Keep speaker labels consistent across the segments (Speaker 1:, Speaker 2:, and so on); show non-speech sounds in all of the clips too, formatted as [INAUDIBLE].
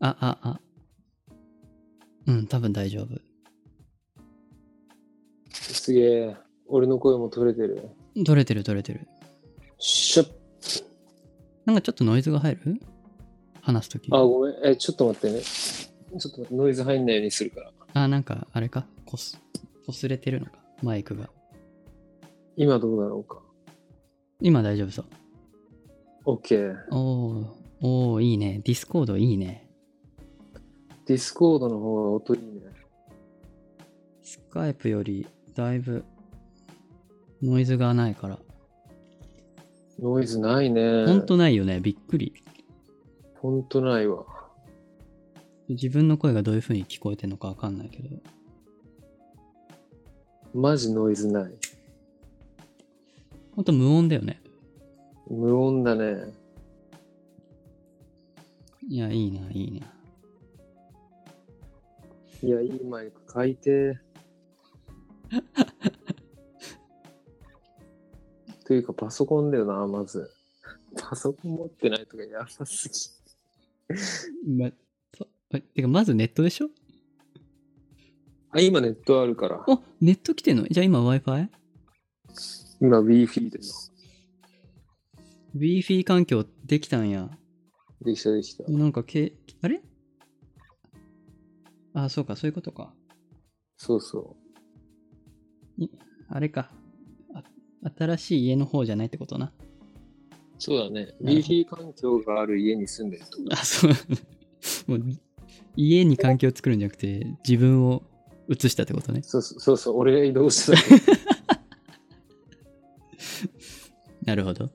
Speaker 1: あ、あ、あ。うん、多分大丈夫。
Speaker 2: すげえ。俺の声も取れてる。
Speaker 1: 取れてる取れてる。
Speaker 2: シュッ。
Speaker 1: なんかちょっとノイズが入る話すとき。
Speaker 2: あ、ごめん。え、ちょっと待ってね。ちょっと待ってノイズ入んないようにするから。
Speaker 1: あ、なんかあれか。こす、こすれてるのか。マイクが。
Speaker 2: 今どうだろうか。
Speaker 1: 今大丈夫そう。
Speaker 2: OK。
Speaker 1: おー、おー、いいね。ディスコードいいね。
Speaker 2: ディスコードの方が音いいね。
Speaker 1: スカイプよりだいぶノイズがないから。
Speaker 2: ノイズないね。
Speaker 1: ほんとないよね。びっくり。
Speaker 2: ほんとないわ。
Speaker 1: 自分の声がどういう風に聞こえてるのかわかんないけど。
Speaker 2: マジノイズない。
Speaker 1: ほんと無音だよね。
Speaker 2: 無音だね。
Speaker 1: いや、いいな、いいな。
Speaker 2: いや、いいマイク買いてー。というか、パソコンだよな、まず。パソコン持ってないとかやばすぎ。
Speaker 1: ま、とえてか、まずネットでしょ
Speaker 2: あ、今ネットあるから。
Speaker 1: あ、ネット来てんのじゃあ今 Wi-Fi?
Speaker 2: 今 Wi-Fi だよ。
Speaker 1: Wi-Fi 環境できたんや。
Speaker 2: できたできた。
Speaker 1: なんかけ、あれあ、そうか、そういうことか。
Speaker 2: そうそ
Speaker 1: あれか。あ新しい家の方じゃないってことな。 [LAUGHS]
Speaker 2: う。そうだね。
Speaker 1: なるほ
Speaker 2: Wi-Fi 環境がある家に住んでると。
Speaker 1: あ、そう。もう、 [LAUGHS] 家に環境を作るんじゃなくて、自分を移したってことね。
Speaker 2: そうそうそうそう、俺が移動しただ [LAUGHS] け。
Speaker 1: なるほど。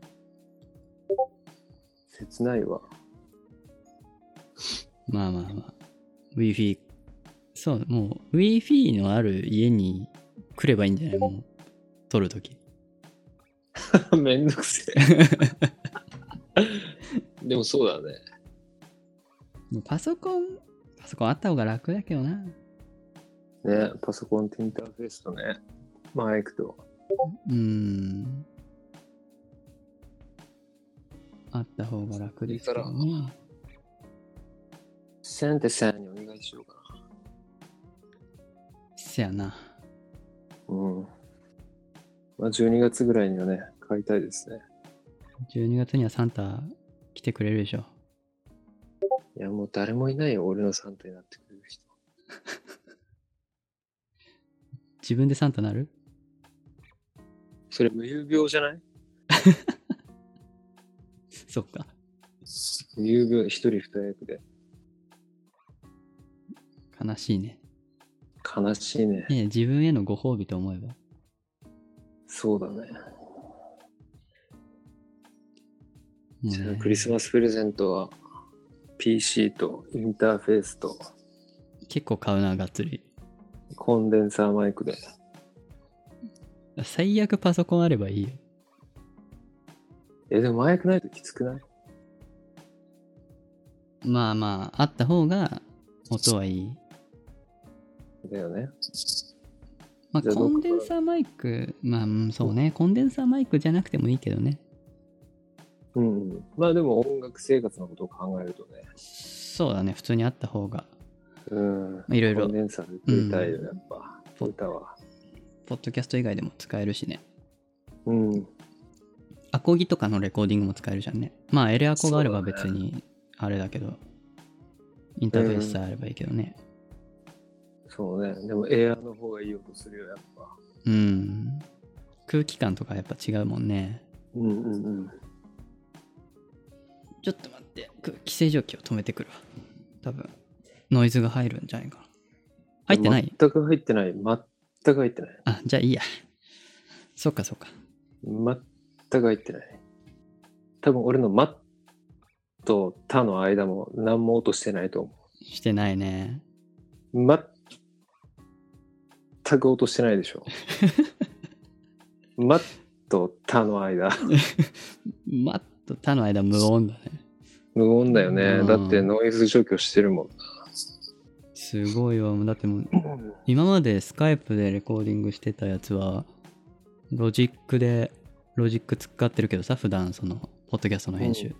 Speaker 2: 切ないわ。
Speaker 1: まあまあまあ。Wi-Fi。そう、もう Wi-Fi のある家に来ればいいんじゃないもう、撮るとき。
Speaker 2: めんどくせえ。でもそうだね。
Speaker 1: もうパソコン、パソコンあった方が楽だけどな。
Speaker 2: ね、パソコンとインターフェースとね、マイクと。
Speaker 1: うーん。あった方が楽ですけどね、
Speaker 2: センテさんにお願いしようか
Speaker 1: せやな。
Speaker 2: な。うん。まあ、12月ぐらいにはね、買いたいですね。
Speaker 1: 12月にはサンタ来てくれるでしょ。
Speaker 2: いや、もう誰もいないよ、俺のサンタになってくれる人。
Speaker 1: 自分でサンタなる
Speaker 2: それ、無遊病じゃない
Speaker 1: そっか。
Speaker 2: 無遊病、一人二役で。
Speaker 1: 悲しいね。
Speaker 2: 悲しいね。
Speaker 1: ねえ自分へのご褒美と思えば。
Speaker 2: そうだね。
Speaker 1: も
Speaker 2: じゃ
Speaker 1: う
Speaker 2: あ
Speaker 1: ね
Speaker 2: クリスマスプレゼントは、PC とインターフェースと
Speaker 1: 結構買うな、がっつり。
Speaker 2: コンデンサーマイクで。
Speaker 1: 最悪パソコンあればいいよ。
Speaker 2: え、でもマイクないときつくない
Speaker 1: まあまあ、あった方が音はいい。
Speaker 2: だよね。
Speaker 1: まあ、
Speaker 2: じゃあ
Speaker 1: コンデンサーマイク、まあ、うんそうね、コンデンサーマイクじゃなくてもいいけどね。
Speaker 2: うんうん。まあでも音楽生活のことを考えるとね。
Speaker 1: そうだね、普通にあった方が。
Speaker 2: うん。
Speaker 1: いろいろ
Speaker 2: コンデンサーで作りたいよね、やっぱ。
Speaker 1: うん
Speaker 2: 歌は。
Speaker 1: ポッドキャスト以外でも使えるしね。
Speaker 2: うん。
Speaker 1: アコギとかのレコーディングも使えるじゃんね。まあ、エレアコがあれば
Speaker 2: そうだ
Speaker 1: 別
Speaker 2: ね
Speaker 1: に、あれだけど、インターフェースさえあればいいけどね。
Speaker 2: そうね。でもエアーの方がいい音するよ、やっぱ。
Speaker 1: うん。空気感とかやっぱ違うもんね。
Speaker 2: うんうんうん。
Speaker 1: ちょっと待って、空気清浄機を止めてくるわ。多分、ノイズが入るんじゃないかな。入ってない
Speaker 2: 全く入ってない。全く入ってない。
Speaker 1: あ、じゃあいいや。そっかそっか。
Speaker 2: 全く入ってない。多分俺のマッとタの間も何も音してないと思
Speaker 1: してないね。
Speaker 2: う。全く音してないで
Speaker 1: [LAUGHS]
Speaker 2: しょ。マッとタの間。
Speaker 1: マッと他の間無音だね。
Speaker 2: 無音だよ
Speaker 1: う
Speaker 2: ね。
Speaker 1: ん
Speaker 2: だってノイズ除去してるもん
Speaker 1: すごいわ。もうだってもう、
Speaker 2: な。
Speaker 1: 今までスカイプでレコーディングしてたやつは、ロジックで、ロジック使ってるけどさ、普段その、ポッドキャストの編集。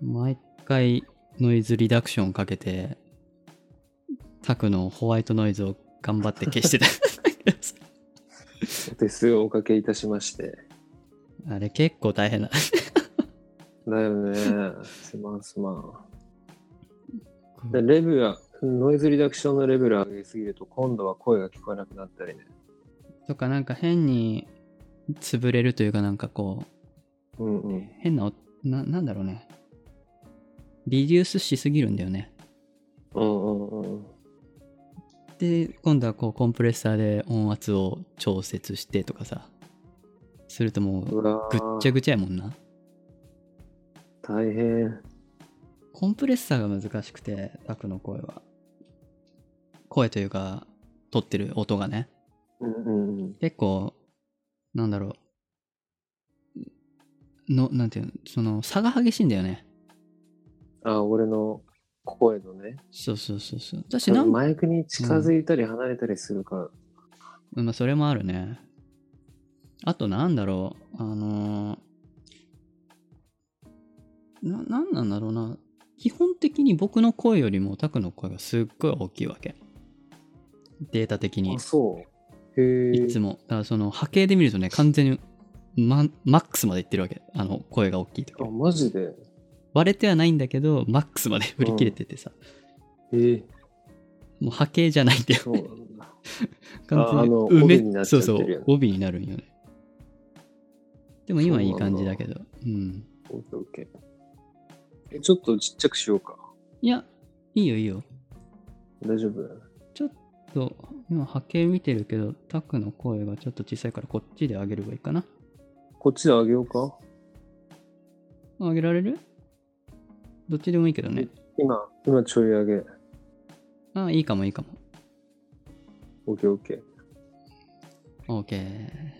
Speaker 1: 毎回、ノイズリダクションかけて、タクのホワイトノイズを頑張って消してた。
Speaker 2: お手数をおかけいたしまして。
Speaker 1: あれ結構大変だ。
Speaker 2: だよね。すまんすまん。でレベルは、ノイズリダクションのレベル上げすぎると、今度は声が聞こえなくなったりね。
Speaker 1: とかなんか変に潰れるというかなんかこう、
Speaker 2: うんうん。
Speaker 1: 変なお、な、なんだろうね。リデュースしすぎるんだよね。
Speaker 2: うんうんうん。
Speaker 1: で、今度はこうコンプレッサーで音圧を調節してとかさ、するともう
Speaker 2: うわ
Speaker 1: ぐっちゃ
Speaker 2: ぐ
Speaker 1: ぐちゃやもんな。
Speaker 2: 大変。
Speaker 1: コンプレッサーが難しくて、タクの声は。声というか、撮ってる音がね。
Speaker 2: うんうんうん。
Speaker 1: 結構、なんだろう。の、なんていうの、その、差が激しいんだよね。
Speaker 2: あ、俺の声のね。
Speaker 1: そうそうそうそう。だし、なんま
Speaker 2: マイクに近づいたり離れたりするから。
Speaker 1: あ、それもあるね。あと、なんだろう。あのーな、なんなんだろうな。基本的に僕の声よりもタクの声がすっごい大きいわけ。データ的に
Speaker 2: あ、。そう。へえ。
Speaker 1: いつも。だからその波形で見るとね、完全にママックスまでいってるわけ。あの、声が大きいと
Speaker 2: あ、
Speaker 1: か。
Speaker 2: マジで。
Speaker 1: 割れてはないんだけど、マックスまで振り切れててさ。
Speaker 2: へえ。
Speaker 1: もう波形じゃないんだよ。
Speaker 2: そうなんだ。
Speaker 1: 完全に
Speaker 2: あの
Speaker 1: 埋め
Speaker 2: 帯になっちゃってるよね
Speaker 1: そうそう、帯になるんよね。でも今いい
Speaker 2: そうなん
Speaker 1: 感
Speaker 2: だ
Speaker 1: じだけど。うん。
Speaker 2: オッケーオッケーえちょっとちっちゃくしようか。
Speaker 1: いや、いいよいいよ。
Speaker 2: 大丈夫
Speaker 1: ちょっと、今波形見てるけど、タクの声がちょっと小さいからこっちで上げればいいかな。
Speaker 2: こっちであげようか
Speaker 1: 上げられるどっちでもいいけどね。
Speaker 2: 今、今ちょい上げ。
Speaker 1: ああ、いいかもいいかも。
Speaker 2: オッケーオッケー。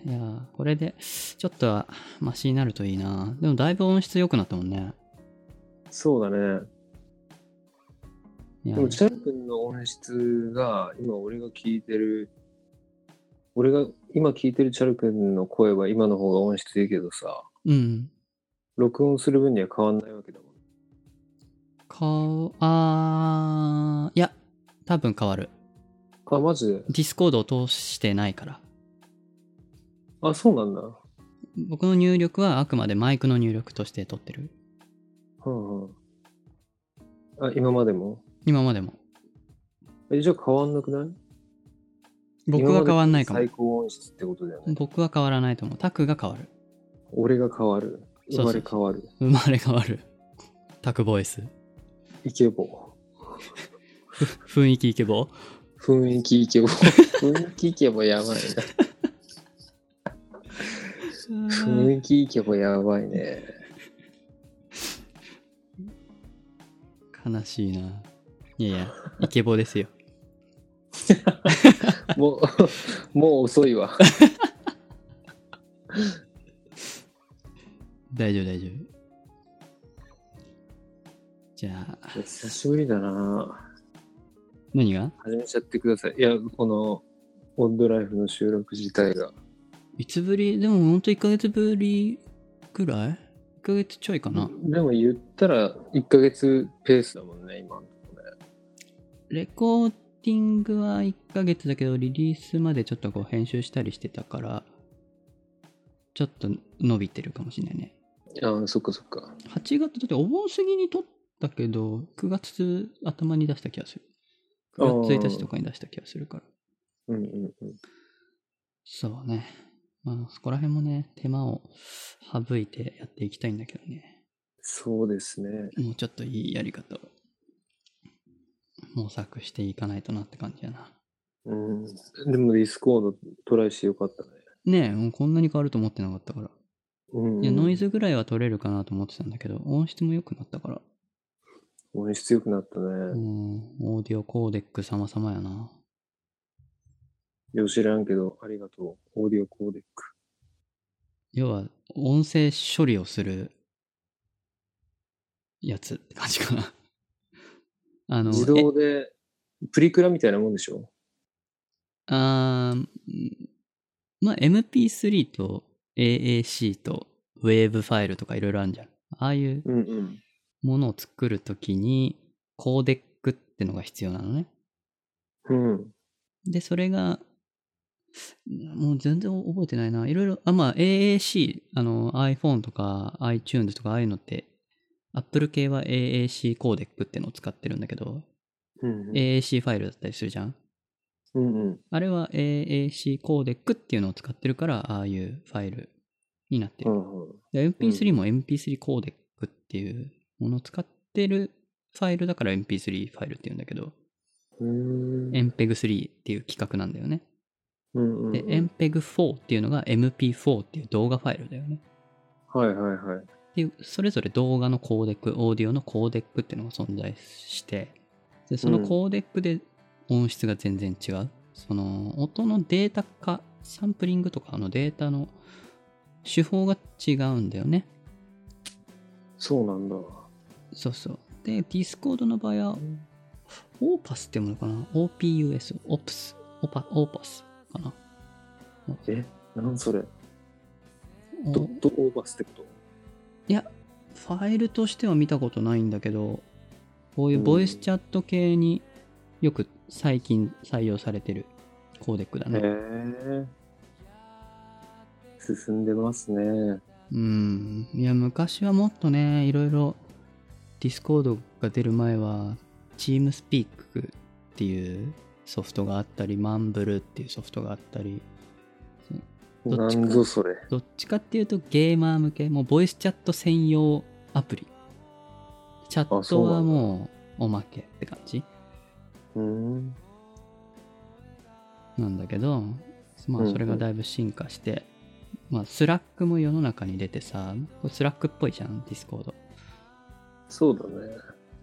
Speaker 1: OK。いやーこれで、ちょっとは、マシになるといいな。でも、だいぶ音質良くなったもんね。
Speaker 2: そうだね。
Speaker 1: いや
Speaker 2: でも、チャイ君の音質が、今俺が聞いてる、俺が今聞いてるチャル君の声は今の方が音質いいけどさ、
Speaker 1: うん。
Speaker 2: 録音する分には変わんないわけだもん。
Speaker 1: 顔、あー、いや、多分変わる。
Speaker 2: あ、マジで
Speaker 1: ディスコードを通してないから。
Speaker 2: あ、そうなんだ。
Speaker 1: 僕の入力はあくまでマイクの入力として取ってる。
Speaker 2: うんうん。あ、今までも
Speaker 1: 今までも。
Speaker 2: え、じゃあ変わんなくない
Speaker 1: 僕は変わんないかも
Speaker 2: 今まで。最高音質ってことだよね。
Speaker 1: 僕は変わらないと思う。タクが変わる。
Speaker 2: 俺が変わる。生まれ変わる。
Speaker 1: 生まれ変わる。タクボイス。
Speaker 2: イケボ
Speaker 1: 雰囲気イケボ
Speaker 2: ー。雰囲気イ
Speaker 1: [LAUGHS]
Speaker 2: ケボー。雰囲気イケボーやばいね。雰囲気イケボーやばいね。
Speaker 1: 悲しいな。いやいや、イケボですよ。
Speaker 2: もう、 [LAUGHS] もう遅いわ。
Speaker 1: 大丈夫大丈夫じゃあ
Speaker 2: 久しぶりだな
Speaker 1: 何が
Speaker 2: 始めちゃってください。いや、この、オンドライフの収録自体が。
Speaker 1: いつぶりでもほんと1ヶ月ぶりぐらい ?1 ヶ月ちょいかな、
Speaker 2: でも言ったら、1ヶ月ペースだもんね、今のとこね。
Speaker 1: レコーディングは1ヶ月だけどリリースまでちょっとこう編集したりしてたからちょっと伸びてるかもしれないね
Speaker 2: ああ、そっかそっか。
Speaker 1: 8月だってお盆過ぎに撮ったけど9月頭に出した気がする9月1日とかに出した気がするから
Speaker 2: うんうんうん。
Speaker 1: そうね。まあ、そこら辺もね、手間を省いてやっていきたいんだけどね。
Speaker 2: そうですね。
Speaker 1: もうちょっといいやり方を模索していかないとなって感じやな。
Speaker 2: うん。でも、ディスコードトライしてよかったね。
Speaker 1: ねえ、もうこんなに変わると思ってなかったから。
Speaker 2: うん、
Speaker 1: いや、ノイ。ズぐらいは取れるかなと思ってたんだけど、音質も良くなったから。
Speaker 2: 音質良くなったね。
Speaker 1: うん、オーディオコーデック様々やな。
Speaker 2: よう知らんけど、ありがとう。オーディオコーデック。
Speaker 1: 要は、音声処理をするやつって感じかな。 [LAUGHS] あの、
Speaker 2: 自
Speaker 1: え
Speaker 2: 動で、プリクラみたいなもんでしょ
Speaker 1: あーんまあ、MP3 と AAC と WAV ファイルとかいろいろあるじゃん。ああいう
Speaker 2: うんうん。
Speaker 1: ものを作るときに、コーデックってのが必要なのね。
Speaker 2: うん。
Speaker 1: で、それが、もう全然覚えてないな。いろいろ、あ、まあ AAC、あの iPhone とか iTunes とかああいうのって、Apple 系は AAC コーデックってのを使ってるんだけど、
Speaker 2: うん。
Speaker 1: AAC ファイルだったりするじゃん。
Speaker 2: うんうん。
Speaker 1: あれは AAC コーデックっていうのを使ってるから、ああいうファイルになって
Speaker 2: う
Speaker 1: る。
Speaker 2: んうん。
Speaker 1: で MP3 も MP3 コーデックっていうものを使ってるファイルだから MP3 ファイルっていうんだけど、
Speaker 2: うーん。
Speaker 1: MPEG3 っていう規格なんだよね。
Speaker 2: うんうんうん
Speaker 1: で、MPEG4 っていうのが MP4 っていう動画ファイルだよね。
Speaker 2: はいはいはい。
Speaker 1: っていう、それぞれ動画のコーデック、オーディオのコーデックっていうのが存在して、で、そのコーデックで音質が全然違う。その、音のデータ化、サンプリングとかのデータの手法が違うんだよね。
Speaker 2: そうなんだ。
Speaker 1: そうそう。で、Discord の場合は、オーパスってものかな ?OPUS、OPS、オパ、オーパスかな
Speaker 2: え、なんそれ。ド
Speaker 1: お
Speaker 2: ットオーバースってこと
Speaker 1: いや、ファイルとしては見たことないんだけど、こういうボイスチャット系によく最近採用されてるコーデックだね。
Speaker 2: へえ。進んでますね。
Speaker 1: うん。いや、昔はもっとね、いろいろ、ディスコードが出る前は、チームスピークっていうソフトがあったり、マンブルっていうソフトがあったり、どっ
Speaker 2: な
Speaker 1: ちか
Speaker 2: んぞそれ。
Speaker 1: どっちかっていうとゲーマー向け、もうボイスチャット専用アプリ。チャ
Speaker 2: あ
Speaker 1: ッ
Speaker 2: そ
Speaker 1: ト
Speaker 2: うな
Speaker 1: は
Speaker 2: んだ
Speaker 1: もうおまけって感じ。
Speaker 2: うーん。
Speaker 1: なんだけど、ま
Speaker 2: うん
Speaker 1: あ
Speaker 2: うん
Speaker 1: それがだいぶ進化して、まあスラックも世の中に出てさ、これスラックっぽいじゃん、ディスコード。
Speaker 2: そうだね。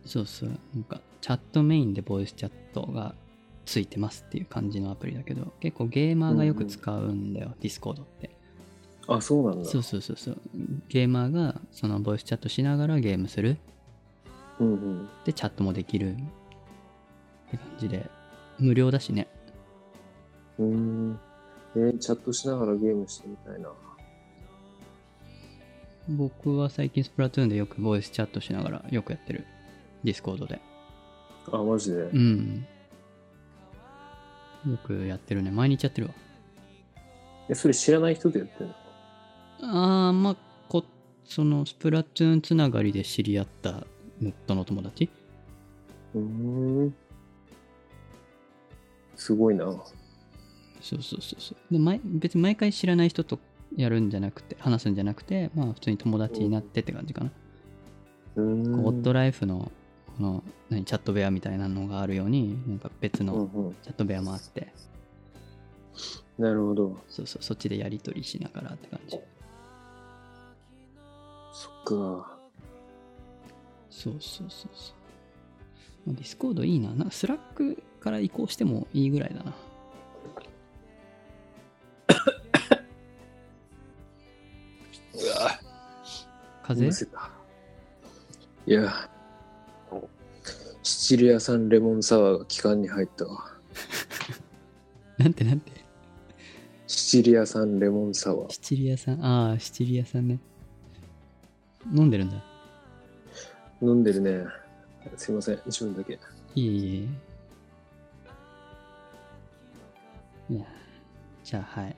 Speaker 1: そうそう、なんかチャットメインでボイスチャットがついてますっていう感じのアプリだけど、結構ゲーマーがよく使うんだよ、ディスコードって。
Speaker 2: あ、そうなんだ。
Speaker 1: そうそうそうそう。ゲーマーがそのボイスチャットしながらゲームする。
Speaker 2: うんうん。
Speaker 1: で、チャットもできる。って感じで、無料だしね。
Speaker 2: うーん。えーチャットしながらゲームしてみたいな。
Speaker 1: 僕は最近スプラトゥーンでよくボイスチャットしながらよくやってる。ディスコードで。
Speaker 2: あ、マジで。
Speaker 1: うん。よくやってるね。毎日やってるわ。
Speaker 2: え、それ知らない人とやってんの
Speaker 1: あー、まあ、こ、その、スプラトゥーンつながりで知り合ったネットの友達
Speaker 2: うーん。すごいな。
Speaker 1: そうそうそうそう。で、毎別に毎回知らない人とやるんじゃなくて、話すんじゃなくて、まあ、普通に友達になってって感じかな。
Speaker 2: うーん。
Speaker 1: ゴッドライフの、この、何、チャット部屋みたいなのがあるように、なんか別
Speaker 2: うん
Speaker 1: の
Speaker 2: うん。
Speaker 1: チャット部屋もあって、
Speaker 2: なるほど。
Speaker 1: そうそう、そっちでやり取りしながらって感じ。
Speaker 2: そっか。
Speaker 1: そうそうそうそう。ディスコードいいな。なんかスラックから移行してもいいぐらいだな。
Speaker 2: うわ
Speaker 1: 風
Speaker 2: むせたいや、シチリア産レモンサワーが気管に入ったわ。
Speaker 1: なんてなんて。
Speaker 2: シチリア産レモンサワー。
Speaker 1: シチリアさん。ああ、シチリアさんね。飲んでるんだ。
Speaker 2: 飲んでるね。すいません、自分だけ。
Speaker 1: いえいえ。いや、じゃあはい。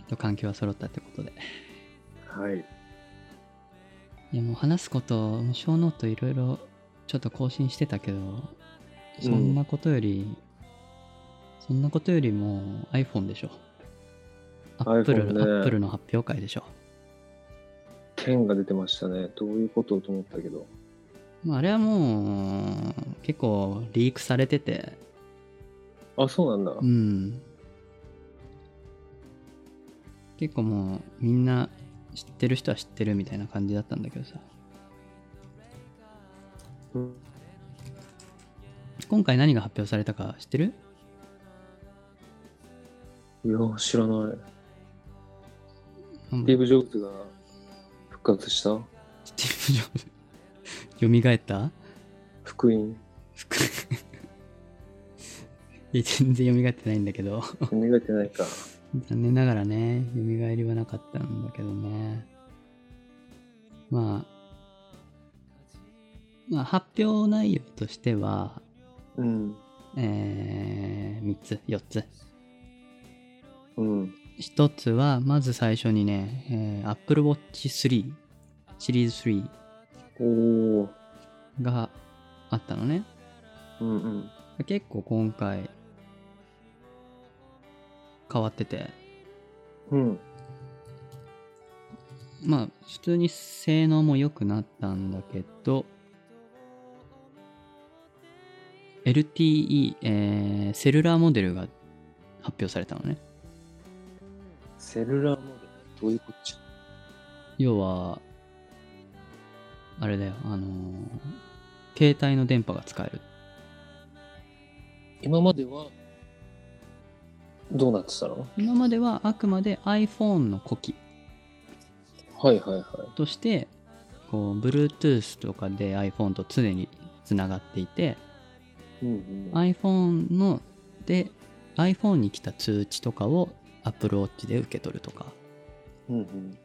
Speaker 1: えっと、環境は揃ったってことで。
Speaker 2: はい。
Speaker 1: いやもう話すこと、もう小ノートいろいろちょっと更新してたけど、そんなことより、そんなことよりも iPhone でしょ。Apple,、
Speaker 2: iPhone ね
Speaker 1: Apple の発表会でしょ。
Speaker 2: 剣が出てましたね。どういうことと思ったけど。
Speaker 1: まあ、あれはもう、結構リークされてて、
Speaker 2: あ、そうなんだ。
Speaker 1: うん。結構もうみんな知ってる人は知ってるみたいな感じだったんだけどさ。
Speaker 2: うん
Speaker 1: 今回何が発表されたか知ってる
Speaker 2: いや、知らな
Speaker 1: な
Speaker 2: い。
Speaker 1: ん
Speaker 2: ス
Speaker 1: か
Speaker 2: ティーブ・ジョブズが復活した
Speaker 1: スティーブ・ジョブズ。よ [LAUGHS] みがえった
Speaker 2: 福
Speaker 1: [LAUGHS]
Speaker 2: 音。
Speaker 1: 服いや全然蘇ってないんだけど [LAUGHS]
Speaker 2: 見れてないか。
Speaker 1: 残念ながらね蘇りはなかったんだけどねまあまあ、発表内容としては、
Speaker 2: うん。
Speaker 1: えー、3つ、4つ。
Speaker 2: うん。
Speaker 1: 1つは、まず最初にね、えー Apple Watch 3、シリーズ3
Speaker 2: おー。
Speaker 1: があったのね。
Speaker 2: うんうん。
Speaker 1: 結構今回、変わってて、
Speaker 2: うん。
Speaker 1: まあ、普通に性能も良くなったんだけど、LTE、えーセルラーモデルが発表されたのね。
Speaker 2: セルラーモデル。どういうこっちゃ
Speaker 1: 要は、あれだよ、あのー携帯の電波が使える。
Speaker 2: 今までは、どうなってたの
Speaker 1: 今まではあくまで iPhone の呼気
Speaker 2: はいはいはい。
Speaker 1: として、こう、Bluetooth とかで iPhone と常につながっていて、
Speaker 2: うん、うん。
Speaker 1: iPhone ので iPhone に来た通知とかを Apple Watch で受け取るとか、
Speaker 2: うんうん。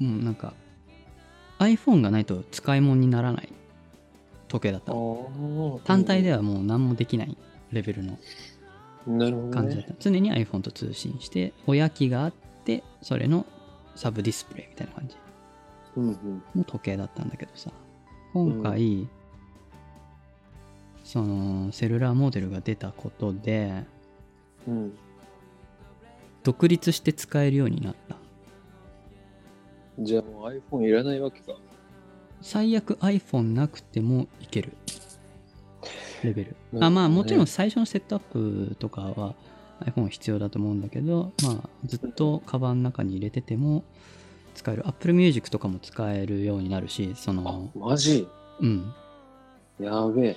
Speaker 1: うん、なんか iPhone がないと使い物にならない時計だったの
Speaker 2: ああ。
Speaker 1: 単体ではもう何もできないレベルの
Speaker 2: なるほど
Speaker 1: 感じだった、
Speaker 2: ね。
Speaker 1: 常に iPhone と通信して親機があってそれのサブディスプレイみたいな感じ
Speaker 2: うんうん。
Speaker 1: の時計だったんだけどさ今回、そのセルラーモデルが出たことで
Speaker 2: うん。
Speaker 1: 独立して使えるようになった
Speaker 2: じゃあもう iPhone いらないわけか。
Speaker 1: 最悪 iPhone なくてもいけるレベル
Speaker 2: なるほどね
Speaker 1: あまあもちろん最初のセットアップとかは iPhone 必要だと思うんだけど、まあ、ずっとカバンの中に入れてても使える Apple Music とかも使えるようになるしそ
Speaker 2: あ
Speaker 1: の、
Speaker 2: マジ
Speaker 1: うん
Speaker 2: やべえ。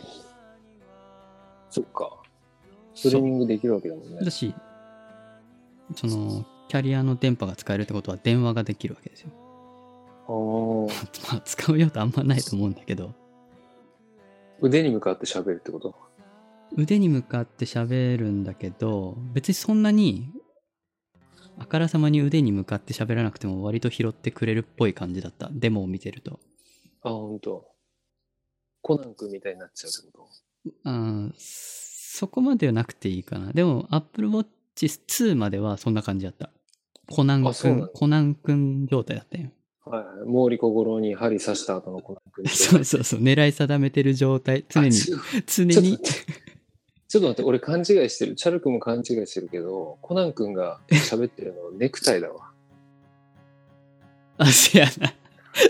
Speaker 2: そっか。ストリーミングできるわけだもん
Speaker 1: そうだ
Speaker 2: ね。
Speaker 1: しそのキャリアの電波が使えるってことは電話ができるわけですよ [LAUGHS]
Speaker 2: ああ。
Speaker 1: まあ使う用途あんまないと思うんだけど
Speaker 2: 腕に向かって喋るってこと
Speaker 1: 腕に向かって喋るんだけど別にそんなにあからさまに腕に向かって喋らなくても割と拾ってくれるっぽい感じだったデモを見てると
Speaker 2: あ、ほんと。コナン君みたいになっちゃうってこ
Speaker 1: あーそこまではなくていいかなでも Apple Watch 2まではそんな感じだったコナン
Speaker 2: あそう
Speaker 1: 君
Speaker 2: なの
Speaker 1: コナン君状態だったよ [LAUGHS]
Speaker 2: とはいはい。毛利小五郎に針刺した後のコナン君みたいな
Speaker 1: [LAUGHS] そうそうそう狙い定めてる状態常に
Speaker 2: あちょ
Speaker 1: 常
Speaker 2: ちょっと
Speaker 1: に
Speaker 2: 待って。ちょっと待って、俺勘違いしてる。チャル君も勘違いしてるけど、コナン君が喋ってるのはネクタイ
Speaker 1: [LAUGHS]
Speaker 2: だわ。
Speaker 1: あせやな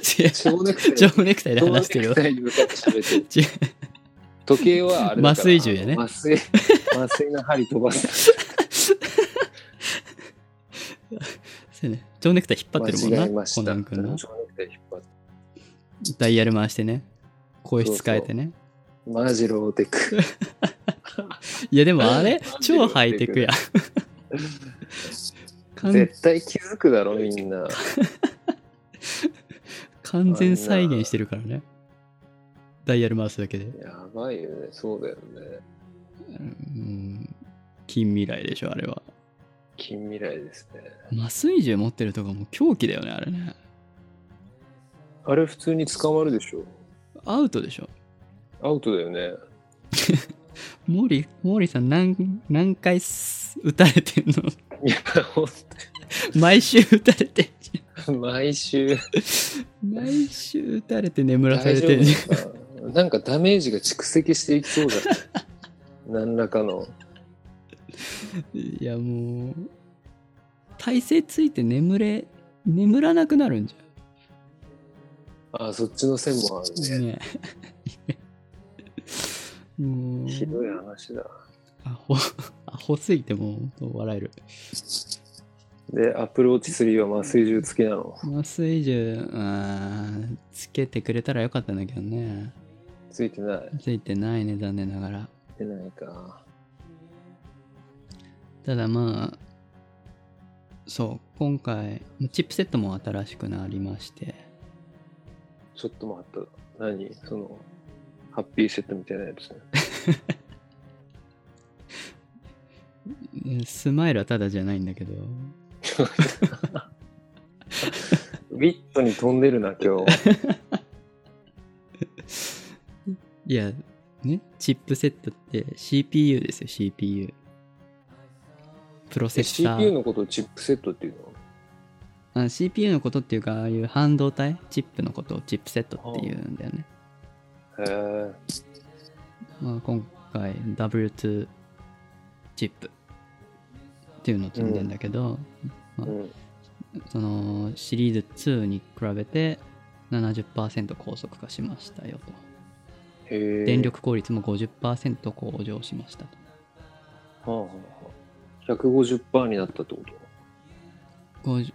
Speaker 1: せや
Speaker 2: 蝶ネクタイ。
Speaker 1: 蝶ネクタイで話してる
Speaker 2: 蝶ネク
Speaker 1: よ
Speaker 2: タイに向かって喋って
Speaker 1: 違
Speaker 2: る。
Speaker 1: う
Speaker 2: 時計はあれだから
Speaker 1: 麻酔銃やね
Speaker 2: 麻酔、麻酔の針飛
Speaker 1: [LAUGHS]
Speaker 2: ばす。
Speaker 1: [LAUGHS] そうやね蝶ネクタイ引っ張ってるもん
Speaker 2: 間違
Speaker 1: な
Speaker 2: えました。
Speaker 1: コナン君の
Speaker 2: 蝶ネクタイ引っ張って
Speaker 1: ダイヤル回してね声質変えてね
Speaker 2: マジローテク。
Speaker 1: [LAUGHS] いやでもあれ
Speaker 2: マジで
Speaker 1: 超ハイテク
Speaker 2: [LAUGHS]
Speaker 1: や完
Speaker 2: 絶対気づくだろ、みんな。
Speaker 1: 完全再現してるからねダイヤル回すだけで
Speaker 2: やばいよね。そうだよね。
Speaker 1: うん近未来でしょあれは
Speaker 2: 近未来ですね。
Speaker 1: 麻酔銃持ってるとかもう狂気だよねあれね
Speaker 2: あれ普通に捕まるでしょ。
Speaker 1: アウトでしょ
Speaker 2: アウトだよね。
Speaker 1: モーリーモーリーさん何何回す撃たれてんの [LAUGHS]
Speaker 2: いや、ほん
Speaker 1: 毎週撃たれてん [LAUGHS] じ
Speaker 2: と毎週。
Speaker 1: ゃん毎週撃たれて眠らさ
Speaker 2: 大
Speaker 1: れ
Speaker 2: 丈
Speaker 1: てんじゃん
Speaker 2: 夫かななんかダメージが蓄積していきそう
Speaker 1: [LAUGHS]
Speaker 2: じゃん。何らかの。
Speaker 1: いやもう体勢ついて眠れ眠らなくなるんじ
Speaker 2: あ、そっちの線もある
Speaker 1: ゃん
Speaker 2: ね。
Speaker 1: ね [LAUGHS] もう
Speaker 2: ひどい話だ。
Speaker 1: ア [LAUGHS] ホアホすぎてもう本当笑える
Speaker 2: で、アプローチ3は麻酔銃付きなの。
Speaker 1: 麻酔銃あーつけてくれたらよかったんだけどね
Speaker 2: ついてない。
Speaker 1: ついてないね残念ながら
Speaker 2: ついてないか。
Speaker 1: ただまあそう今回チップセットも新しくなりまして
Speaker 2: ちょっと待った。何その、ハッピーセットみたいなやつね。
Speaker 1: うんスマイルはただじゃないんだけど [LAUGHS]
Speaker 2: ウィットに飛んでるな、今日。
Speaker 1: いや、ね、チップセットって CPU ですよ、CPU。プロセ
Speaker 2: え
Speaker 1: ッサ
Speaker 2: CPU
Speaker 1: ー。
Speaker 2: のことをチップセットっていうの
Speaker 1: あ CPU のことっていうか、ああいう半導体、チップのことをチップセットっていうんだよね。
Speaker 2: へ
Speaker 1: まあ、今回 W2 チップっていうのを積んでんだけど、
Speaker 2: え。うん。
Speaker 1: そのシリーズ2に比べて70%高速化しましたよと。
Speaker 2: へえ。
Speaker 1: 電。力効率も50%向上しましたと。
Speaker 2: はあはあ、150%になったってこと
Speaker 1: 50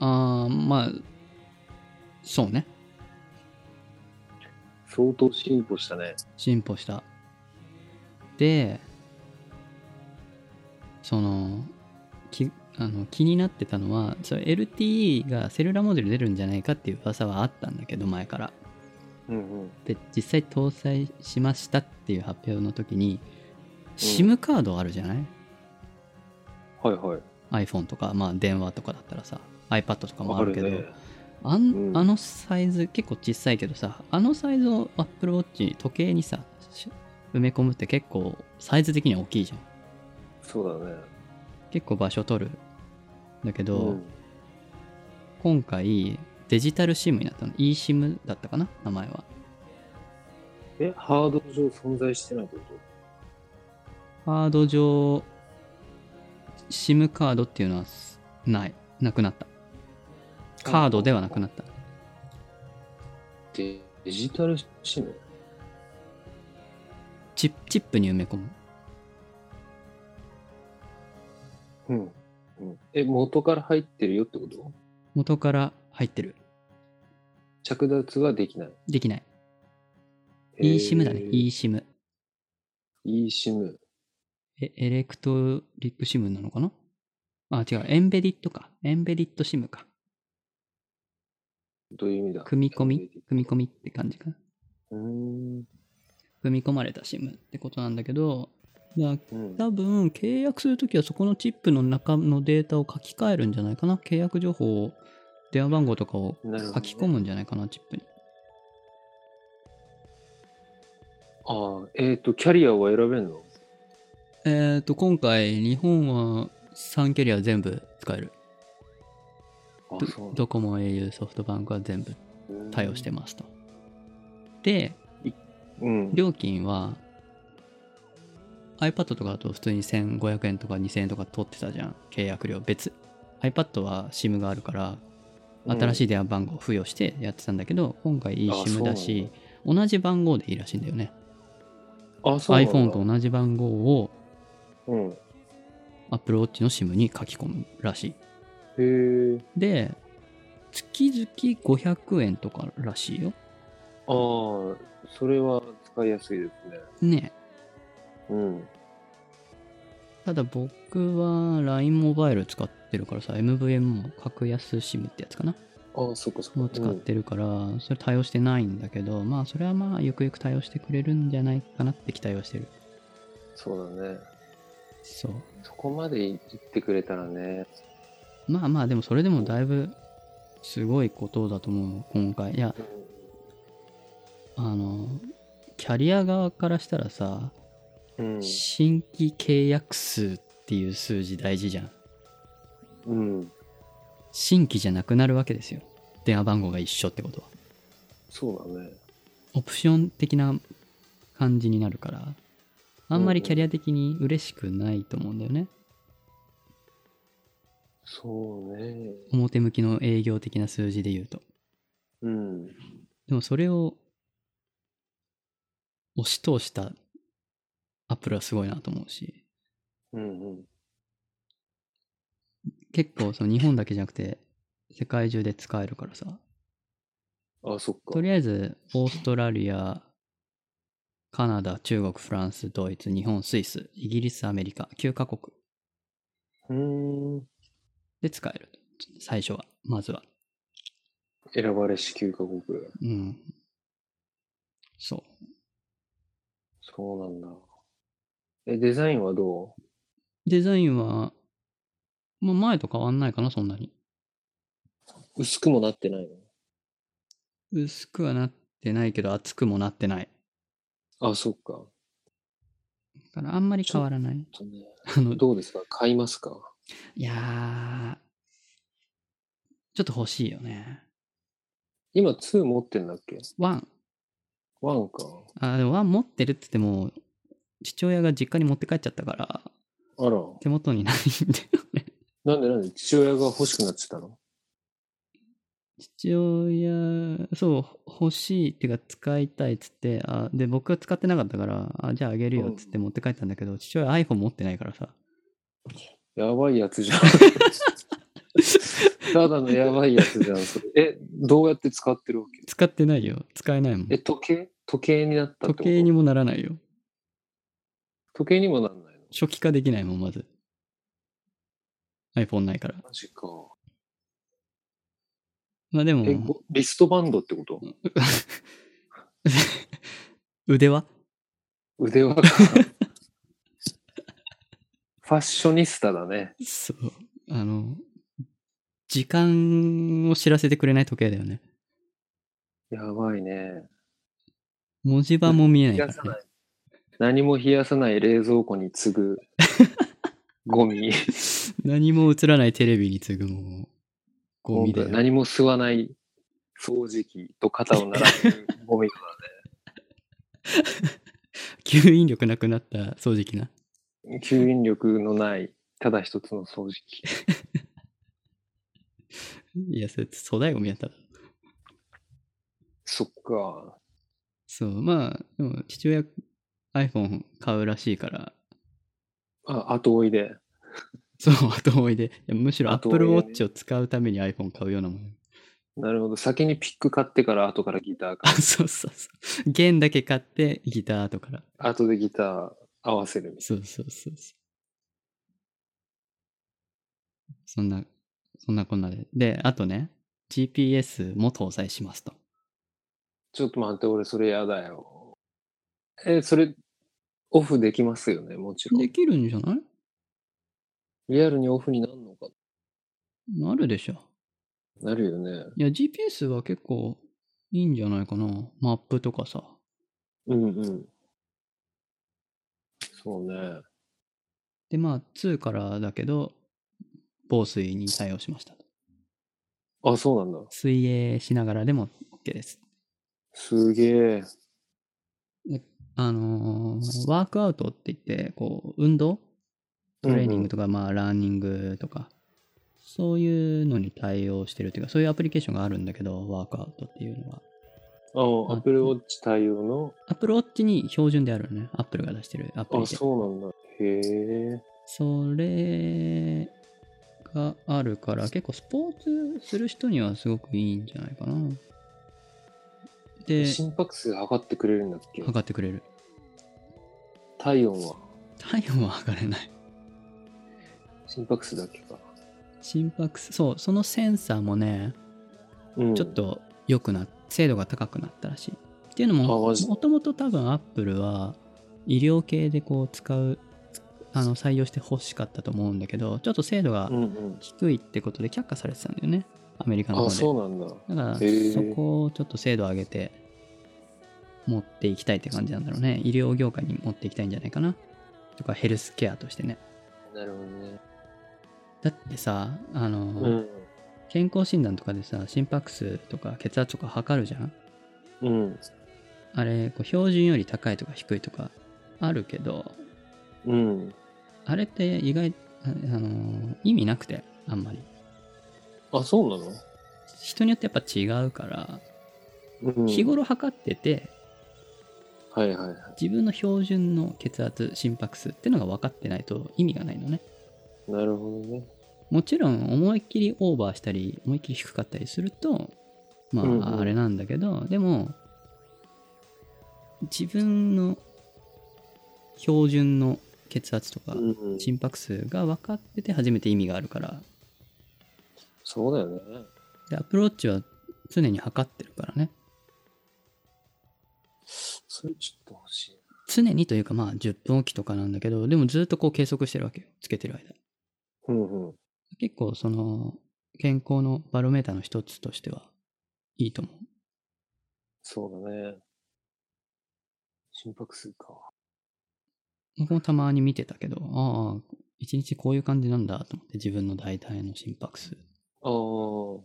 Speaker 1: あーまあ、そうね。
Speaker 2: 相当進歩したね。
Speaker 1: 進歩した。で、その、きあの気になってたのは、それ LTE がセルラーモデル出るんじゃないかっていう噂はあったんだけど、前から。
Speaker 2: うんうん。
Speaker 1: で、実際搭載しましたっていう発表の時に、SIM カードあるじゃない、
Speaker 2: はいはい。
Speaker 1: iPhone とか、まあ電話とかだったらさ、iPad とかもあ
Speaker 2: わか
Speaker 1: るけ
Speaker 2: る
Speaker 1: ど、
Speaker 2: ね。
Speaker 1: あん
Speaker 2: うん
Speaker 1: あのサイズ結構小さいけどさあのサイズを Apple Watch 時計にさし埋め込むって結構サイズ的には大きいじゃん
Speaker 2: そうだね。
Speaker 1: 結構場所取るだけど、
Speaker 2: うん。
Speaker 1: 今回デジタル SIM になったの eSIM だったかな名前は
Speaker 2: え、ハード上存在してないってこ
Speaker 1: ハード上 SIM カードっていうのはすないなくなった
Speaker 2: と
Speaker 1: カードではなくなった
Speaker 2: デデジタルシム
Speaker 1: チップチップに埋め込む
Speaker 2: うん。え、元から入ってるよってこと
Speaker 1: 元から入ってる
Speaker 2: 着脱はできない。
Speaker 1: できない eSIM だね
Speaker 2: へー
Speaker 1: eSIM
Speaker 2: eSIM。
Speaker 1: え、エレクトリックシムなのかなあ、違う。エンベディットか。エンベディットシムか。
Speaker 2: どういう意味だ
Speaker 1: 組み込み組み込みって感じかな。
Speaker 2: うーん。
Speaker 1: 組み込まれたシムってことなんだけど、だ
Speaker 2: うん
Speaker 1: 多分契約するときはそこのチップの中のデータを書き換えるんじゃないかな。契約情報を、電話番号とかを
Speaker 2: なるほどね
Speaker 1: 書き込むんじゃないかな、チップに。
Speaker 2: ああ、えっ、と、キャリアは選べんの
Speaker 1: えっ、と、今回、日本は3キャリア全部使える。
Speaker 2: あ
Speaker 1: ど
Speaker 2: そうなんだ
Speaker 1: ドコモ、au、ソフトバンクは全部対応してますと。で、
Speaker 2: うん。
Speaker 1: 料金は iPad とかだと普通に1500円とか2000円とか取ってたじゃん契約料別 iPad は SIM があるから新し
Speaker 2: い。
Speaker 1: い電話番号を付与してやってたんだけど、今回いい
Speaker 2: あ
Speaker 1: SIM だ
Speaker 2: そうな
Speaker 1: し
Speaker 2: ん
Speaker 1: 同じ番号でいいらしいんだよね
Speaker 2: あ、そうなんだ
Speaker 1: iPhone と同じ番号を
Speaker 2: うん。へ
Speaker 1: Apple Watch の SIM に書き込むらしい
Speaker 2: え。
Speaker 1: で月々500円とからしいよ
Speaker 2: ああ、それは使いやすいですね。
Speaker 1: ねえ
Speaker 2: うん。
Speaker 1: ただ僕は LINE モバイル使ってるからさ、MVM も格安 SIM ってやつかな
Speaker 2: ああ、そっかそっか。
Speaker 1: を使ってるから、それ対応してないんだけど、まあそれはまあゆくゆく対応してくれるんじゃないかなって期待はしてる。
Speaker 2: うんそうだね。
Speaker 1: そう。
Speaker 2: そこまで言ってくれたらね。
Speaker 1: まあまあでもそれでもだいぶすごいことだと思う、今回。いや、あの、キャリア側からしたらさ、
Speaker 2: うん。
Speaker 1: 新規契約数っていう数字大事じゃん。
Speaker 2: うん。
Speaker 1: 新規じゃなくなるわけですよ。電話番号が一緒ってことは。
Speaker 2: そうだね。
Speaker 1: オプション的な感じになるからあんまりキャリア的に嬉しくないと思うんだよね、
Speaker 2: そうね。
Speaker 1: 表向きの営業的な数字で言うと
Speaker 2: うん。
Speaker 1: でもそれを押し通したアップルはすごいなと思うし
Speaker 2: うんうん。
Speaker 1: 結構その日本だけじゃなくて世界中で使えるからさ
Speaker 2: あ、そっか。
Speaker 1: とりあえずオーストラリアカナダ中国フランスドイツ日本スイスイギリスアメリカ9カ国
Speaker 2: うーん。
Speaker 1: で使える最初はまずは
Speaker 2: 選ばれし9カ国。
Speaker 1: うん。そ
Speaker 2: そうなんだ。え、デザインはど
Speaker 1: う。デザインは、まあ前と変わんないかな、そんなに。
Speaker 2: う薄くもなってないの
Speaker 1: 薄くはなってないけど、厚くもなってない。
Speaker 2: あ、そっか。
Speaker 1: だからあんまり変わらない。
Speaker 2: ちょっとね
Speaker 1: あの、
Speaker 2: どうですか買いますか
Speaker 1: いやー、ちょっと欲しいよね。
Speaker 2: 今2持ってんだっけ
Speaker 1: ワン。
Speaker 2: ?1 か。
Speaker 1: あ、でもワン持ってるって言っても、父親が実家に持って帰っちゃったから、
Speaker 2: あら。
Speaker 1: 手元にないんだよね。
Speaker 2: なんでなんで父親が欲しくなっちゃったの
Speaker 1: 父親、そう、欲しいっていうか使いたいっつって、あ、で、僕が使ってなかったから、あ、じゃああげるよっつって持って帰ったんだけど、父親 iPhone 持ってないからさ。
Speaker 2: やばいやつじゃん。
Speaker 1: [LAUGHS]
Speaker 2: ただのやばいやつじゃん。それえ、どうやって使ってるわけ
Speaker 1: 使ってないよ。使えないもん
Speaker 2: え、。時計時計になったってこと
Speaker 1: 時計にもならないよ。
Speaker 2: 時計にもなんないの
Speaker 1: 初期化できないもん、まず。iPhone ないから。
Speaker 2: マジか。
Speaker 1: まあでも、
Speaker 2: え、ごリストバンドってこと
Speaker 1: [LAUGHS] 腕は
Speaker 2: 腕
Speaker 1: [LAUGHS]
Speaker 2: 輪か。ファッショニスタだね。
Speaker 1: そう。あの、時間を知らせてくれない時計だよね。
Speaker 2: やばいね。
Speaker 1: 文字盤も見えないか
Speaker 2: 冷や
Speaker 1: ら
Speaker 2: さ
Speaker 1: ね
Speaker 2: ない。何も冷やさない冷蔵庫に次ぐゴミ。
Speaker 1: 何も映らないテレビに次ぐもう、ゴミだよ。
Speaker 2: 本当に何も吸わない掃除機と肩を並べるゴミだ
Speaker 1: 吸引力なくなった掃除機な。
Speaker 2: ね。 [LAUGHS] 吸引力のない、ただ一つの掃除機。
Speaker 1: いや、それ粗大ゴミやった。
Speaker 2: そっか。
Speaker 1: そう、まあ、でも父親 iPhone 買うらしいから、
Speaker 2: あ、後追いで。
Speaker 1: [LAUGHS] そう、後追いで。いやむしろ
Speaker 2: 後追いで
Speaker 1: Apple
Speaker 2: ね
Speaker 1: Watch を使うために iPhone 買うようなもん。 [LAUGHS]
Speaker 2: なるほど。先にピック買ってから後からギター
Speaker 1: あ、
Speaker 2: 買う。
Speaker 1: そうそうそう。弦だけ買ってギターとから。
Speaker 2: 後でギター合わせる。
Speaker 1: そうそうそうそう。そんな、そんなこんなで。で、あとね、GPS も搭載しますと。
Speaker 2: ちょっと待って、俺それやだよ。え、それ、オフできますよね、もちろん
Speaker 1: で。きるんじゃない
Speaker 2: リアルにオフになるのか
Speaker 1: なるでしょ。
Speaker 2: なるよね。
Speaker 1: いや、GPS は結構いいんじゃないかな。マップとかさ。
Speaker 2: うんうん。そうね。
Speaker 1: で、まあ、2からだけど、防水に対応しました。
Speaker 2: あ、そうなんだ。
Speaker 1: 水泳しながらでも OK です。
Speaker 2: すげえ。
Speaker 1: あのーワークアウトって言って、こう、運動トレーニングとか、まあ、ランニングとか、そういうのに対応してるっていうか、そういうアプリケーションがあるんだけど、ワークアウトっていうのは。
Speaker 2: あ、アップルウォッチ対応の。
Speaker 1: Apple Watch に標準であるのね。Apple が出してるアプリ
Speaker 2: あ、
Speaker 1: で。
Speaker 2: そうなんだ。へえ。
Speaker 1: それがあるから、結構スポーツする人にはすごくいいんじゃないかな。で、
Speaker 2: 心拍数測ってくれるんだっけ
Speaker 1: 測ってくれる。
Speaker 2: 体温は
Speaker 1: 体温は測れない。
Speaker 2: 心拍数だけか。
Speaker 1: 心拍数、そう、そのセンサーもね、
Speaker 2: うん、
Speaker 1: ちょっ。と良くなっ精度が高くなったらしい。っていうのも、
Speaker 2: あマ
Speaker 1: も
Speaker 2: ジ
Speaker 1: ともと多分 Apple は医療系でこう使う、あの採用してほしかったと思うんだけど、ちょっと精度が
Speaker 2: うんうん。
Speaker 1: 低いってことで却下されてたんだよね、アメリカの方
Speaker 2: あ、
Speaker 1: で。
Speaker 2: そうなんだ。
Speaker 1: だから、
Speaker 2: へー
Speaker 1: そこをちょっと精度上げて、持っていきたいって感じなんだろうね。医療業界に持っていきたいんじゃないかな。とか、ヘルスケアとしてね。
Speaker 2: なるほどね。
Speaker 1: だってさ、あの、
Speaker 2: うん。
Speaker 1: 健康診断とかでさ、心拍数とか血圧とか測るじゃん
Speaker 2: うん。
Speaker 1: あれ、こう標準より高いとか低いとかあるけど、
Speaker 2: うん。
Speaker 1: あれって意外、ああの、意味なくて、あんまり。
Speaker 2: あ、そうなの
Speaker 1: 人によってやっぱ違うから、
Speaker 2: うん、
Speaker 1: 日頃測ってて、
Speaker 2: はいはいはい。
Speaker 1: 自分の標準の血圧心拍数ってのが分かってないと意味がないのね
Speaker 2: なるほどね。
Speaker 1: もちろん思いっきりオーバーしたり思いっきり低かったりするとま
Speaker 2: うんうん
Speaker 1: ああれなんだけど、でも自分の標準の血圧とか
Speaker 2: うん、
Speaker 1: 心拍数が分かってて初めて意味があるから
Speaker 2: そうだよね。
Speaker 1: でアプローチは常に測ってるからね
Speaker 2: それちょっと欲しい。
Speaker 1: 常にというかまあ10分おきとかなんだけどでもずっとこう計測してるわけよつけてる間
Speaker 2: うんうん。
Speaker 1: 結構その健康のバロメーターの一つとしてはいいと思う。
Speaker 2: そうだね。心拍数か。
Speaker 1: 僕もたまに見てたけど、ああ、一日こういう感じなんだと思って、自分の大体の心拍数。
Speaker 2: ああ。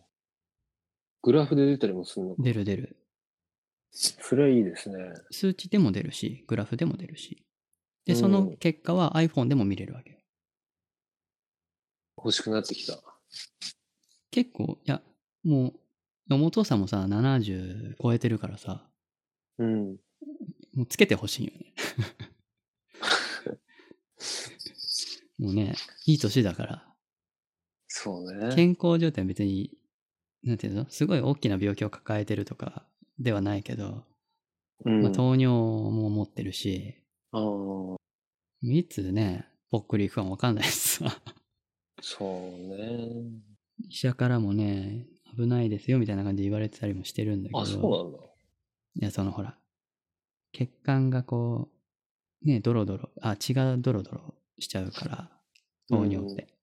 Speaker 2: グラフで出たりもするのか。
Speaker 1: 出る出る。
Speaker 2: それはいいですね。
Speaker 1: 数値でも出るし、グラフでも出るし。で、その結果は iPhone でも見れるわけよ。
Speaker 2: 欲しくなってきた。
Speaker 1: 結構、いや、もう、お父さんもさ、70超えてるからさ、
Speaker 2: うん。
Speaker 1: もうつけてほしいよ
Speaker 2: [LAUGHS]
Speaker 1: ね。もうね、いい年だから。
Speaker 2: そうね。
Speaker 1: 健康状態は別に、なんていうのすごい大きな病気を抱えてるとかではないけど、
Speaker 2: うん、
Speaker 1: まあ、糖尿も持ってるし、
Speaker 2: あー
Speaker 1: いつね、ぽっくりいくかもわかんないしさ、
Speaker 2: そうね。
Speaker 1: 医者からもね、危ないですよみたいな感じで言われてたりもしてるんだけど、
Speaker 2: あ、そうなんだ。
Speaker 1: いや、そのほら、血管がこう、ね、ドロドロ、あ、血がドロドロしちゃうから、糖尿って。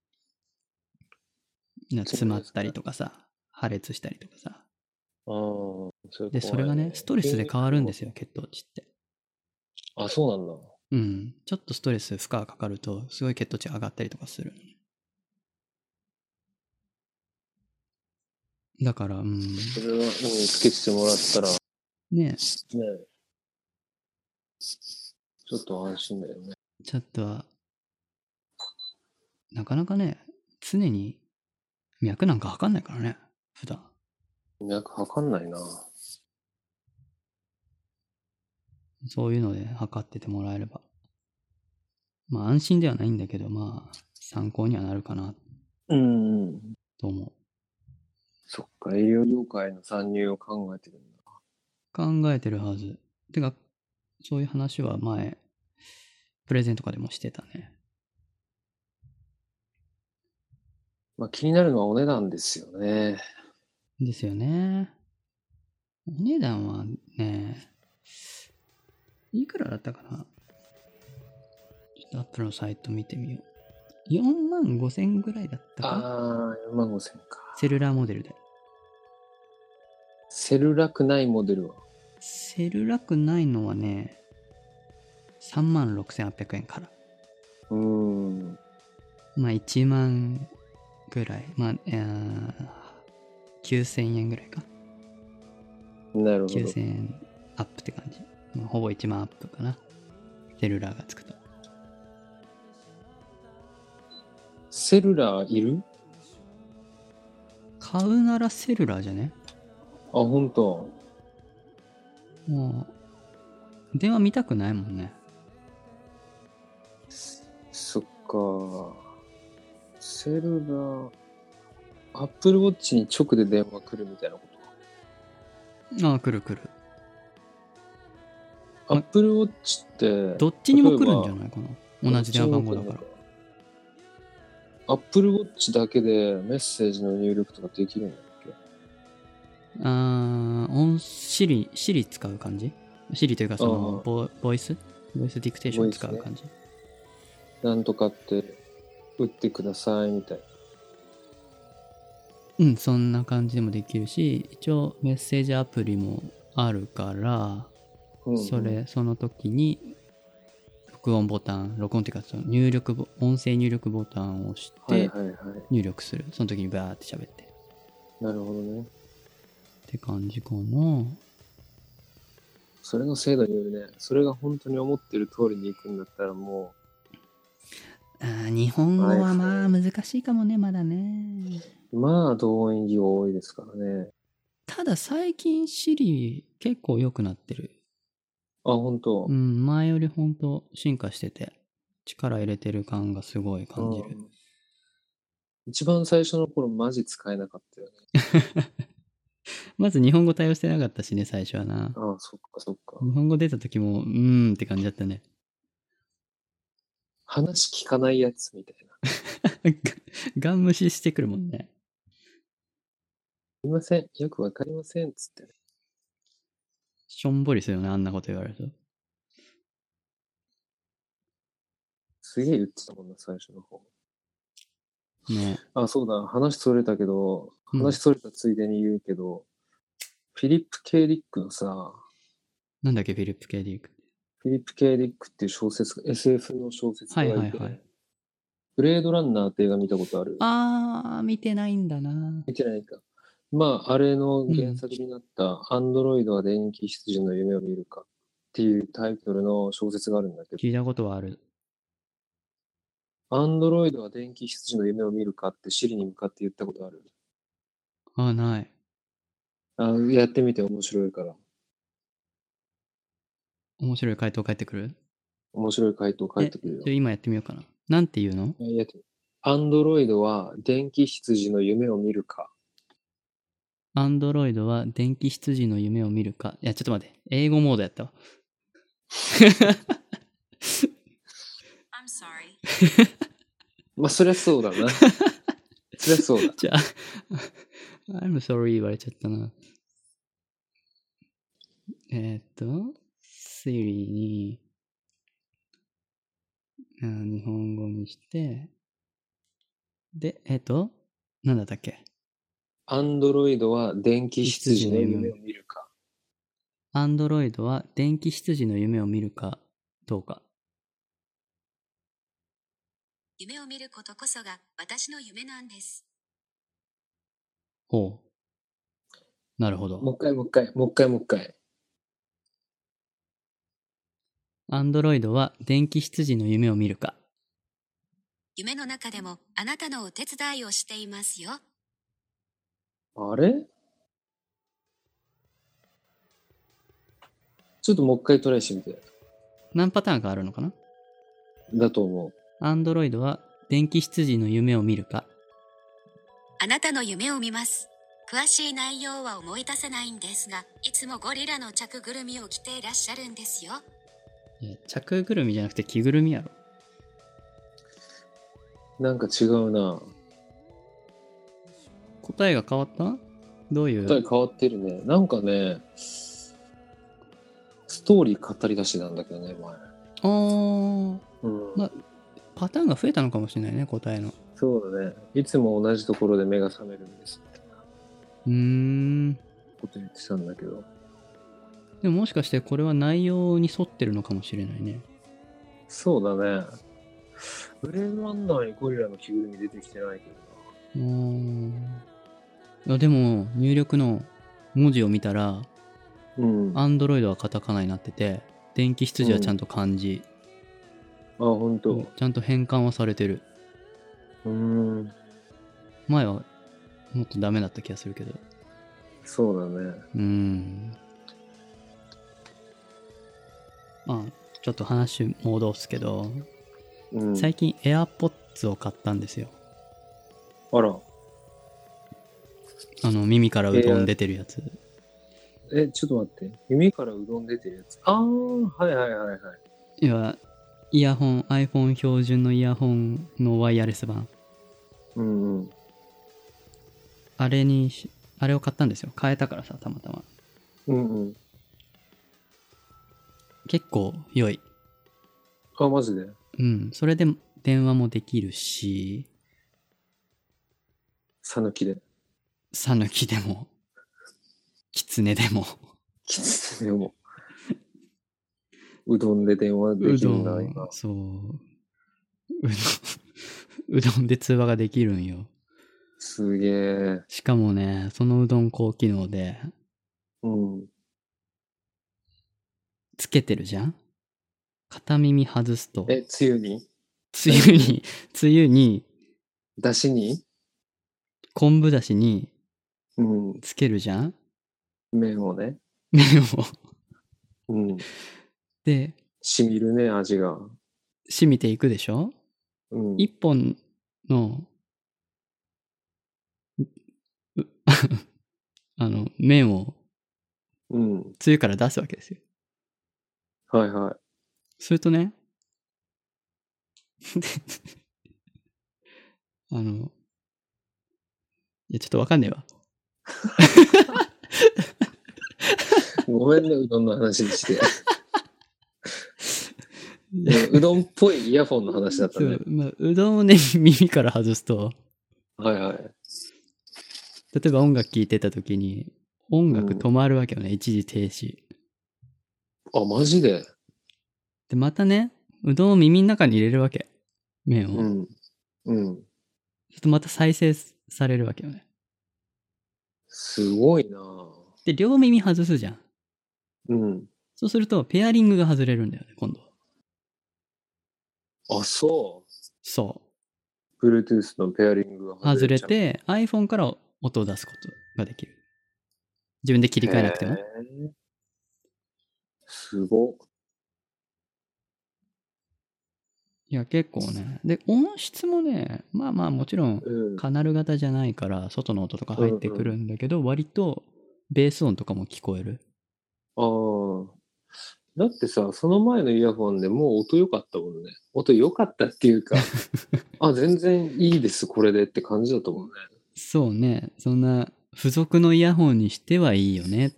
Speaker 1: な詰まったりとかさ、破裂したりとかさ。
Speaker 2: ああ、それ
Speaker 1: で、それがね、ストレスで変わるんです
Speaker 2: よ。
Speaker 1: よ、血糖値って。
Speaker 2: あ、そうなんだ。
Speaker 1: うん。ちょっとストレス、負荷がかかると、すごい血糖値上がったりとかする。だから、うん。
Speaker 2: それは、うん、つけてもらったら、ね、
Speaker 1: ね
Speaker 2: ちょっと安心だよね。
Speaker 1: ちょっとは、なかなかね、常に脈なんか測んないからね、普段。
Speaker 2: 脈測んないな。
Speaker 1: そういうので測っててもらえれば。まあ安心ではないんだけど、まあ参考にはなるかな
Speaker 2: うん、うん。
Speaker 1: と思う。
Speaker 2: そっか、医療業界の参入を考えてるんだ。
Speaker 1: 考えてるはず。てか、そういう話は前、プレゼンとかでもしてたね。
Speaker 2: まあ、気になるのはお値段ですよね。
Speaker 1: ですよね。お値段はね、いくらだったかなちょっとアップルのサイト見てみよう。4万5千ぐらいだったかな
Speaker 2: ああ、4万5千か。
Speaker 1: セルラーモデルで。
Speaker 2: セルラくないモデルは。
Speaker 1: セルラくないのはね、3万6800円から。
Speaker 2: うーん。
Speaker 1: まあ1万ぐらい。まあ、えー、9000円ぐらいか。
Speaker 2: なるほど。
Speaker 1: 9000円アップって感じ。まあほぼ1万アップかな。セルラーがつくと。
Speaker 2: セルラーいる
Speaker 1: 買うならセルラーじゃね
Speaker 2: あ、ほんと。
Speaker 1: もう、電話見たくないもんね。
Speaker 2: そっか。セルラー、アップルウォッチに直で電話来るみたいなことか。
Speaker 1: ああ、来る来る。
Speaker 2: アップルウォッチって、
Speaker 1: どっちにも来るんじゃないかな。同じ電話番号だから。。
Speaker 2: アップルウォッチだけでメッセージの入力とかできるんだっけ
Speaker 1: あー、音、シリ、シリ使う感じシリというか、そ
Speaker 2: あ
Speaker 1: の
Speaker 2: ー
Speaker 1: ボ、ボイスボイスディクテーション使う感じ。
Speaker 2: なんとかって打ってくださいみたい
Speaker 1: うん、そんな感じでもできるし、一応メッセージアプリもあるから、
Speaker 2: な。
Speaker 1: そ。れ、その時に、録音ボタン、録音っていうか、その入力ボ、音声入力ボタンを押し
Speaker 2: はい
Speaker 1: て
Speaker 2: はいはい。
Speaker 1: 入力する。その時にバーって喋って。
Speaker 2: なるほどね。
Speaker 1: って感じかな。
Speaker 2: それの精度によるね。それが本当に思ってる通りに行くんだったらも
Speaker 1: あー日本語はまあ難しいかもね、まだね。
Speaker 2: う、まあ動員が多いですからね。
Speaker 1: ただ最近 Siri 結構良くなってる。
Speaker 2: あ、本当。
Speaker 1: うん、前よりほんと進化してて、力入れてる感がすごい感じ
Speaker 2: う
Speaker 1: る。
Speaker 2: ん一番最初の頃マジ使えなかったよね。
Speaker 1: まず日本語対応してなかったしね、最初はな。
Speaker 2: ああ、そっかそっか。
Speaker 1: 日本語出た時も、うーんって感じだったね。 [LAUGHS]
Speaker 2: 話聞かないやつみたいな。
Speaker 1: ガン無視してくるもんね。
Speaker 2: すいません。よくわかりません。つってね。
Speaker 1: しょんぼりするよね、あんなこと言われると。
Speaker 2: すげえ言ってたもんな、最初の方。
Speaker 1: ね。
Speaker 2: あ、そうだ。話それたけど、
Speaker 1: うん
Speaker 2: 話それたついでに言うけど、フィリップ・ケイ・ディックのさ、
Speaker 1: なんだっけ、フィリップ・ケディック。
Speaker 2: フィリップ・ケイ・ディックっていう小説が、SF の小説がいて、
Speaker 1: はいはいはい
Speaker 2: ブレードランナーって映画見たことある
Speaker 1: あー、見てないんだな。
Speaker 2: 見てないか。まあ、あれの原作になった、アンドロイドは電気羊の夢を見るかっていうタイトルの小説があるんだけど、
Speaker 1: 聞いたことはある。
Speaker 2: アンドロイドは電気羊の夢を見るかってシリに向かって言ったことある。
Speaker 1: あ、ない。
Speaker 2: あやってみて面白いから。
Speaker 1: 面白い回答返ってくる
Speaker 2: 面白い回答返ってくるよ
Speaker 1: じゃ。あ今やってみようかな。なんて言うの
Speaker 2: いやアンドロイドは電気羊の夢を見るか。
Speaker 1: アンドロイドは電気羊の夢を見るか。いや、ちょっと待って。英語モードやったわ。 [LAUGHS]
Speaker 3: I'm sorry.
Speaker 2: まあ、そりゃそうだな。そりゃそうだ。
Speaker 1: じゃあ、I'm sorry 言われちゃったな。えーっと、Siri に、あ日本語にして、で、えーっと、なんだったっけ
Speaker 2: アンドロイドは電気羊の夢を見るか。
Speaker 1: ?Android は電気羊の夢を見るかどうか。
Speaker 3: 夢を見ることこそが私の夢なんです。
Speaker 1: ほう。なるほど。
Speaker 2: もう一回、もう一回、もう一回、もう一回。
Speaker 1: アンドロイドは電気羊の夢を見るか。
Speaker 3: 夢の中でもあなたのお手伝いをしていますよ。
Speaker 2: あれちょっともう一回トライしてみて。
Speaker 1: 何パターンかあるのかな
Speaker 2: だと思う。
Speaker 1: アンドロイドは電気羊の夢を見るか。
Speaker 3: あなたの夢を見ます。詳しい内容は思い出せないんですが、いつもゴリラの着ぐるみを着ていらっしゃるんですよ。
Speaker 1: いや着ぐるみじゃなくて着ぐるみやろ。
Speaker 2: なんか違うな。
Speaker 1: 答えが変わったどうい
Speaker 2: 答え
Speaker 1: う
Speaker 2: 変わってるね。なんかね、ストーリー語り出してたんだけどね、前。
Speaker 1: あー
Speaker 2: うん
Speaker 1: まパターンが増えたのかもしれないね、答えの。
Speaker 2: そうだね。いつも同じところで目が覚めるんです。
Speaker 1: うーん。
Speaker 2: こと言ってたんだけど。
Speaker 1: でももしかしてこれは内容に沿ってるのかもしれないね。
Speaker 2: そうだね。ブレードランナーにゴリラの着ぐるみ出てきてないけどな。
Speaker 1: うーん。いやでも、入力の文字を見たら、
Speaker 2: うん。あ、
Speaker 1: アンドロイドはカタカナになってて、電気羊はちゃんと漢字。
Speaker 2: ほんと。
Speaker 1: ちゃんと変換はされてる。
Speaker 2: うーん。
Speaker 1: 前はもっとダメだった気がするけど。
Speaker 2: そうだね。
Speaker 1: うーん。まあ、ちょっと話戻すけど、
Speaker 2: うん。
Speaker 1: 最近 AirPods を買ったんですよ。
Speaker 2: あら。
Speaker 1: あの、耳からうどん出てるやつ。
Speaker 2: え、ちょっと待って。耳からうどん出てるやつ。あー、はいはいはいは
Speaker 1: い
Speaker 2: い。
Speaker 1: や、イヤホン、iPhone 標準のイヤホンのワイヤレス版。
Speaker 2: うんうん。
Speaker 1: あれにし、あれを買ったんですよ。変えたからさ、たまたま。
Speaker 2: うんうん。
Speaker 1: 結構良い。
Speaker 2: あ、マジで。
Speaker 1: うん。それで電話もできるし、
Speaker 2: さぬきで。
Speaker 1: さぬきでも、 [LAUGHS] きつねでも、
Speaker 2: きつねも。 [LAUGHS] うどんで電話で
Speaker 1: う
Speaker 2: き
Speaker 1: ど
Speaker 2: るんだ、
Speaker 1: ん
Speaker 2: 今、。
Speaker 1: そう。うどん、 [LAUGHS] うどんで通話ができるんよ。
Speaker 2: すげえ。
Speaker 1: しかもね、そのうどん高機能で、
Speaker 2: うん。
Speaker 1: つけてるじゃん片耳外すと、
Speaker 2: え、
Speaker 1: 梅
Speaker 2: つゆに
Speaker 1: 雨に、 [LAUGHS] 梅雨に、
Speaker 2: だしに
Speaker 1: 昆布だしに
Speaker 2: うん。
Speaker 1: つけるじゃん
Speaker 2: 麺をね。
Speaker 1: 麺を。
Speaker 2: うん。
Speaker 1: で、
Speaker 2: しみるね、味が。
Speaker 1: 染みていくでしょ
Speaker 2: うん。
Speaker 1: 一本の、う [LAUGHS] あの、麺を
Speaker 2: うん。
Speaker 1: 梅雨から出すわけですよ。
Speaker 2: はいはい。
Speaker 1: するとね、 [LAUGHS] あの、いや、ちょっとわかんねえわ。
Speaker 2: ごめんね、うどんの話にして。でもうどんっぽいイヤホンの話だった
Speaker 1: そ
Speaker 2: ね
Speaker 1: う。まあ、うどんをね、 [LAUGHS] 耳から外すと、
Speaker 2: はいはい。
Speaker 1: 例えば音楽聴いてた時に、音楽止まるわけよね、一時停止。
Speaker 2: あ、マジで
Speaker 1: で、またね、うどんを耳の中に入れるわけ。麺を。
Speaker 2: う
Speaker 1: ちょ
Speaker 2: ん。うん。
Speaker 1: っとまた再生されるわけよね。
Speaker 2: すごいなぁ
Speaker 1: で、両耳外すじゃん。
Speaker 2: うん。
Speaker 1: そうすると、ペアリングが外れるんだよね、今度は。
Speaker 2: あ、そ。
Speaker 1: そう
Speaker 2: Bluetooth のペアリング
Speaker 1: う。
Speaker 2: が
Speaker 1: 外れ
Speaker 2: ちゃう、
Speaker 1: て、iPhone から音を出すことができる。自分で切り替えなくても
Speaker 2: へ。ぇ。すごっ。
Speaker 1: いや、結構ね。で、音質もね、まあまあもちろん、
Speaker 2: うん。
Speaker 1: カナル型じゃないから、外の音とか入ってくるんだけど、割と、ベース音とかも聞こえる。
Speaker 2: ああ。だってさ、その前のイヤホンでもう音良かったもんね。音良かったっ
Speaker 1: [LAUGHS]
Speaker 2: ていうか、あ、全然いいです、これでって感じだと思うね。
Speaker 1: そうね。そんな、付属のイヤホンにしてはいいよね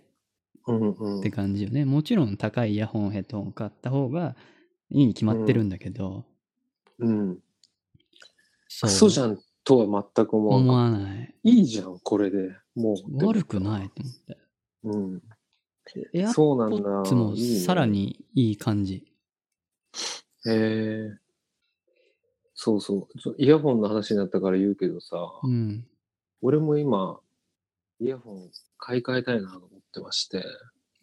Speaker 2: うんうん。
Speaker 1: って感じよね。もちろん高いイヤホン、ヘッドホン買った方がいいに決まってるんだけど、
Speaker 2: うん。
Speaker 1: そ
Speaker 2: クソじゃんとは全く思わん
Speaker 1: 思
Speaker 2: かっ
Speaker 1: わない。
Speaker 2: た。いいじゃん、これで。もう。
Speaker 1: 悪くないと思って。
Speaker 2: うん。
Speaker 1: エアポ
Speaker 2: そうなん
Speaker 1: ッ
Speaker 2: だ。
Speaker 1: ツもさら
Speaker 2: いいね。
Speaker 1: にいい感じ。
Speaker 2: へえ。そうそうちょ。イヤホンの話になったから言うけどさ、
Speaker 1: うん。
Speaker 2: 俺も今、イヤホン買い替えたいなと思ってまして。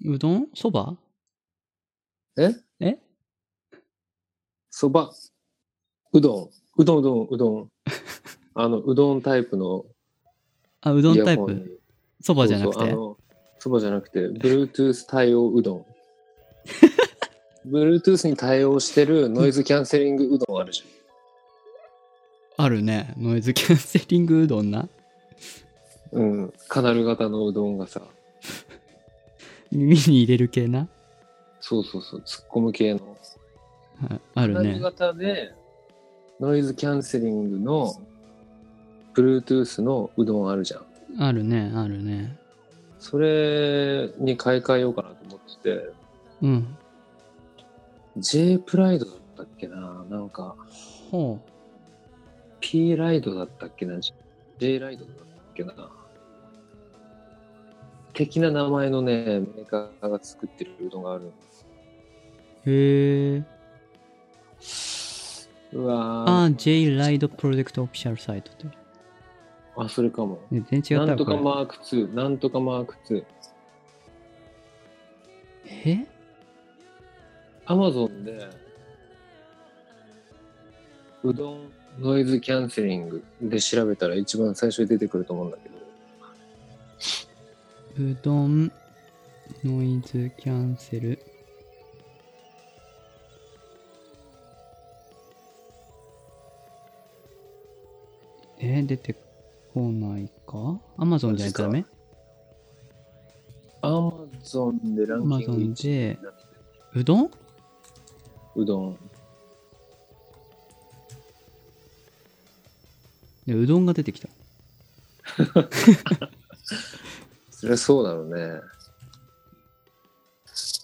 Speaker 1: うどんそば
Speaker 2: え
Speaker 1: え
Speaker 2: そば、うどん、うどん、うどん、うど
Speaker 1: [LAUGHS]
Speaker 2: ん。あの、うどんタイプの
Speaker 1: あ、うど
Speaker 2: イ
Speaker 1: んタ
Speaker 2: ヤ
Speaker 1: イ
Speaker 2: ホンに。
Speaker 1: プそばじゃなく
Speaker 2: そうそうあ
Speaker 1: て。
Speaker 2: のそばじゃなくて、Bluetooth 対応うど
Speaker 1: [LAUGHS]
Speaker 2: ん。Bluetooth に対応してるノイズキャンセリングうどんあるじゃん。
Speaker 1: あるね。ノイズキャンセリングうどんな。 [LAUGHS]
Speaker 2: うん、カナル型のうどんがさ、
Speaker 1: 耳に入れる系な。
Speaker 2: そうそうそう、突っ込む系の。
Speaker 1: はいあ
Speaker 2: カ
Speaker 1: る
Speaker 2: ナル
Speaker 1: ね。
Speaker 2: 型で、ノイズキャンセリングの、Bluetooth のうどんあるじゃん。
Speaker 1: あるね、あるね。
Speaker 2: それに買い替えようかなと思ってて、
Speaker 1: うん。
Speaker 2: J プライドだったっけななんか、
Speaker 1: ほう。
Speaker 2: P ライドだったっけな ?J ライドだったっけな的な名前のね、メーカーが作ってるうどんがある。
Speaker 1: へえ。
Speaker 2: うわ
Speaker 1: あ
Speaker 2: ー
Speaker 1: ー、J ライドプロジェクトオフィシャルサイトって。
Speaker 2: あ、それかも。
Speaker 1: ね全然違っ
Speaker 2: な
Speaker 1: たわ
Speaker 2: んと
Speaker 1: こ
Speaker 2: かマーク2、なんとかマーク2。
Speaker 1: れ。え
Speaker 2: アマゾンで、うどんノイズキャンセリングで調べたら一番最初に出てくると思うんだけど、
Speaker 1: うどん、ノイズキャンセル。えー出てこないかアマゾンじゃダメ
Speaker 2: アマゾンでランキング
Speaker 1: Amazon
Speaker 2: 1位
Speaker 1: で
Speaker 2: になってる
Speaker 1: うどん
Speaker 2: うどん。
Speaker 1: でうどんが出てきた。
Speaker 2: そりゃそうだろうね。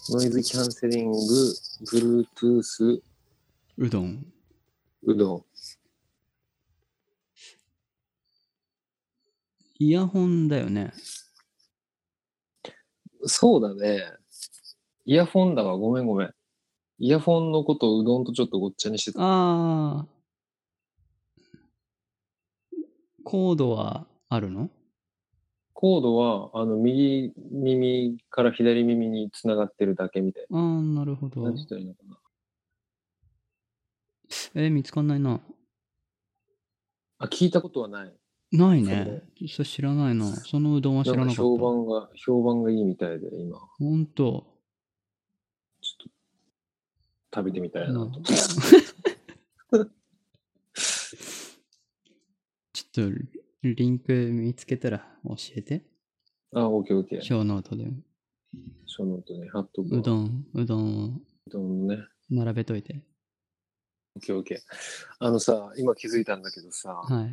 Speaker 2: ノイズキャンセリング、Bluetooth、
Speaker 1: うどん。
Speaker 2: うどん。
Speaker 1: イヤホンだよね。
Speaker 2: そうだね。イヤフォンだわ。ごめんごめん。イヤフォンのことをうどんとちょっとごっちゃにしてた。
Speaker 1: ああ。コードはあるの
Speaker 2: コードは、あの、右耳から左耳に繋がってるだけみたい
Speaker 1: ああ、なるほ
Speaker 2: な。
Speaker 1: ど
Speaker 2: なんて。言ったらいいのかな。
Speaker 1: えー見つかんないな。
Speaker 2: あ、聞いたことはない。
Speaker 1: ないね。それ知らないな。そのうどんは知ら
Speaker 2: な
Speaker 1: なんか
Speaker 2: か
Speaker 1: った。
Speaker 2: 評判が、評判がいいみたいで、今、
Speaker 1: ほんと。
Speaker 2: ちょっと、食べてみたい [LAUGHS] な
Speaker 1: う
Speaker 2: と
Speaker 1: んちょっとリンク見つけたら教えて。
Speaker 2: あ、オッケーオッケー。
Speaker 1: 小ノートで。
Speaker 2: 書の音ね、ハット
Speaker 1: うどん、うどんを
Speaker 2: うどんのね。
Speaker 1: 並べといて。
Speaker 2: オッケーオッケー。あのさ、今気づいたんだけどさ、
Speaker 1: は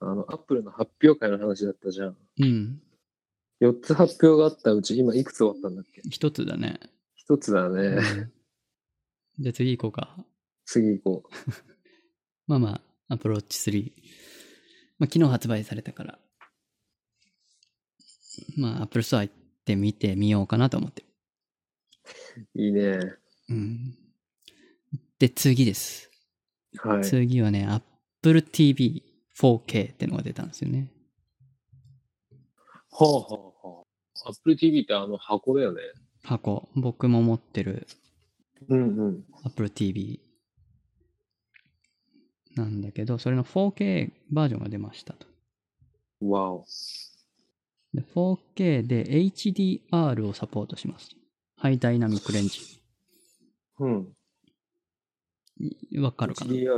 Speaker 2: あの、アップルの発表会の話だったじゃん。
Speaker 1: い。うん。
Speaker 2: 4つ発表があったうち、今いくつ終わったんだっけ
Speaker 1: 一つだね。
Speaker 2: 一つだね。
Speaker 1: で、次行こうか。
Speaker 2: 次行こ
Speaker 1: まあまあ、アプローチ3。まあ、昨日発売されたから。まあ、Apple Store 行って見てみようかなと思ってる。
Speaker 2: う。いいね。
Speaker 1: うん。で、次です。
Speaker 2: はい。
Speaker 1: 次はね、Apple TV4K ってのが出たんですよね。
Speaker 2: ほうほうほう。Apple TV ってあの箱だよね。
Speaker 1: 箱。僕も持ってる
Speaker 2: うんうん。
Speaker 1: Apple TV なんだけど、それの 4K バージョンが出ましたと。
Speaker 2: わお。
Speaker 1: で 4K で HDR をサポートします。ハイダイナミックレン
Speaker 2: うん。
Speaker 1: ジ。わかるかな
Speaker 2: HDR。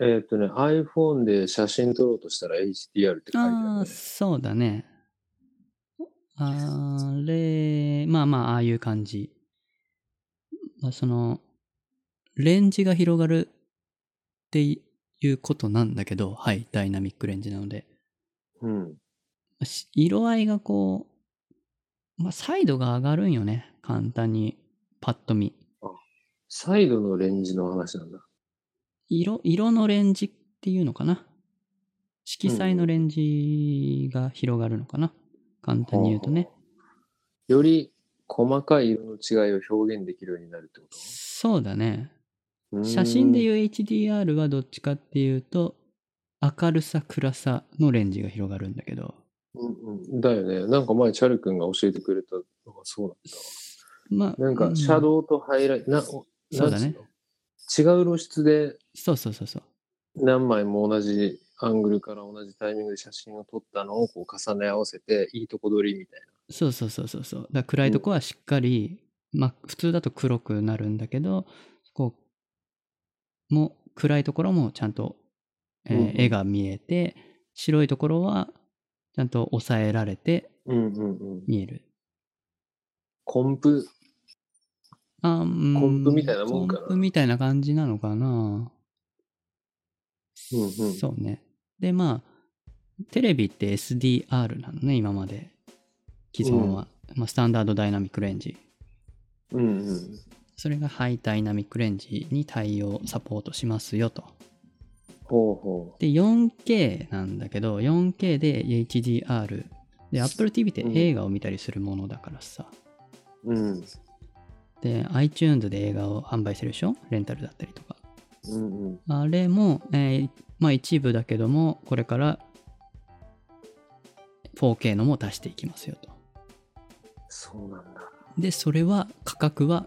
Speaker 2: えーっとね、iPhone で写真撮ろうとしたら HDR って書いてある、
Speaker 1: ああー、
Speaker 2: ね。
Speaker 1: そうだね。あれ、まあまあ、ああいう感じ。まあ、その、レンジが広がるっていうことなんだけど、はい、ダイナミックレンジなので。
Speaker 2: うん。
Speaker 1: し色合いがこう、まあ、サイドが上がるんよね。簡単に、パッと見。
Speaker 2: サイドのレンジの話なんだ。
Speaker 1: 色、色のレンジっていうのかな。色彩のレンジが広がるのかな。簡単に言うとね。
Speaker 2: ほうほう。より細かい色の違いを表現できるようになるってこ
Speaker 1: そうだね。
Speaker 2: と
Speaker 1: 写真で
Speaker 2: う
Speaker 1: いう HDR はどっちかっていうと、明るさ、暗さのレンジが広がるんだけど、
Speaker 2: ーん。うんうん、だよね。なんか前、チャル君が教えてくれたのがそうなんだ。
Speaker 1: まあ、
Speaker 2: なんか、シャドウとハイライト、な、
Speaker 1: そうだね
Speaker 2: なんつうの違う露出で
Speaker 1: うんそうそうそうそう。
Speaker 2: 何枚も同じアングルから同じタイミングで写真を撮ったのをこう重ね合わせて、いいとこ取りみたい
Speaker 1: そうそうそうそうそう。だから暗いとこはしっかり、まあ、普通だと黒くなるんだけど、こう、もう暗いところもちゃんと、えー
Speaker 2: うんうん
Speaker 1: 絵が見えて、白いところはちゃんと抑えられて
Speaker 2: な。うんうんうん。
Speaker 1: 見える。
Speaker 2: コンプ、
Speaker 1: あコ
Speaker 2: コンプみたいなもんかな
Speaker 1: コンプみたいな感じなのかな。
Speaker 2: うんうん
Speaker 1: そうね。で、まあ、テレビって SDR なのね、今まで。既存は。まあ、スタンダードダイナミックレンジ。
Speaker 2: うんうん。
Speaker 1: それがハイダイナミックレンジに対応、サポートしますよと。
Speaker 2: ほうほ
Speaker 1: で、4K なんだけど、4K で HDR。で、Apple TV って映画を見たりするものだからさ。
Speaker 2: う。うん。
Speaker 1: で、iTunes で映画を販売してるでしょレンタルだったりとか。
Speaker 2: うんうん。
Speaker 1: あれも、えーまあ一部だけども、これから 4K のも足していきますよと。
Speaker 2: そうなんだ。
Speaker 1: で、それは価格は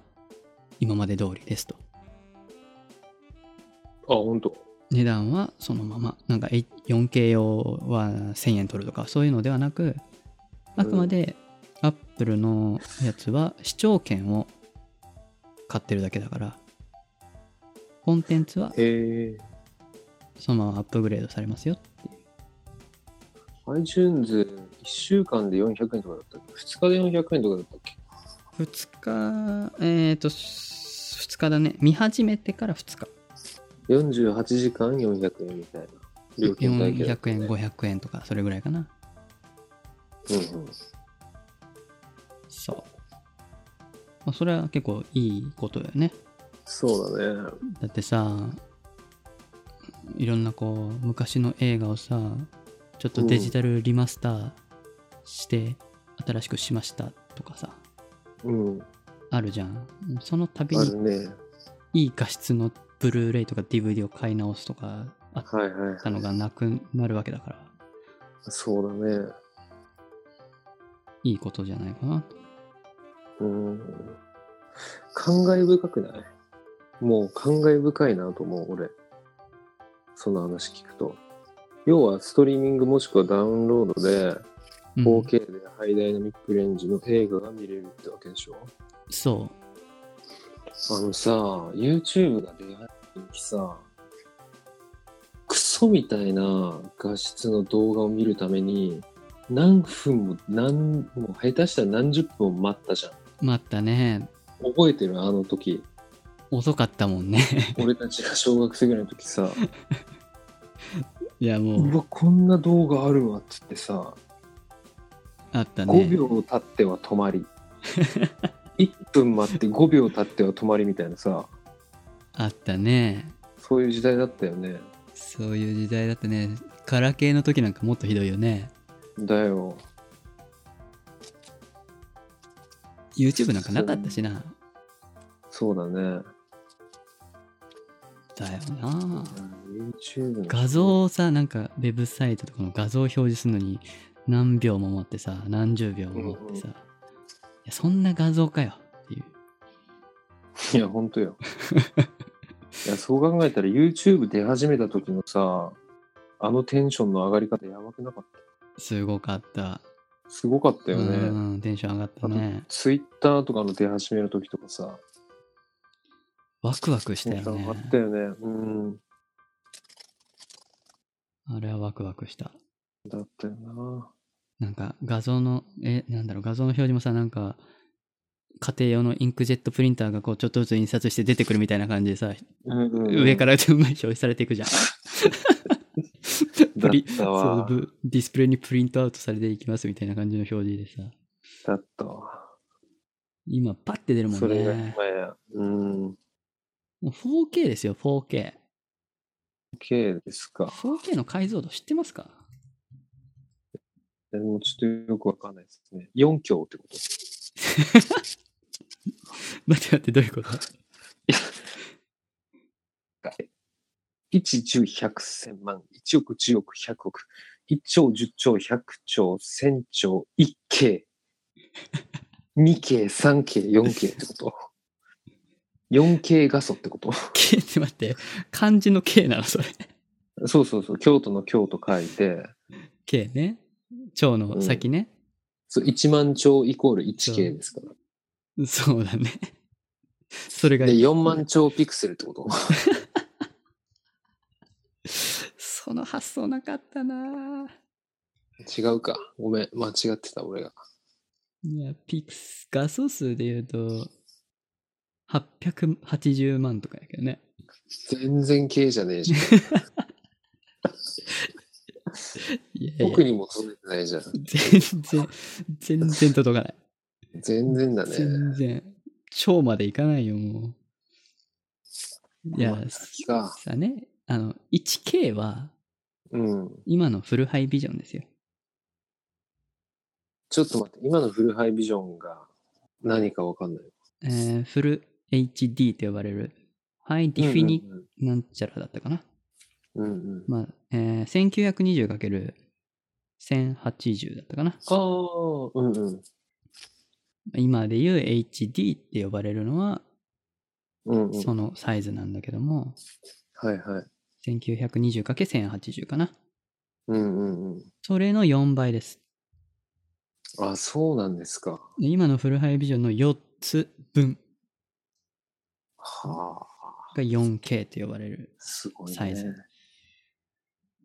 Speaker 1: 今まで通りですと。
Speaker 2: あ、ほんと。
Speaker 1: 値段はそのまま。なんかえ 4K 用は1000円取るとかそういうのではなく、あくまで Apple のやつは視聴権を買ってるだけだから、コンテンツは
Speaker 2: へえ。
Speaker 1: そのままアップグレードされますよっていう。
Speaker 2: iTunes、1週間で400円とかだったっけ ?2 日で400円とかだったっけ
Speaker 1: 2日、えっ、と、2日だね。見始めてから2日。
Speaker 2: 48時間400円みたいな料金体系だった
Speaker 1: 400
Speaker 2: ね、
Speaker 1: 円、500円とか、それぐらいかな。
Speaker 2: うんうん、
Speaker 1: そう。まあ、それは結構いいことだよね。
Speaker 2: そうだね
Speaker 1: だってさ、いろんなこう、昔の映画をさ、ちょっとデジタルリマスターして、新しくしましたとかさ、
Speaker 2: うん
Speaker 1: あるじゃん。その度
Speaker 2: あ
Speaker 1: に
Speaker 2: るね
Speaker 1: いい画質のブルーレイとか DVD を買い直すとか、あっ
Speaker 2: はいはい
Speaker 1: たのがなくなるわけだから。
Speaker 2: そうだね
Speaker 1: いいことじゃないかな。
Speaker 2: うん感慨深くないもう感慨深いなと思う俺その話聞くと要はストリーミングもしくはダウンロードで
Speaker 1: うん
Speaker 2: 4K でハイダイナミックレンジの映画が見れるってわけでしょ、
Speaker 1: そ
Speaker 2: あのさ、YouTube が出会った時さ、クソみたいな画質の動画を見るために、何分も、何、もう下手したら何十分も待ったじゃん。
Speaker 1: う。またね、
Speaker 2: 覚えてるあの時。
Speaker 1: 遅かったもんね。 [LAUGHS]
Speaker 2: 俺たちが小学生ぐらいの時さ、
Speaker 1: いや、も
Speaker 2: う
Speaker 1: う、
Speaker 2: わ、こんな動画あるわっつってさ、
Speaker 1: あったね。
Speaker 2: 5秒経っては
Speaker 1: [LAUGHS]
Speaker 2: 止まり。1分待って5秒経っては止まりみたいなさ、
Speaker 1: あったね。
Speaker 2: そういう時代だったよね。
Speaker 1: そういう時代だったね。ガラケーの時なんかもっとひどいよね。
Speaker 2: だよ。
Speaker 1: YouTube なんかなかったしな。
Speaker 2: そうだね。
Speaker 1: だよな
Speaker 2: うん YouTube の
Speaker 1: 画像をさなんかウェブサイトとかの画像を表示するのに何秒も持ってさ何十秒も持ってさ、
Speaker 2: うん
Speaker 1: いやそんな画像かよっていう
Speaker 2: いや、ほんとよ。いや、そう考えたら YouTube 出始めた時のさ、あのテンションの上がり方やばくなかっ
Speaker 1: すごかった
Speaker 2: た。すごかったよ
Speaker 1: う
Speaker 2: ね。
Speaker 1: んテンション上がったね
Speaker 2: Twitter とかの出始めの時とかさ、
Speaker 1: ワクワクした
Speaker 2: テンショ
Speaker 1: よ
Speaker 2: ン
Speaker 1: ね
Speaker 2: 上がったよね。うん。
Speaker 1: あれはワクワクした
Speaker 2: だったよな。
Speaker 1: なんか画像のえなんだろう画像の表示もさなんか家庭用のインクジェットプリンターがこうちょっとずつ印刷して出てくるみたいな感じでさ、
Speaker 2: うんうん
Speaker 1: 上からうまい表示されていくじゃん
Speaker 2: だ
Speaker 1: プリ
Speaker 2: ったわ
Speaker 1: そうぶディスプレイにプリントアウトされていきますみたいな感じの表示でさ
Speaker 2: だったわ。
Speaker 1: 今パッて出るも
Speaker 2: そ
Speaker 1: ん
Speaker 2: れが
Speaker 1: ね
Speaker 2: 今や。うん。
Speaker 1: もう 4K ですよ 4K4K
Speaker 2: OK ですか。
Speaker 1: の解像度知ってますか
Speaker 2: でもちょっとよくわかんないですね。4強ってこと
Speaker 1: 待って待ってどういうこと [LAUGHS]
Speaker 2: 1、10、100、1000万、1億、10億、100億、1兆、10兆、100兆、1000兆、1K、2K、3K、4K ってこと。4K 画素ってこと
Speaker 1: K って待って漢字の K なのそれ
Speaker 2: そうそうそう、京都の京と書いて、
Speaker 1: K ね腸の先ね、
Speaker 2: そう1万兆イコール 1K ですから。
Speaker 1: そうだね。それが
Speaker 2: で、4万兆ピクセルってこと
Speaker 1: その発想なかったなぁ
Speaker 2: 違うか。ごめん、間違ってた、俺が。
Speaker 1: いや、ピクス、画素数で言うと、880万とかやけどね。
Speaker 2: 全然 K じゃねえじゃん。
Speaker 1: いやいや
Speaker 2: 僕にも届いてないじゃん。
Speaker 1: 全然、全然届かない。
Speaker 2: 全然だ [LAUGHS] ね。
Speaker 1: 全然。超までいかないよ、もう。いや
Speaker 2: まあ、先か
Speaker 1: さね、あの、1K は、
Speaker 2: うん。
Speaker 1: 今のフルハイビジョンですよ。
Speaker 2: ちょっと待って、今のフルハイビジョンが何かわかんない。
Speaker 1: えーフル HD と呼ばれる、ハイディフィニ、なんちゃらだったかな。
Speaker 2: うんうんうん。
Speaker 1: まあ、えー、1920×1080 だったかな。
Speaker 2: ああ、うんうん。
Speaker 1: 今でいう HD って呼ばれるのは、
Speaker 2: うんうん。
Speaker 1: そのサイズなんだけども、
Speaker 2: はいはい。
Speaker 1: 1920×1080 かな。
Speaker 2: うんうんうん。
Speaker 1: それの4倍です。
Speaker 2: あ、そうなんですか。
Speaker 1: で今のフルハイビジョンの4つ分
Speaker 2: はあ、
Speaker 1: が 4K って呼ばれる。
Speaker 2: すごい
Speaker 1: サイ
Speaker 2: ね
Speaker 1: ズ。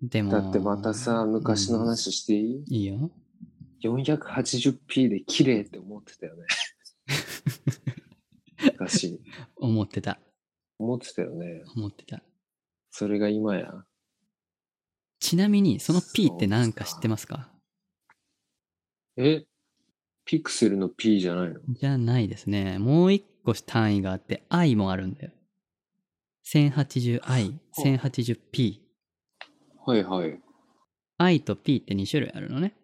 Speaker 1: でも、
Speaker 2: だってまたさ、昔の話していい、
Speaker 1: うん、いいよ。
Speaker 2: ?480p で綺麗って思って
Speaker 1: [LAUGHS]
Speaker 2: たよね。昔。
Speaker 1: 思ってた。
Speaker 2: 思ってたよね。
Speaker 1: 思ってた。
Speaker 2: それが今や。
Speaker 1: ちなみに、その P って何か知ってますか
Speaker 2: えピクセルの P じゃないの
Speaker 1: じゃないですね。もう一個単位があって、i もあるんだよ。1080i、1080p。
Speaker 2: はいはい。
Speaker 1: i と p って2種類あるのね。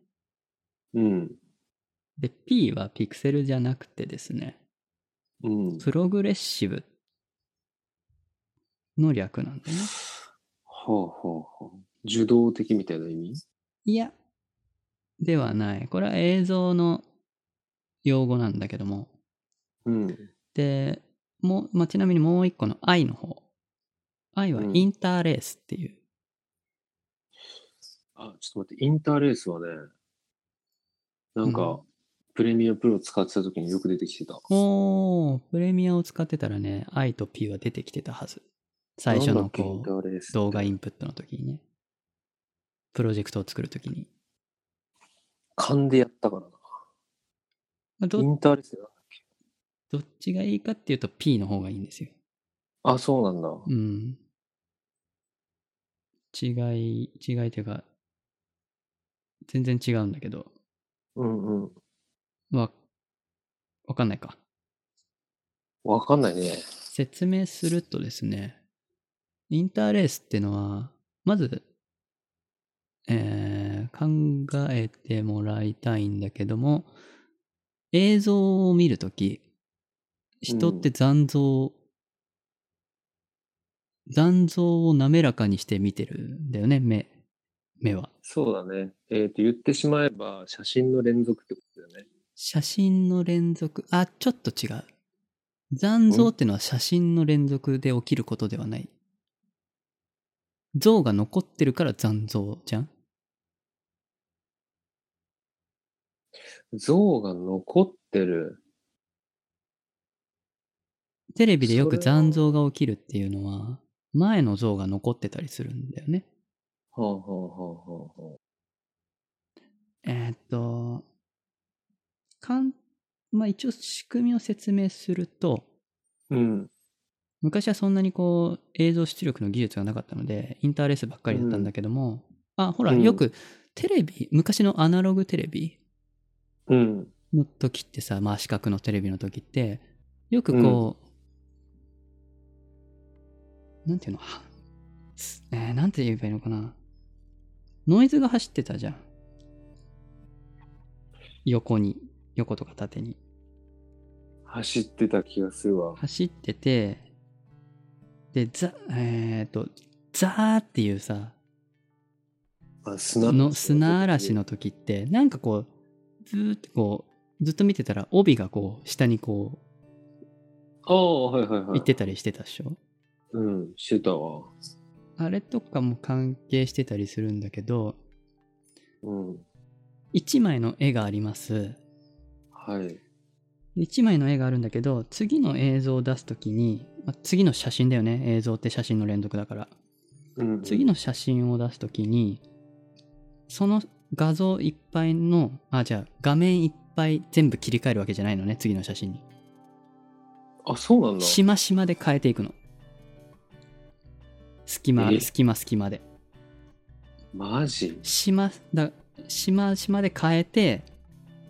Speaker 2: うん。
Speaker 1: で、p はピクセルじゃなくてですね、
Speaker 2: うん。
Speaker 1: プログレッシブの略なんだよね。
Speaker 2: ほうほうほう。受動的みたいな意味
Speaker 1: いや、ではない。これは映像の用語なんだけども。
Speaker 2: うん。
Speaker 1: で、もう、まあちなみにもう一個の i の方。i は
Speaker 2: うん
Speaker 1: インターレースっていう、
Speaker 2: あ、ちょっと待って、インターレースはね、なんか、
Speaker 1: うん
Speaker 2: プレミアプロ使ってた時によく出てきてた。
Speaker 1: おー、プレミアを使ってたらね、I と P は出てきてたはず。最初
Speaker 2: なんだ
Speaker 1: の
Speaker 2: っけイ
Speaker 1: こ
Speaker 2: ンタ
Speaker 1: う、
Speaker 2: ーレースって
Speaker 1: 動画インプットの時にね。プロジェクトを作る時に。
Speaker 2: 勘でやったからな。
Speaker 1: まあ
Speaker 2: イ
Speaker 1: ど
Speaker 2: ンターレースだ。
Speaker 1: どっちがいいかっていうと P の方がいいんですよ。
Speaker 2: あ、そうなんだ。
Speaker 1: うん。違い、違いというか、全然違うんだけど、
Speaker 2: うんうん。
Speaker 1: わ、わかんないか。
Speaker 2: わかんないね。
Speaker 1: 説明するとですね、インターレースってのは、まず、えー考えてもらいたいんだけども、映像を見るとき、人って残像、残像を滑らかにして見てるんだよね、目、目は。
Speaker 2: そうだね。えっ、と、言ってしまえば、写真の連続ってことだよね。
Speaker 1: 写真の連続、あ、ちょっと違う。残像ってのは写真の連続で起きることではない。像が残ってるから残像じゃん
Speaker 2: 像が残ってる。
Speaker 1: テレビでよく
Speaker 2: それは
Speaker 1: 残像が起きるっていうのは、前の像が残ってたりするんだよね。
Speaker 2: はあはあはあはあはあ。
Speaker 1: えーっと、かん、まあ、一応仕組みを説明すると、
Speaker 2: うん。
Speaker 1: 昔はそんなにこう映像出力の技術がなかったのでインターレスばっかりだったんだけども、あほら
Speaker 2: うん
Speaker 1: よくテレビ昔のアナログテレビ
Speaker 2: うん。
Speaker 1: の時ってさまあ四角のテレビの時ってよくこう、なんていうのは、すえーなんて言えばいいのかなノイズが走ってたじゃん横に横とか縦に
Speaker 2: 走ってた気がするわ。
Speaker 1: 走ってて、で、ザ、えー、と、ザーっていうさ、
Speaker 2: あ砂
Speaker 1: の砂嵐。の時って、なんかこう、ずーってこう、ずっと見てたら帯がこう、下にこ
Speaker 2: ああ、はいはいは
Speaker 1: う、行
Speaker 2: い。
Speaker 1: ってたりしてたっしょ
Speaker 2: うん、してたわ。
Speaker 1: あれとかも関係してたりするんだけど、
Speaker 2: うん。
Speaker 1: 一枚の絵があります。
Speaker 2: はい。
Speaker 1: 一枚の絵があるんだけど、次の映像を出す時に、まあ次の写真だよね。映像って写真の連続だから。
Speaker 2: うん、
Speaker 1: 次の写真を出すときに、その画像いっぱいの、あ、じゃあ画面いっぱい全部切り替えるわけじゃないのね、次の写真に。
Speaker 2: あ、そうなんだ。
Speaker 1: しましまで変えていくの。隙間、
Speaker 2: え
Speaker 1: 隙間、隙間で。
Speaker 2: マジ
Speaker 1: しま、だ、しましまで変えて、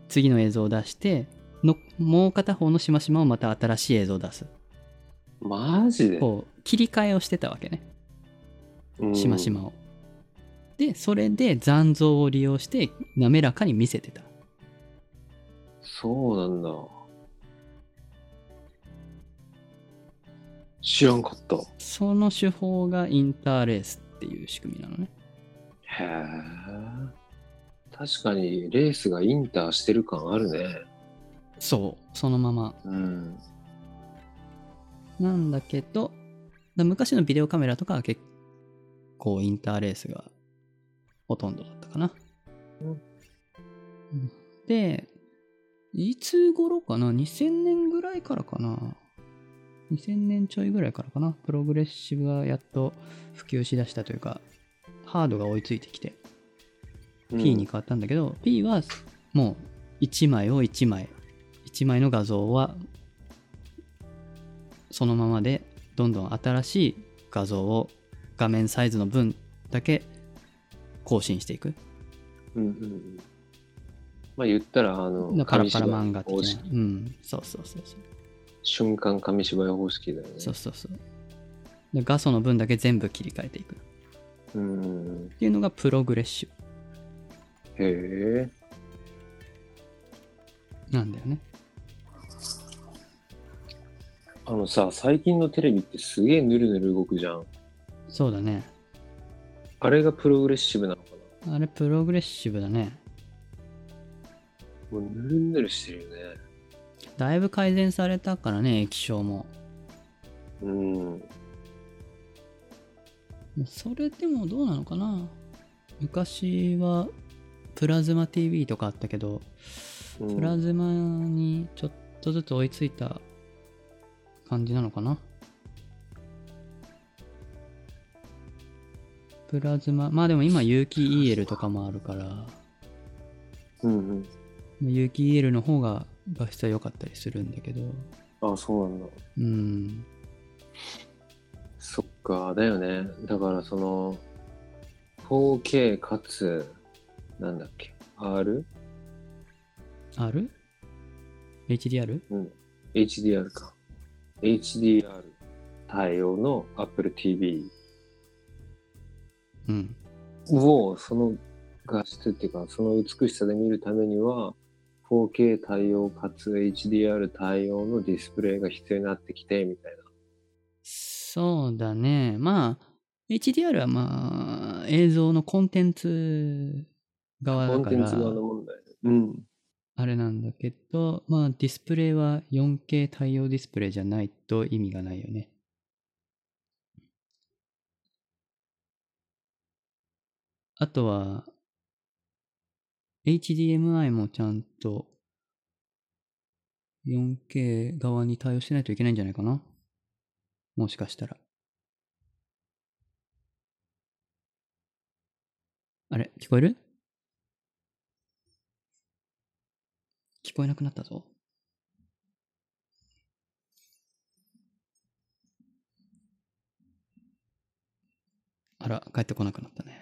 Speaker 1: 次の映像を出して、のもう片方のしましまをまた新しい映像を出す。
Speaker 2: マジで
Speaker 1: こう、切り替えをしてたわけね。
Speaker 2: うん
Speaker 1: しましまを。で、それで残像を利用して滑らかに見せてた。
Speaker 2: そうなんだ。知らんかった。
Speaker 1: その手法がインターレースっていう仕組みなのね。
Speaker 2: へえ。確かにレースがインターしてる感あるね。
Speaker 1: そう、そのまま。
Speaker 2: うん。
Speaker 1: なんだけど、だ昔のビデオカメラとかは結構インターレースがほとんどだったかな。
Speaker 2: うん
Speaker 1: うんで、いつ頃かな ?2000 年ぐらいからかな ?2000 年ちょいぐらいからかなプログレッシブがやっと普及しだしたというか、ハードが追いついてきて。P に変わったんだけど、P はもう1枚を1枚1枚の画像はそのままでどんどん新しい画像を画面サイズの分だけ更新していく
Speaker 2: うんうんうん。まあ言ったら、あの、
Speaker 1: パラパラ漫画
Speaker 2: 紙芝居方
Speaker 1: 的な
Speaker 2: 式。
Speaker 1: うんそうそうそうそう
Speaker 2: 瞬間紙芝居方式だよね。
Speaker 1: そうそうそうで画素の分だけ全部切り替えていくっ
Speaker 2: うんうんうん。
Speaker 1: ていうのがプログレッシ
Speaker 2: へえ。
Speaker 1: ブなんだよね
Speaker 2: あのさ、最近のテレビってすげえぬるぬる動くじゃん。
Speaker 1: そうだね
Speaker 2: あれがプログレッシブなのか
Speaker 1: あれプログレッシブだね
Speaker 2: な。もうぬるぬるしてるよね。
Speaker 1: だいぶ改善されたからね液晶も
Speaker 2: うん。
Speaker 1: それでもどうなのかな昔はプラズマ TV とかあったけど、
Speaker 2: うん
Speaker 1: プラズマにちょっとずつ追いついた感じなのかなプラズマまあでも今有機 EL とかもあるから
Speaker 2: うん
Speaker 1: 有機 EL の方が画質は良かったりするんだけど
Speaker 2: うん。あ、そうなんだ。
Speaker 1: うん
Speaker 2: そっか、だよね。だからその、4K かつ、なんだっけ、R?
Speaker 1: ある ?HDR?
Speaker 2: うん。HDR か。HDR 対応の Apple TV
Speaker 1: うん
Speaker 2: をその画質っていうかその美しさで見るためには 4K 対応かつ HDR 対応のディスプレイが必要になってきてみたいな。
Speaker 1: そうだね。まあ、HDR はまあ、映像のコンテンツ側
Speaker 2: コ
Speaker 1: だ
Speaker 2: ン
Speaker 1: か
Speaker 2: テン
Speaker 1: ら
Speaker 2: ツ、側の問題。うん。
Speaker 1: あれなんだけど、まあ、ディスプレイは 4K 対応ディスプレイじゃないと意味がないよね。あとは、HDMI もちゃんと 4K 側に対応しないといけないんじゃないかなもしかしたら。あれ聞こえる聞こえなくなったぞ。あら、帰ってこなくなったね。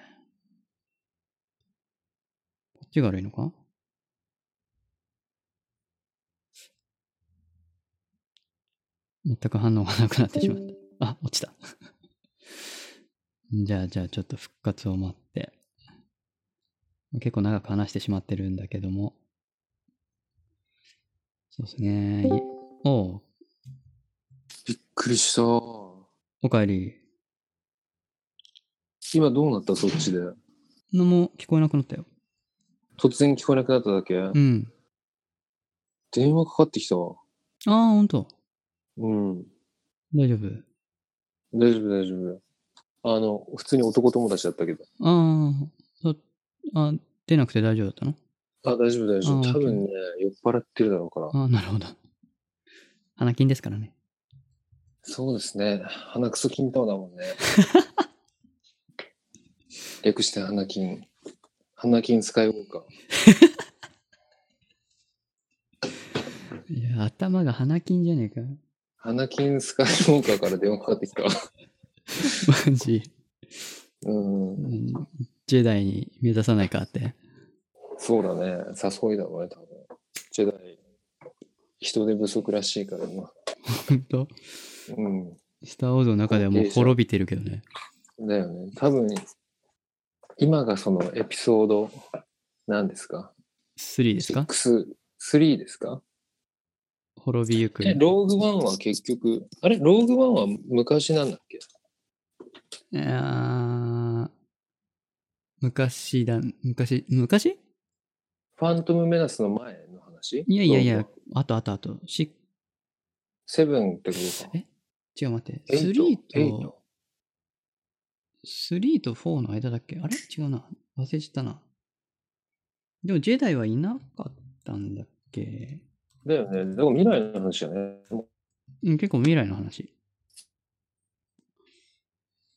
Speaker 1: こっちが悪いのか全く反応がなくなってしまった。あ、落ちた。 [LAUGHS] じゃあ、じゃあ、ちょっと復活を待って。結構長く話してしまってるんだけども。そうですね。いおう、
Speaker 2: びっくりした。
Speaker 1: おかえり。
Speaker 2: 今どうなったそっちで。
Speaker 1: のも聞こえなくなったよ。
Speaker 2: 突然聞こえなくなっただけ、
Speaker 1: うん。
Speaker 2: 電話かかってきたわ。
Speaker 1: ああ、ほんと。
Speaker 2: うん。
Speaker 1: 大丈夫。
Speaker 2: 大丈夫、大丈夫。あの、普通に男友達だったけど。
Speaker 1: ああ、そ、あ、出なくて大丈夫だったの
Speaker 2: あ、大丈夫、大丈
Speaker 1: あ
Speaker 2: 夫。
Speaker 1: ー
Speaker 2: 多分ね、酔っ払ってるだろうから。
Speaker 1: ああ、なるほど。花金ですからね。
Speaker 2: そうですね。鼻くそ金玉だもん
Speaker 1: [LAUGHS]
Speaker 2: ね。略して鼻金。鼻金使いウォーカー。
Speaker 1: いや、頭が花金じゃねえか。
Speaker 2: 鼻金スカイウォーカーから電話かかってきた。
Speaker 1: [LAUGHS] マジ。
Speaker 2: うん
Speaker 1: う。んジェダイに目指さないかって。
Speaker 2: そうだね。誘いだろうね、多分。ジェダイ、人手不足らしいから今。
Speaker 1: ほんと。
Speaker 2: うん。
Speaker 1: スター・ウォーズの中ではもう滅びてるけどね。
Speaker 2: だよね。多分、今がそのエピソード、何ですか
Speaker 1: 3ですか
Speaker 2: ?6、3ですか
Speaker 1: 滅びゆく。
Speaker 2: え、ローグワンは結局、あれローグワンは昔なんだっけ
Speaker 1: あー昔だ、昔、昔
Speaker 2: ファントムメナスの前の話
Speaker 1: いやいやい。
Speaker 2: ロー
Speaker 1: や
Speaker 2: グワン、
Speaker 1: あとあとあと、し
Speaker 2: セブンってことか。
Speaker 1: え違う待って、
Speaker 2: エイト
Speaker 1: 3
Speaker 2: エイ
Speaker 1: と
Speaker 2: ト、
Speaker 1: 3と4の間だっけあれ違うな。忘れちゃったな。でも、ジェダイはいなかったんだっけ
Speaker 2: だよね。でも未来の話だね。
Speaker 1: うん、結構未来の話。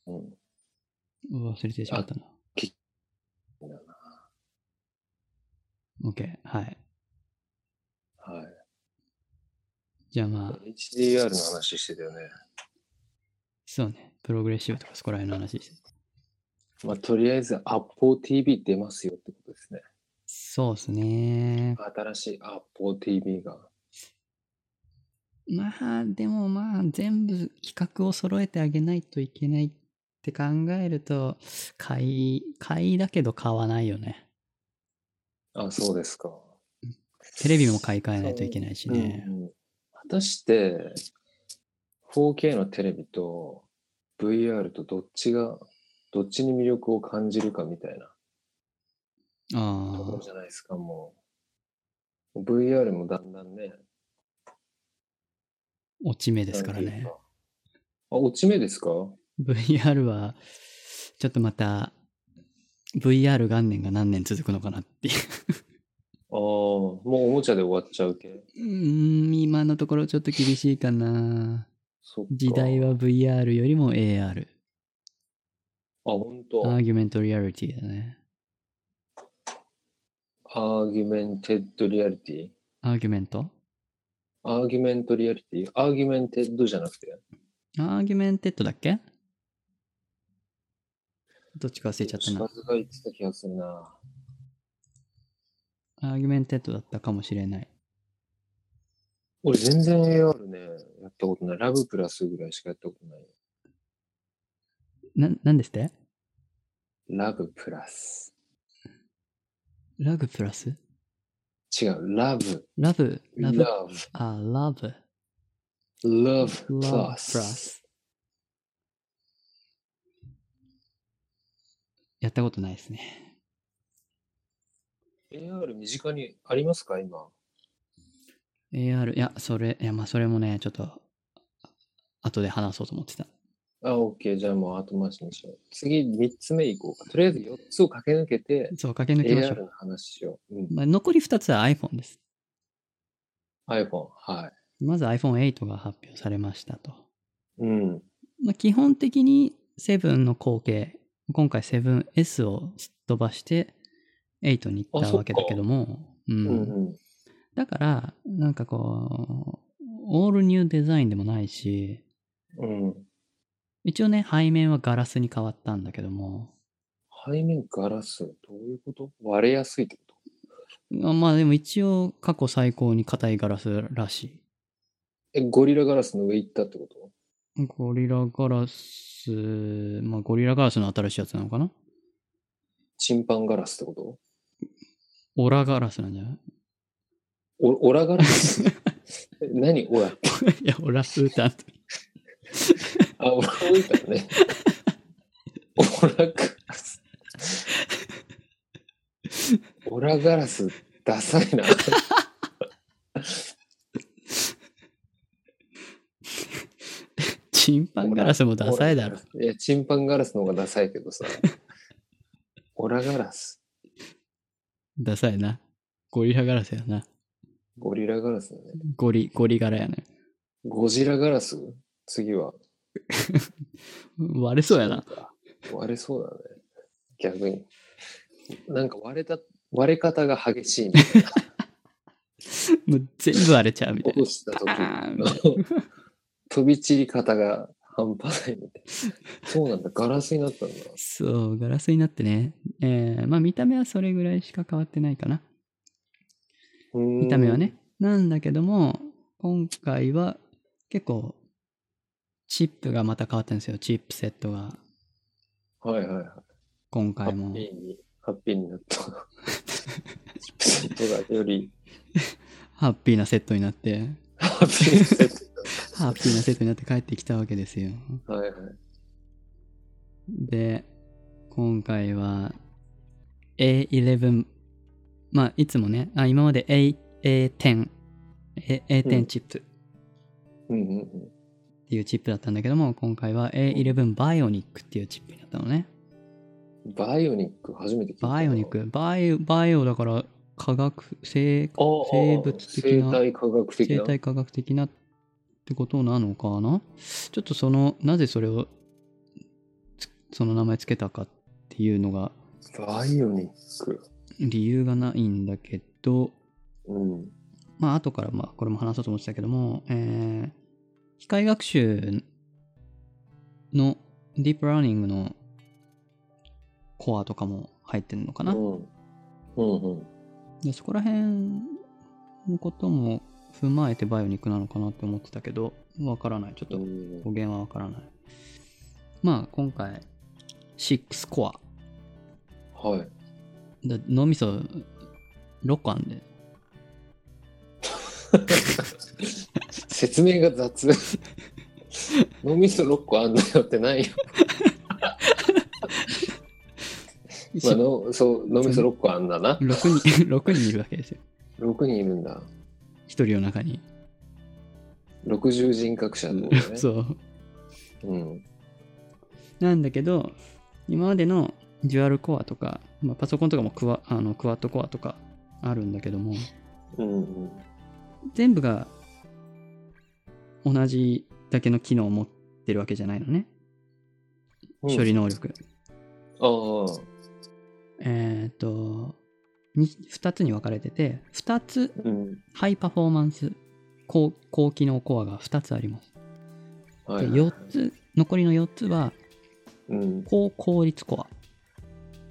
Speaker 2: うん
Speaker 1: 忘れてしまったな
Speaker 2: き。
Speaker 1: OK、はい。
Speaker 2: は
Speaker 1: じゃあまあ、
Speaker 2: い。HDR の話してたよね。
Speaker 1: そうね、プログレッシブとかそこら辺の話して。
Speaker 2: まあ、とりあえず、アッポー TV 出ますよってことですね。
Speaker 1: そうですね。
Speaker 2: 新しいアッポー TV が。
Speaker 1: まあでもまあ全部企画を揃えてあげないといけないって考えると買い買いだけど買わないよね
Speaker 2: あ、そうですか。
Speaker 1: テレビも買い替えないといけないしね、
Speaker 2: うん果たして、4K のテレビと VR とどっちが、どっちに魅力を感じるかみたいなとこ
Speaker 1: あ
Speaker 2: ろじゃないですか、もう。VR もだんだんね。
Speaker 1: あ落ち目ですから
Speaker 2: なんていう
Speaker 1: ね
Speaker 2: あ、落ち目ですか
Speaker 1: VR はちょっとまた VR 元年が何年続くのかなっていう
Speaker 2: ああ、もうおもちゃで終わっちゃう系。
Speaker 1: うーん今のところちょっと厳しいかな
Speaker 2: そっか
Speaker 1: 時代は。VR よりも AR
Speaker 2: あ、本当。
Speaker 1: アーギュメントリアリティだね
Speaker 2: アーギュメンテッドリアリティ
Speaker 1: アーギュメント
Speaker 2: アーギュメントリアリティアーギュメンテッドじゃなくて
Speaker 1: アーギュメンテッドだっけどっちか忘れちゃった
Speaker 2: 近
Speaker 1: な。
Speaker 2: づが言ってた気がするな。
Speaker 1: アーギュメンテッドだったかもしれない。
Speaker 2: 俺全然 AR ね、やったことない。ラブプラスぐらいしかやったことない。
Speaker 1: な、なんですって
Speaker 2: ラブプラス。
Speaker 1: ラグプラス
Speaker 2: 違う。ラブ。
Speaker 1: ラブ、ラブ、
Speaker 2: ラ
Speaker 1: あ、ラブ、
Speaker 2: ブ。ラ
Speaker 1: ラ
Speaker 2: ブプラ
Speaker 1: ブ、プラ
Speaker 2: ス。
Speaker 1: ス。やったことないですね。
Speaker 2: AR 身近にありますか今。
Speaker 1: AR、いや、それ、いや、まあ、それもね、ちょっと、あ後で話そうと思ってた。
Speaker 2: あ、OK。じゃあもう後回しにしよう。次、3つ目いこうか。とりあえず4つを駆け抜けて、
Speaker 1: そう、駆け抜けましょう。
Speaker 2: AR の話しよう。うん。
Speaker 1: まあ、残り2つは iPhone です。
Speaker 2: iPhone。はい。
Speaker 1: まず iPhone8 が発表されましたと。
Speaker 2: うん。
Speaker 1: まあ、基本的に7の後継、今回 7S をすっ飛ばして8に行ったわけだけども、う
Speaker 2: うん
Speaker 1: ん
Speaker 2: うん。
Speaker 1: だから、なんかこう、オールニューデザインでもないし、
Speaker 2: うん。
Speaker 1: 一応ね、背面はガラスに変わったんだけども、
Speaker 2: 背面ガラス。どういうこと割れやすいってこ
Speaker 1: あまあでも一応過去最高に硬いガラスらし
Speaker 2: とえ、ゴリラガラスの上行ったってこと
Speaker 1: い。ゴリラガラス、まあゴリラガラスの新しいやつなのかな
Speaker 2: チンパンガラスってこと
Speaker 1: オラガラスなんじゃない [LAUGHS]
Speaker 2: おオラガラスえ何オラ
Speaker 1: いや、オラスータンって。
Speaker 2: あ、オラ置いた
Speaker 1: [LAUGHS]
Speaker 2: ね。オラガラス。オラガラス、ダサいな。
Speaker 1: チンパンガラスもダサいだろ。
Speaker 2: いや、チンパンガラスの方がダサいけどさ。オラガラス。
Speaker 1: ダサいな。ゴリラガラスやな。
Speaker 2: ゴリラガラスだね。
Speaker 1: ゴリ、ゴリガラやね。
Speaker 2: ゴジラガラス次は。
Speaker 1: 割れそうやな。
Speaker 2: か。割れそうだね。逆に。なんか割れた、割れ方が激しいみたいな。
Speaker 1: もう全部割れちゃうみたい
Speaker 2: 落
Speaker 1: な
Speaker 2: と。した時 [LAUGHS]
Speaker 1: パーン
Speaker 2: の [LAUGHS] 飛び散り方が半端ないみたいな。そうなんだ、ガラスになったんだ。
Speaker 1: そう、ガラスになってね。えー、まあ見た目はそれぐらいしか変わってないかな。 [LAUGHS] 見
Speaker 2: 見
Speaker 1: た目は。ね。なんだけども、今回は結構、チップがまた変わったんですよ。チップセットが。
Speaker 2: はいはいはい。
Speaker 1: 今
Speaker 2: ハ
Speaker 1: 回
Speaker 2: ッ
Speaker 1: も
Speaker 2: ピ。ーに、ハッピーになった。セットがより
Speaker 1: ハッピーなセットになって、
Speaker 2: ハッピーにセッ
Speaker 1: ハッピーなセットになって帰ってきたわけですよ。
Speaker 2: ト。はいはい。
Speaker 1: で、今回は A11、まあいつもね、あ今まで A、A10、A- A10 チップっ
Speaker 2: うんうんうん。
Speaker 1: ていうチップだったんだけども、今回は A11 バイオニックっていうチップになったのね。
Speaker 2: バイオニック、初めて聞いた。
Speaker 1: バイオニック、バイオ、バイオだから科学、生、
Speaker 2: ああああ
Speaker 1: 生物的な
Speaker 2: 生態科学的
Speaker 1: 生
Speaker 2: な。
Speaker 1: 態科学的なってことなのかなちょっとその、なぜそれを、つその名前つけたかっていうのが
Speaker 2: バイオニック。
Speaker 1: 理由がないんだけど、
Speaker 2: うん。
Speaker 1: まあ後からまあこれも話そうと思ってたけども、えー機械学習のディープラーニングのコアとかも入ってるのか
Speaker 2: う
Speaker 1: な、
Speaker 2: ん。うんうん。
Speaker 1: でそこら辺のことも踏まえてバイオニックなのかなって思ってたけどわからないちょっと
Speaker 2: うん
Speaker 1: 語源はわからないまあ今回6コア
Speaker 2: はい。
Speaker 1: だ脳みそ6個あんで
Speaker 2: [LAUGHS] 説明が雑脳みそ6個あんだよっ
Speaker 1: [LAUGHS]
Speaker 2: てないよ、まあ、のそう脳みそ6個あんだな
Speaker 1: 6人 ,6 人いるわけですよ
Speaker 2: 6人いるんだ
Speaker 1: 1人の中に、
Speaker 2: 60人格者ってことね
Speaker 1: [LAUGHS] そう
Speaker 2: うん
Speaker 1: なんだけど、今までのデュアルコアとか、まあ、パソコンとかもクワあのクワッドコアとかあるんだけども、
Speaker 2: うんうん
Speaker 1: 全部が同じだけの機能を持ってるわけじゃないのね。
Speaker 2: うん
Speaker 1: 処理能力。
Speaker 2: ああ
Speaker 1: えっ、とに、2つに分かれてて、2つ
Speaker 2: うん
Speaker 1: ハイパフォーマンス、高高機能コアが2つあります。
Speaker 2: は
Speaker 1: で
Speaker 2: いはい
Speaker 1: 4つ、残りの4つは
Speaker 2: うん
Speaker 1: 高効率コア。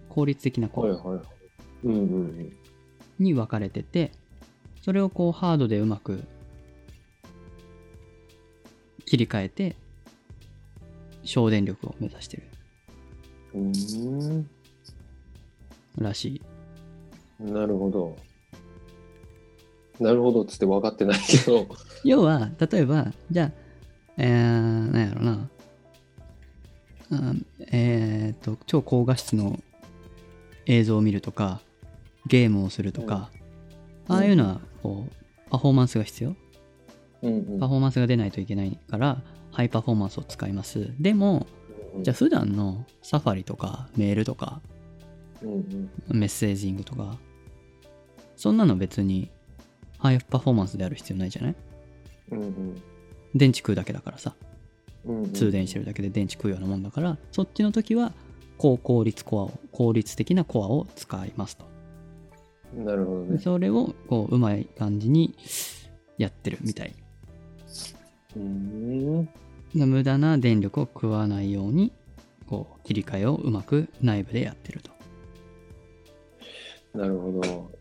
Speaker 1: 効率的なコア。
Speaker 2: はいはいはいうんうん
Speaker 1: に分かれててそれをこうハードでうまく切り替えて省電力を目指してる
Speaker 2: うんうーん
Speaker 1: らしい
Speaker 2: なるほどなるほどっつって分かってないけ
Speaker 1: [LAUGHS]
Speaker 2: ど、
Speaker 1: 要は例えばじゃあ、えー、なんやろなあえー、っと超高画質の映像を見るとかゲームをするとか、
Speaker 2: うん
Speaker 1: ああいうのはこうパフォーマンスが必要
Speaker 2: うん
Speaker 1: パフォーマンスが出ないといけないからハイパフォーマンスを使いますでも
Speaker 2: うん、
Speaker 1: じゃあ普段のサファリとかメールとか
Speaker 2: うんうん、
Speaker 1: メッセージングとかそんなの別にハイパフォーマンスである必要ないじゃない
Speaker 2: うんうん
Speaker 1: 電池食うだけだからさ
Speaker 2: うんうん、
Speaker 1: 通電してるだけで電池食うようなもんだからそっちの時は高効率コアを効率的なコアを使いますと
Speaker 2: なるほど
Speaker 1: で
Speaker 2: ね。
Speaker 1: それをこううまい感じにやってるみたいう
Speaker 2: ーん。
Speaker 1: 無駄な電力を食わないようにこう切り替えをうまく内部でやってると
Speaker 2: なるほど。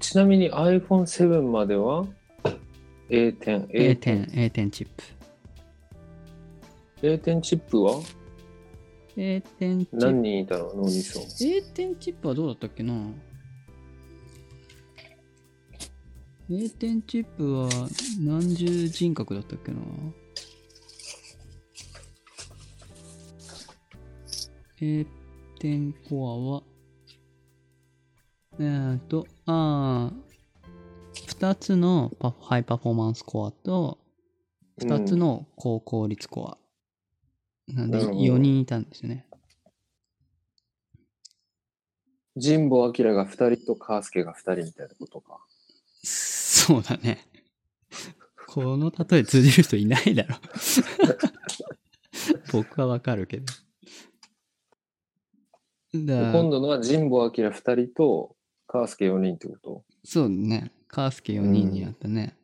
Speaker 2: ちなみに iPhone7 までは A 点、
Speaker 1: A 点 A 点チップ
Speaker 2: A 点チップは
Speaker 1: A 点チップ
Speaker 2: 何人いたの脳みそ。
Speaker 1: A 点チップはどうだったっけな A 点チップは何十人格だったっけな A 点コアはえーっとああ2つのパフハイパフォーマンスコアと2つの高効率コア、なんで
Speaker 2: なるほど
Speaker 1: 4人いたんですよね
Speaker 2: 神保明が2人とカースケが2人みたいなことか。
Speaker 1: そうだね。この例え通じる人いないだ
Speaker 2: [LAUGHS]
Speaker 1: ろ。僕はわかるけど。だ
Speaker 2: 今度のは神保明2人とカースケ4人ってこと
Speaker 1: そうね。カースケ4人になったね。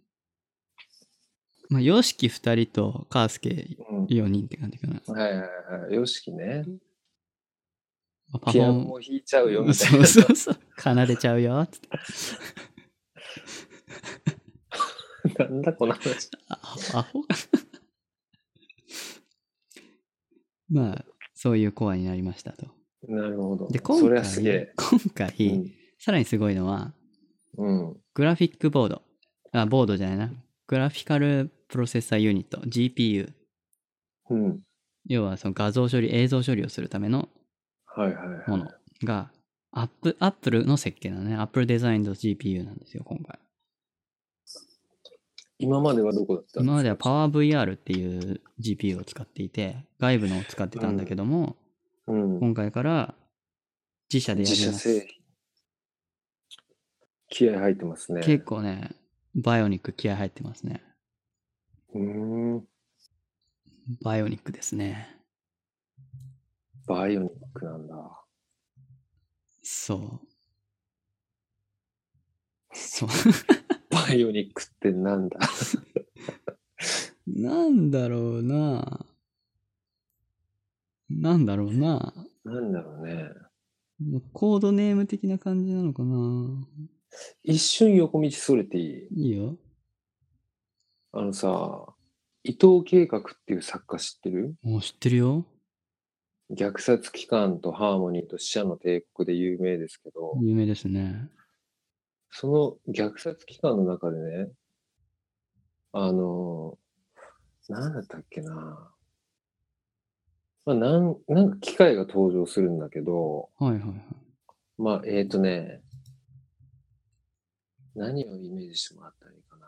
Speaker 1: まあ、ヨシキ2人とカースケ
Speaker 2: うん。
Speaker 1: 4人って感じかな。
Speaker 2: はいはいはい。よしきね。
Speaker 1: まあ、パフ
Speaker 2: ピ
Speaker 1: ォ
Speaker 2: ア
Speaker 1: ー
Speaker 2: ノ
Speaker 1: マ
Speaker 2: も弾いちゃうよみたい
Speaker 1: そう
Speaker 2: な。
Speaker 1: そうそう。奏でちゃうよ。つって。
Speaker 2: なんだこの話。
Speaker 1: あアホ [LAUGHS] か。まあ、そういうコアになりましたと。
Speaker 2: なるほど。
Speaker 1: で、今
Speaker 2: それ
Speaker 1: 回、
Speaker 2: はすげえ。
Speaker 1: 今回、さらにすごいのは、
Speaker 2: うん。うん。
Speaker 1: グラフィックボード。あ、ボードじゃないな。グラフィカルプロセッサーユニット、GPU。
Speaker 2: うん。
Speaker 1: 要はその画像処理、映像処理をするための
Speaker 2: はいはいはい。
Speaker 1: ものが、アップ、アップルの設計なのね。アップルデザインと GPU なんですよ、今回。
Speaker 2: 今まではどこだった
Speaker 1: 今までは PowerVR っていう GPU を使っていて、外部のを使ってたんだけども、
Speaker 2: うん。
Speaker 1: 今回から自社でや
Speaker 2: 自
Speaker 1: り
Speaker 2: 社
Speaker 1: ま
Speaker 2: 製
Speaker 1: す
Speaker 2: 品。。気合入ってますね。
Speaker 1: 結構ね、バイオニック気合入ってますね。
Speaker 2: うーん。
Speaker 1: バイオニックですね。
Speaker 2: バイオニックなんだ。
Speaker 1: そう。そう。
Speaker 2: [LAUGHS] [LAUGHS]
Speaker 1: [LAUGHS]
Speaker 2: バイオニックってなんだ
Speaker 1: なんだろうな。なんだろうな。
Speaker 2: なんだろうね。
Speaker 1: コードネーム的な感じなのかな。
Speaker 2: 一瞬横道それていい
Speaker 1: いいよ。
Speaker 2: あのさ、伊藤計画っていう作家知ってる
Speaker 1: もう知ってるよ。
Speaker 2: 虐殺機関とハーモニーと死者の帝国で有名ですけど、
Speaker 1: 有名ですね。
Speaker 2: その虐殺機関の中でね、あの、なんだったっけな。まあ、なん、なんか機械が登場するんだけど、
Speaker 1: はいはいはい。
Speaker 2: まあ、えーとね、何をイメージしてもらったらいいかな。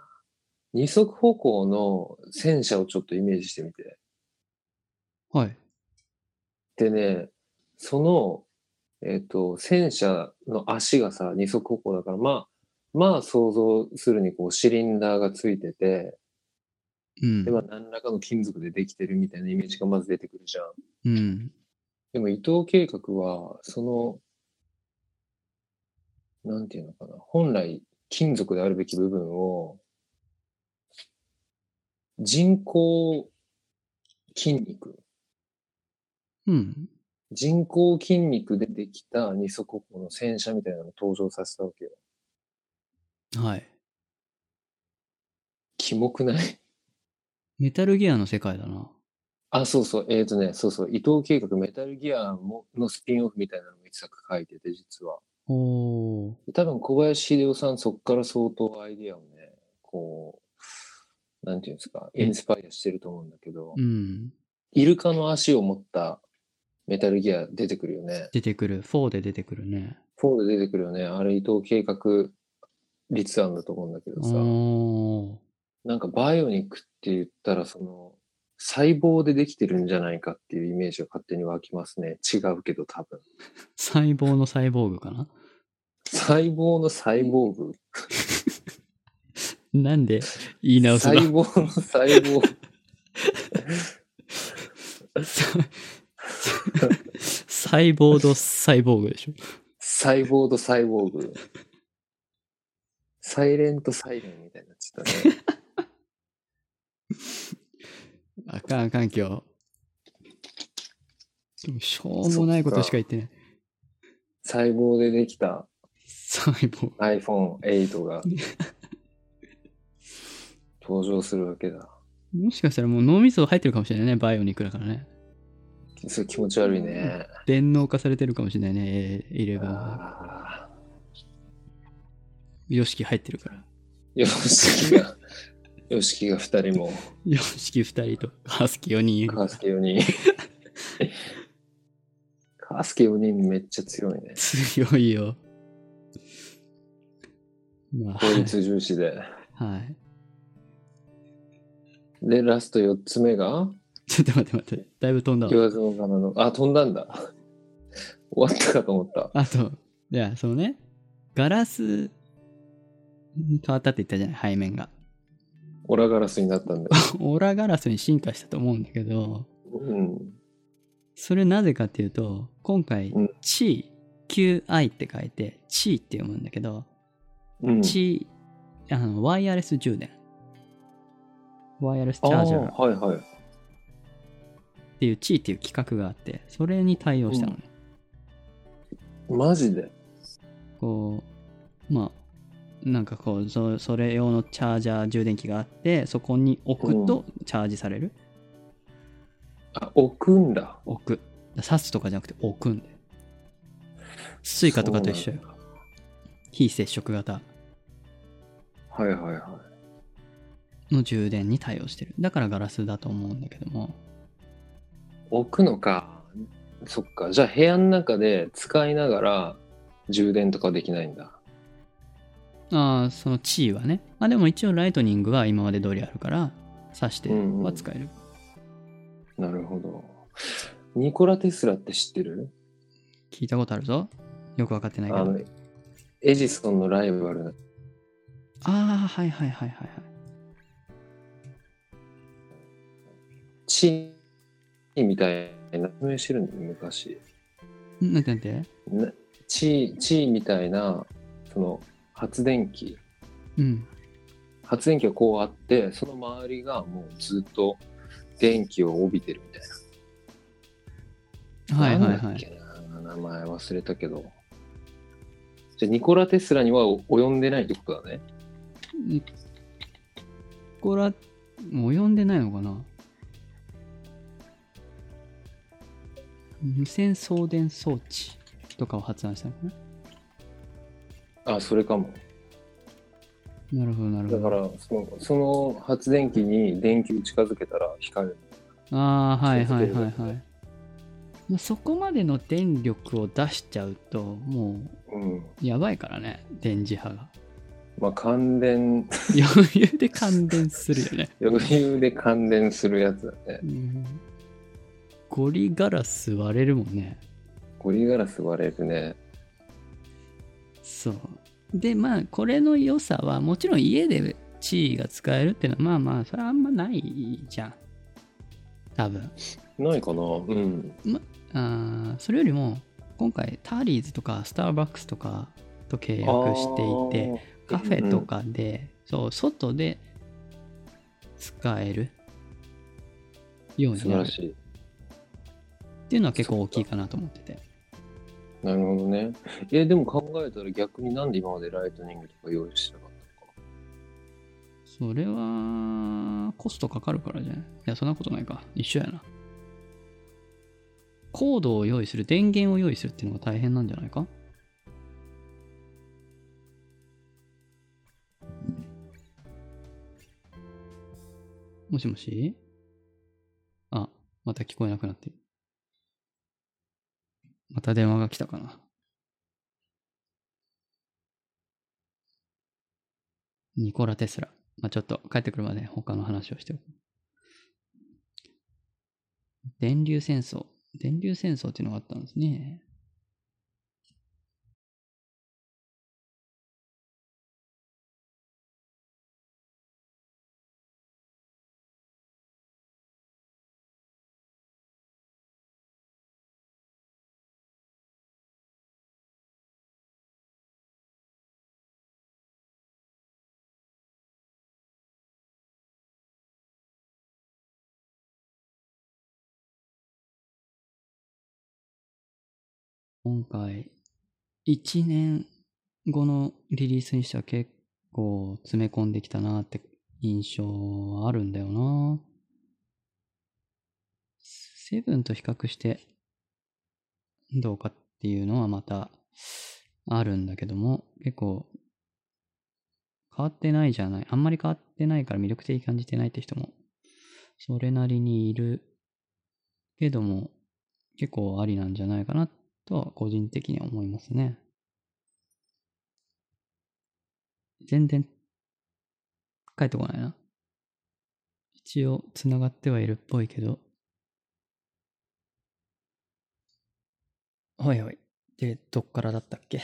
Speaker 2: 二足歩行の戦車をちょっとイメージしてみて。
Speaker 1: はい。
Speaker 2: でね、その、えっ、と、戦車の足がさ、二足歩行だから、まあ、まあ想像するにこうシリンダーがついてて、
Speaker 1: うん
Speaker 2: で、。まあ何らかの金属でできてるみたいなイメージがまず出てくるじゃん。
Speaker 1: うん。
Speaker 2: でも伊藤計画は、その、なんていうのかな、本来金属であるべき部分を、人工筋肉、
Speaker 1: うん。
Speaker 2: 人工筋肉でできた二足歩行の戦車みたいなのを登場させたわけよ。
Speaker 1: はい。
Speaker 2: キモくない
Speaker 1: メタルギアの世界だな。
Speaker 2: あ、そうそう、えっ、ー、とね、そうそう、伊藤計画メタルギアものスピンオフみたいなのも一作書いてて、実は。
Speaker 1: おー。
Speaker 2: 多分小林秀夫さんそっから相当アイディアをね、こう、なんていうんですか、インスパイアしてると思うんだけど、
Speaker 1: うん。
Speaker 2: イルカの足を持ったメタルギア出てくるよね。
Speaker 1: 出てくる。4で出てくるね。
Speaker 2: フォーで出てくるよね。あれ伊藤計画立案だと思うんだけどさ、
Speaker 1: おー。
Speaker 2: なんかバイオニックって言ったら、その、細胞でできてるんじゃないかっていうイメージが勝手に湧きますね。違うけど多分。
Speaker 1: 細胞のサイボーグかな
Speaker 2: 細胞の細胞部。
Speaker 1: なんで言い直す
Speaker 2: 細
Speaker 1: の
Speaker 2: 胞の細胞部。
Speaker 1: 細胞とサイボーグでしょ。
Speaker 2: 細胞と細胞部。サイレントサイレンみたいになっちゃったね。
Speaker 1: あかんあかん今日。でもしょうもないことしか言ってない。
Speaker 2: 細胞でできた
Speaker 1: 細胞。
Speaker 2: iPhone8 が登場するわけだ。
Speaker 1: もしかしたらもう脳みそ入ってるかもしれないね。バイオニックだからね。
Speaker 2: それ気持ち悪いね。
Speaker 1: 電脳化されてるかもしれないね。A11 は。
Speaker 2: ああ。
Speaker 1: ヨシキ入ってるから。
Speaker 2: よしきが、よしきが2人も、
Speaker 1: ヨシキ2人とハスキ4人いる。
Speaker 2: カースケ4人。カースケ4人めっちゃ強いね。
Speaker 1: 強いよ。まあ、
Speaker 2: 効率重視で。
Speaker 1: はい。
Speaker 2: で、ラスト4つ目が、
Speaker 1: ちょっと待って待って。だいぶ飛んだ
Speaker 2: 言
Speaker 1: わ。
Speaker 2: わずもがなの。あ、飛んだん [LAUGHS] だ。終わったかと思った。
Speaker 1: あと、じゃあ、そのね、ガラスに変わったって言ったじゃない、背面が。
Speaker 2: オラガラスになったんだ。
Speaker 1: オーラガラスに進化したと思うんだけど、
Speaker 2: うん。
Speaker 1: それなぜかっていうと、今回
Speaker 2: うん、
Speaker 1: 地、QI って書いて、地って読むんだけど、
Speaker 2: うん。
Speaker 1: 地、あの、ワイヤレス充電。ワイヤレスチ
Speaker 2: あ
Speaker 1: ャー
Speaker 2: あ
Speaker 1: ジャーっ
Speaker 2: はいはい。
Speaker 1: ていう地っていう規格があって、それに対応したのね。
Speaker 2: マジで。
Speaker 1: こう、まあ、なんかこうそ、それ用のチャージャー充電器があって、そこに置くとチャージされる。
Speaker 2: あ、置くんだ。
Speaker 1: 置く。刺すとかじゃなくて置くんで。スイカとかと一緒よ
Speaker 2: そ。
Speaker 1: 非接触型
Speaker 2: はいはいはい。
Speaker 1: の充電に対応してる。だからガラスだと思うんだけども。
Speaker 2: 置くのか。そっか。じゃあ部屋の中で使いながら充電とかできないんだ。
Speaker 1: ああ、その地位はね。まあでも一応ライトニングは今まで通りあるから、刺しては使える。
Speaker 2: なるほど。ニコラ・テスラって知ってる
Speaker 1: 聞いたことあるぞ。よくわかってないけ
Speaker 2: あ
Speaker 1: ど
Speaker 2: の。、エジソンのライバルな。
Speaker 1: ああ、はいはいはいはいはい。
Speaker 2: チーみたいな、発明してるんだよ、昔。
Speaker 1: なんてなんて
Speaker 2: なチー、チーみたいな、その、発電機。
Speaker 1: うん。
Speaker 2: 発電機がこうあって、その周りがもうずっと電気を帯びてるみたいな。
Speaker 1: はいはい
Speaker 2: なん
Speaker 1: は
Speaker 2: だっ
Speaker 1: い。
Speaker 2: けな名前忘れたけど。じゃあニコラ・テスラには及んでないってことだね。
Speaker 1: ニコラ、もう及んでないのかな無線送電装置とかを発案したのかな
Speaker 2: あ、それかも。
Speaker 1: なるほど、なるほ
Speaker 2: だ
Speaker 1: ど。
Speaker 2: からその、その発電機に電球近づけたら光る。
Speaker 1: ああ、はい
Speaker 2: そう
Speaker 1: はい
Speaker 2: いうこ
Speaker 1: は
Speaker 2: と
Speaker 1: いはい。まあ、そこまでの電力を出しちゃうと、も
Speaker 2: うん。
Speaker 1: う、やばいからね、電磁波
Speaker 2: [LAUGHS]
Speaker 1: が。
Speaker 2: まあ、感電、 [LAUGHS]
Speaker 1: 余裕で感電するよね。
Speaker 2: 余裕で感電するやつだね。
Speaker 1: うんゴリガラス割れるもんね。
Speaker 2: ゴリガラス割れるね。
Speaker 1: そう。で、まあ、これの良さは、もちろん家で地位が使えるっていうのは、まあまあ、それはあんまないじゃん。多分。
Speaker 2: ないかなうん。
Speaker 1: あーそれよりも、今回、ターリーズとか、スターバックスとかと契
Speaker 2: 予
Speaker 1: 約していて、カフェと。かで、そう、外で使えるよう
Speaker 2: うん素
Speaker 1: に
Speaker 2: 晴
Speaker 1: な
Speaker 2: ら
Speaker 1: る
Speaker 2: しい。
Speaker 1: っていうのは結構大きいかなと思ってて。
Speaker 2: なるほどね。え、でも考えたら逆になんで今までライトニングとか用意してなかったのか。
Speaker 1: それは、コストかかるからじゃないいや、そんなことないか。一緒やな。コードを用意する、電源を用意するっていうのが大変なんじゃないかもしもしあ、また聞こえなくなってる。また電話が来たかな。ニコラ・テスラ。まあ、ちょっと帰ってくるまで他の話をしておく。電流戦争。電流戦争っていうのがあったんですね。今回、1年後のリリースにしては結構詰め込んできたなって印象はあるんだよな。セブンと比較してどうかっていうのはまたあるんだけども、結構変わってないじゃない。あんまり変わってないから魅力的に感じてないって人もそれなりにいるけども、結構ありなんじゃないかなとは個人的には思いますね。全然、帰ってこないな。一応、繋がってはいるっぽいけど。はいはい。で、どっからだったっけ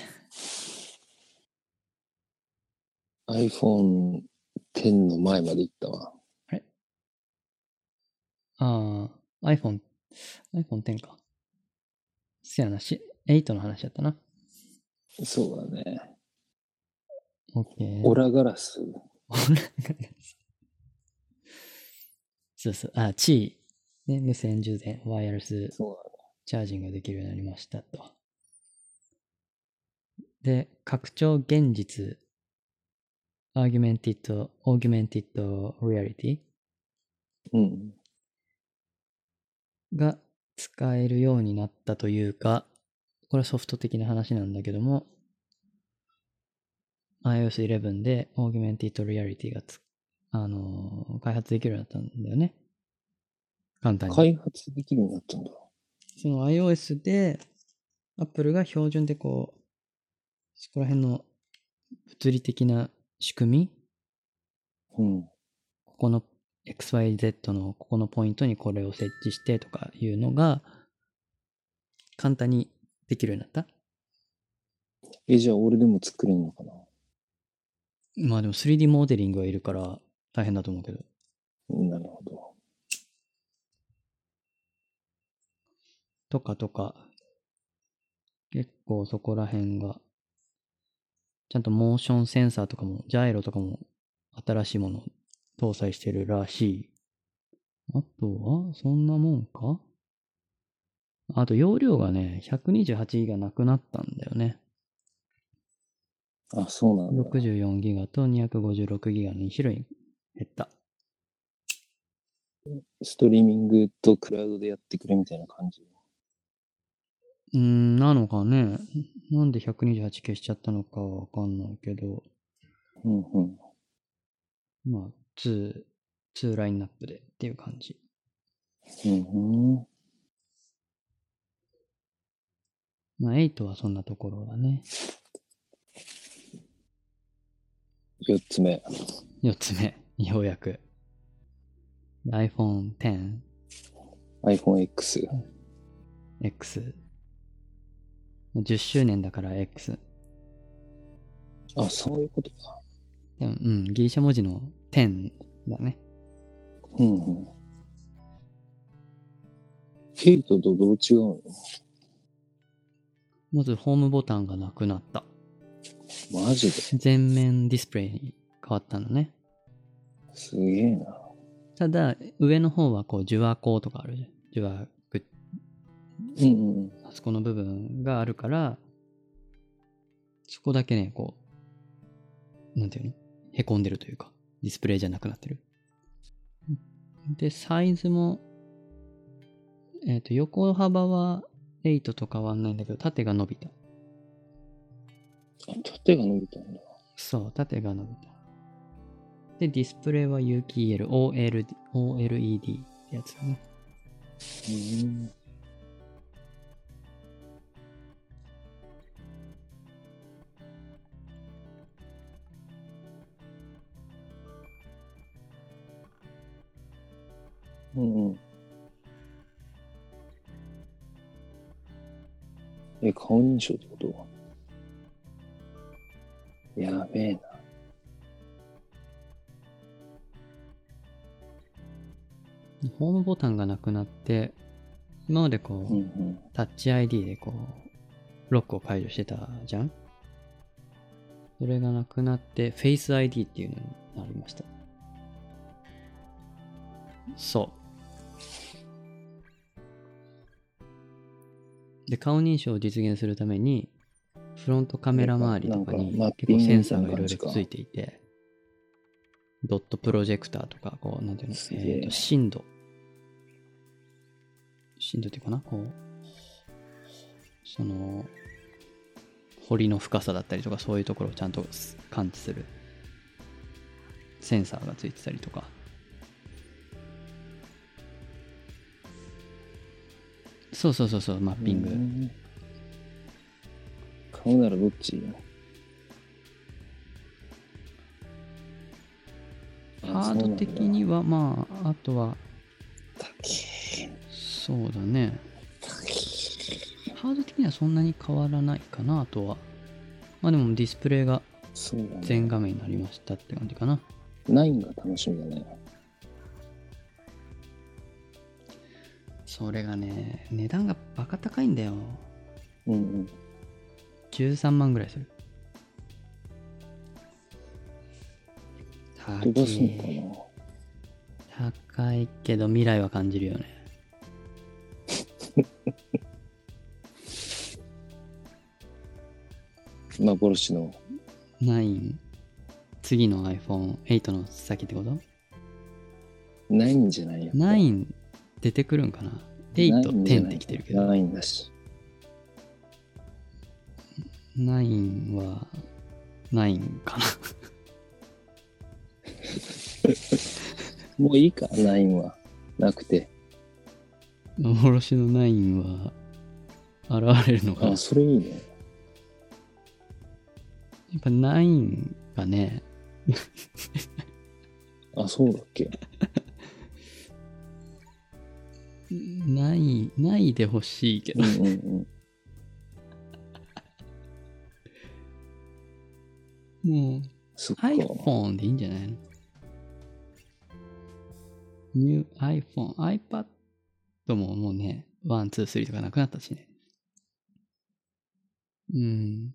Speaker 2: iPhone X の前まで行ったわ。
Speaker 1: ああ、iPhone、iPhone X か。せやな、し8の話だったな。
Speaker 2: そうだね。
Speaker 1: OK。
Speaker 2: オラガラス。
Speaker 1: [LAUGHS] そうそう。あ、地位。ね、無線充電、ワイヤレス
Speaker 2: そう
Speaker 1: チャージングできるようになりましたと。で、拡張現実、アーギュメンティッド、オーギュメンティッドリアリテ
Speaker 2: だね。うん。
Speaker 1: ィが使えるようになったというか、これはソフト的な話なんだけども、iOS 11でオーギュメンティッドリアリティがつ、あのー開発できるようになったんだよね。簡単に。
Speaker 2: 開発できるようになったんだ。
Speaker 1: その iOS で、Apple が標準でこう、そこら辺の物理的な仕組み、
Speaker 2: うん。
Speaker 1: ここの XYZ のここのポイントにこれを設置してとかいうのが、簡単にできるようになった。
Speaker 2: え、じゃあ俺でも作れるのかな
Speaker 1: まあでも 3D モデリングはいるから大変だと思うけど。
Speaker 2: なるほど。
Speaker 1: とかとか、結構そこら辺が、ちゃんとモーションセンサーとかも、ジャイロとかも新しいもの搭載してるらしい。あとは、そんなもんかあと容量がね、128ギガなくなったんだよね。
Speaker 2: あ、そうなんだ。
Speaker 1: 64ギガと256ギガの2種類減った。
Speaker 2: ストリーミングとクラウドでやってくれみたいな感じ。
Speaker 1: うーん、なのかね。なんで128消しちゃったのかはわかんないけど。
Speaker 2: うんうん。
Speaker 1: まあ、2、2ラインナップでっていう感じ。
Speaker 2: うんうん。
Speaker 1: まあ、8はそんなところだね。
Speaker 2: 4つ目。
Speaker 1: 4つ目、ようやく。iPhone
Speaker 2: iPhoneX。
Speaker 1: 10X。10周年だから X。
Speaker 2: あ、そういうことか。
Speaker 1: でもうん、ギリシャ文字の10だね。
Speaker 2: うんうん。8とどう違うの
Speaker 1: まず、ホームボタンがなくなった。
Speaker 2: マジで
Speaker 1: 全面ディスプレイに変わったのね。
Speaker 2: すげえな。
Speaker 1: ただ、上の方はこう、受話口とかあるじゃん。受話口
Speaker 2: うんうん
Speaker 1: あそこの部分があるから、そこだけね、こう、なんていうのへこんでるというか、ディスプレイじゃなくなってる。で、サイズも、えっ、と、横幅は8と変わんないんだけど、縦が伸びた。
Speaker 2: うん。あ、縦が伸びたんだ。
Speaker 1: そう、縦が伸びた。で、ディスプレイは有機 EL、OLED OLED ってやつだね。
Speaker 2: うんうんうん。え、顔認証ってことやべえな。
Speaker 1: ホームボタンがなくなって、今までこう、
Speaker 2: うんうん。
Speaker 1: タッチ ID でこう、ロックを解除してたじゃんそれがなくなって、フェイス ID っていうのになりました。そう。で、顔認証を実現するために、フロントカメラ周りとかに
Speaker 2: なんか
Speaker 1: 結構センサーが
Speaker 2: マ
Speaker 1: い
Speaker 2: ッピ
Speaker 1: ろい
Speaker 2: ングみたいな感じか
Speaker 1: ろついていて、ドットプロジェクターとか、こう、なんていうの、
Speaker 2: すげえ
Speaker 1: えーと震度。震度っていうかなこう、その、堀の深さだったりとか、そういうところをちゃんと感知するセンサーがついてたりとか。そうそうそうそう、マッピング。
Speaker 2: うん買うならどっち
Speaker 1: ハード的には、まあ、あとは、
Speaker 2: 高い
Speaker 1: そうだね。
Speaker 2: 高い
Speaker 1: ハード的にはそんなに変わらないかな、あとは。まあでもディスプレイが
Speaker 2: そうだね。
Speaker 1: 全画面になりましたって感じかな。
Speaker 2: 9が楽しみだね。
Speaker 1: それがね、値段がバカ高いんだよ。
Speaker 2: うんうん。
Speaker 1: 13万ぐらいする。高
Speaker 2: 飛ばすのか
Speaker 1: い。高いけど未来は感じるよね。
Speaker 2: な幻の。
Speaker 1: 9、次の iPhone8 の先ってこと
Speaker 2: 9じゃないよ。
Speaker 1: ?9 出てくるんかな
Speaker 2: ない
Speaker 1: ?8、
Speaker 2: んじゃ
Speaker 1: 10っ
Speaker 2: な
Speaker 1: て
Speaker 2: い
Speaker 1: きてるけど、
Speaker 2: 9だし。
Speaker 1: 9は9かな。
Speaker 2: もういいか、9は。なくて。
Speaker 1: 幻の9は現れるのかな
Speaker 2: あ、それいいね。
Speaker 1: やっぱ9がね、
Speaker 2: あ、そうだっけ。
Speaker 1: ない、ないでほしいけど
Speaker 2: うん。うんうん。
Speaker 1: もう、
Speaker 2: そっか。
Speaker 1: iPhone でいいんじゃないの ?New iPhone、iPad ももうね、1、2、3とかなくなったしね。うん。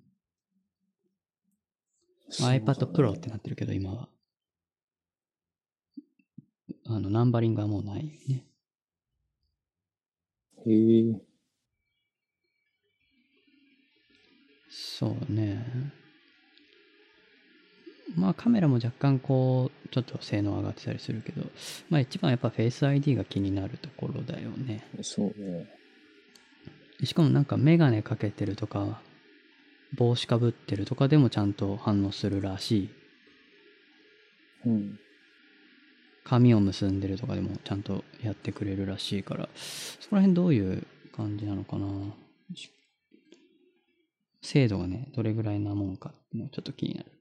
Speaker 2: そうだね
Speaker 1: iPad Pro ってなってるけど、今は。あの、ナンバリングはもうないよね。
Speaker 2: へえ。
Speaker 1: そうね。まあカメラも若干こう、ちょっと性能上がってたりするけど、まあ一番やっぱ Face ID が気になるところだよね。
Speaker 2: そうね。
Speaker 1: しかもなんかメガネかけてるとか、帽子かぶってるとかでもちゃんと反応するらしい。
Speaker 2: うん。
Speaker 1: 髪を結んでるとかでもちゃんとやってくれるらしいから、そこら辺どういう感じなのかな。し精度がね、どれぐらいなもんかっていうのがちょっと気になる。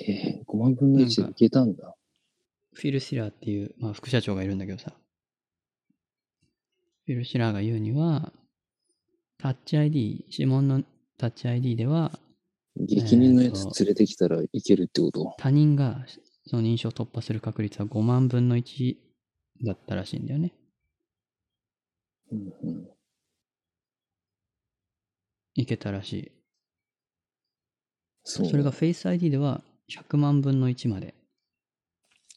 Speaker 2: えー、5万分の1でいけたんだ。
Speaker 1: フィル・シラーっていう、まあ、副社長がいるんだけどさ。フィル・シラーが言うには、タッチ ID、指紋のタッチ ID では、
Speaker 2: 激人のや
Speaker 1: えー
Speaker 2: つ
Speaker 1: と
Speaker 2: 連れてきたらいけるってこと
Speaker 1: 他人がその認証を突破する確率は5万分の1だったらしいんだよね。
Speaker 2: うんうん。
Speaker 1: いけたらしい。
Speaker 2: そうね。
Speaker 1: それが Face ID では100万分の1まで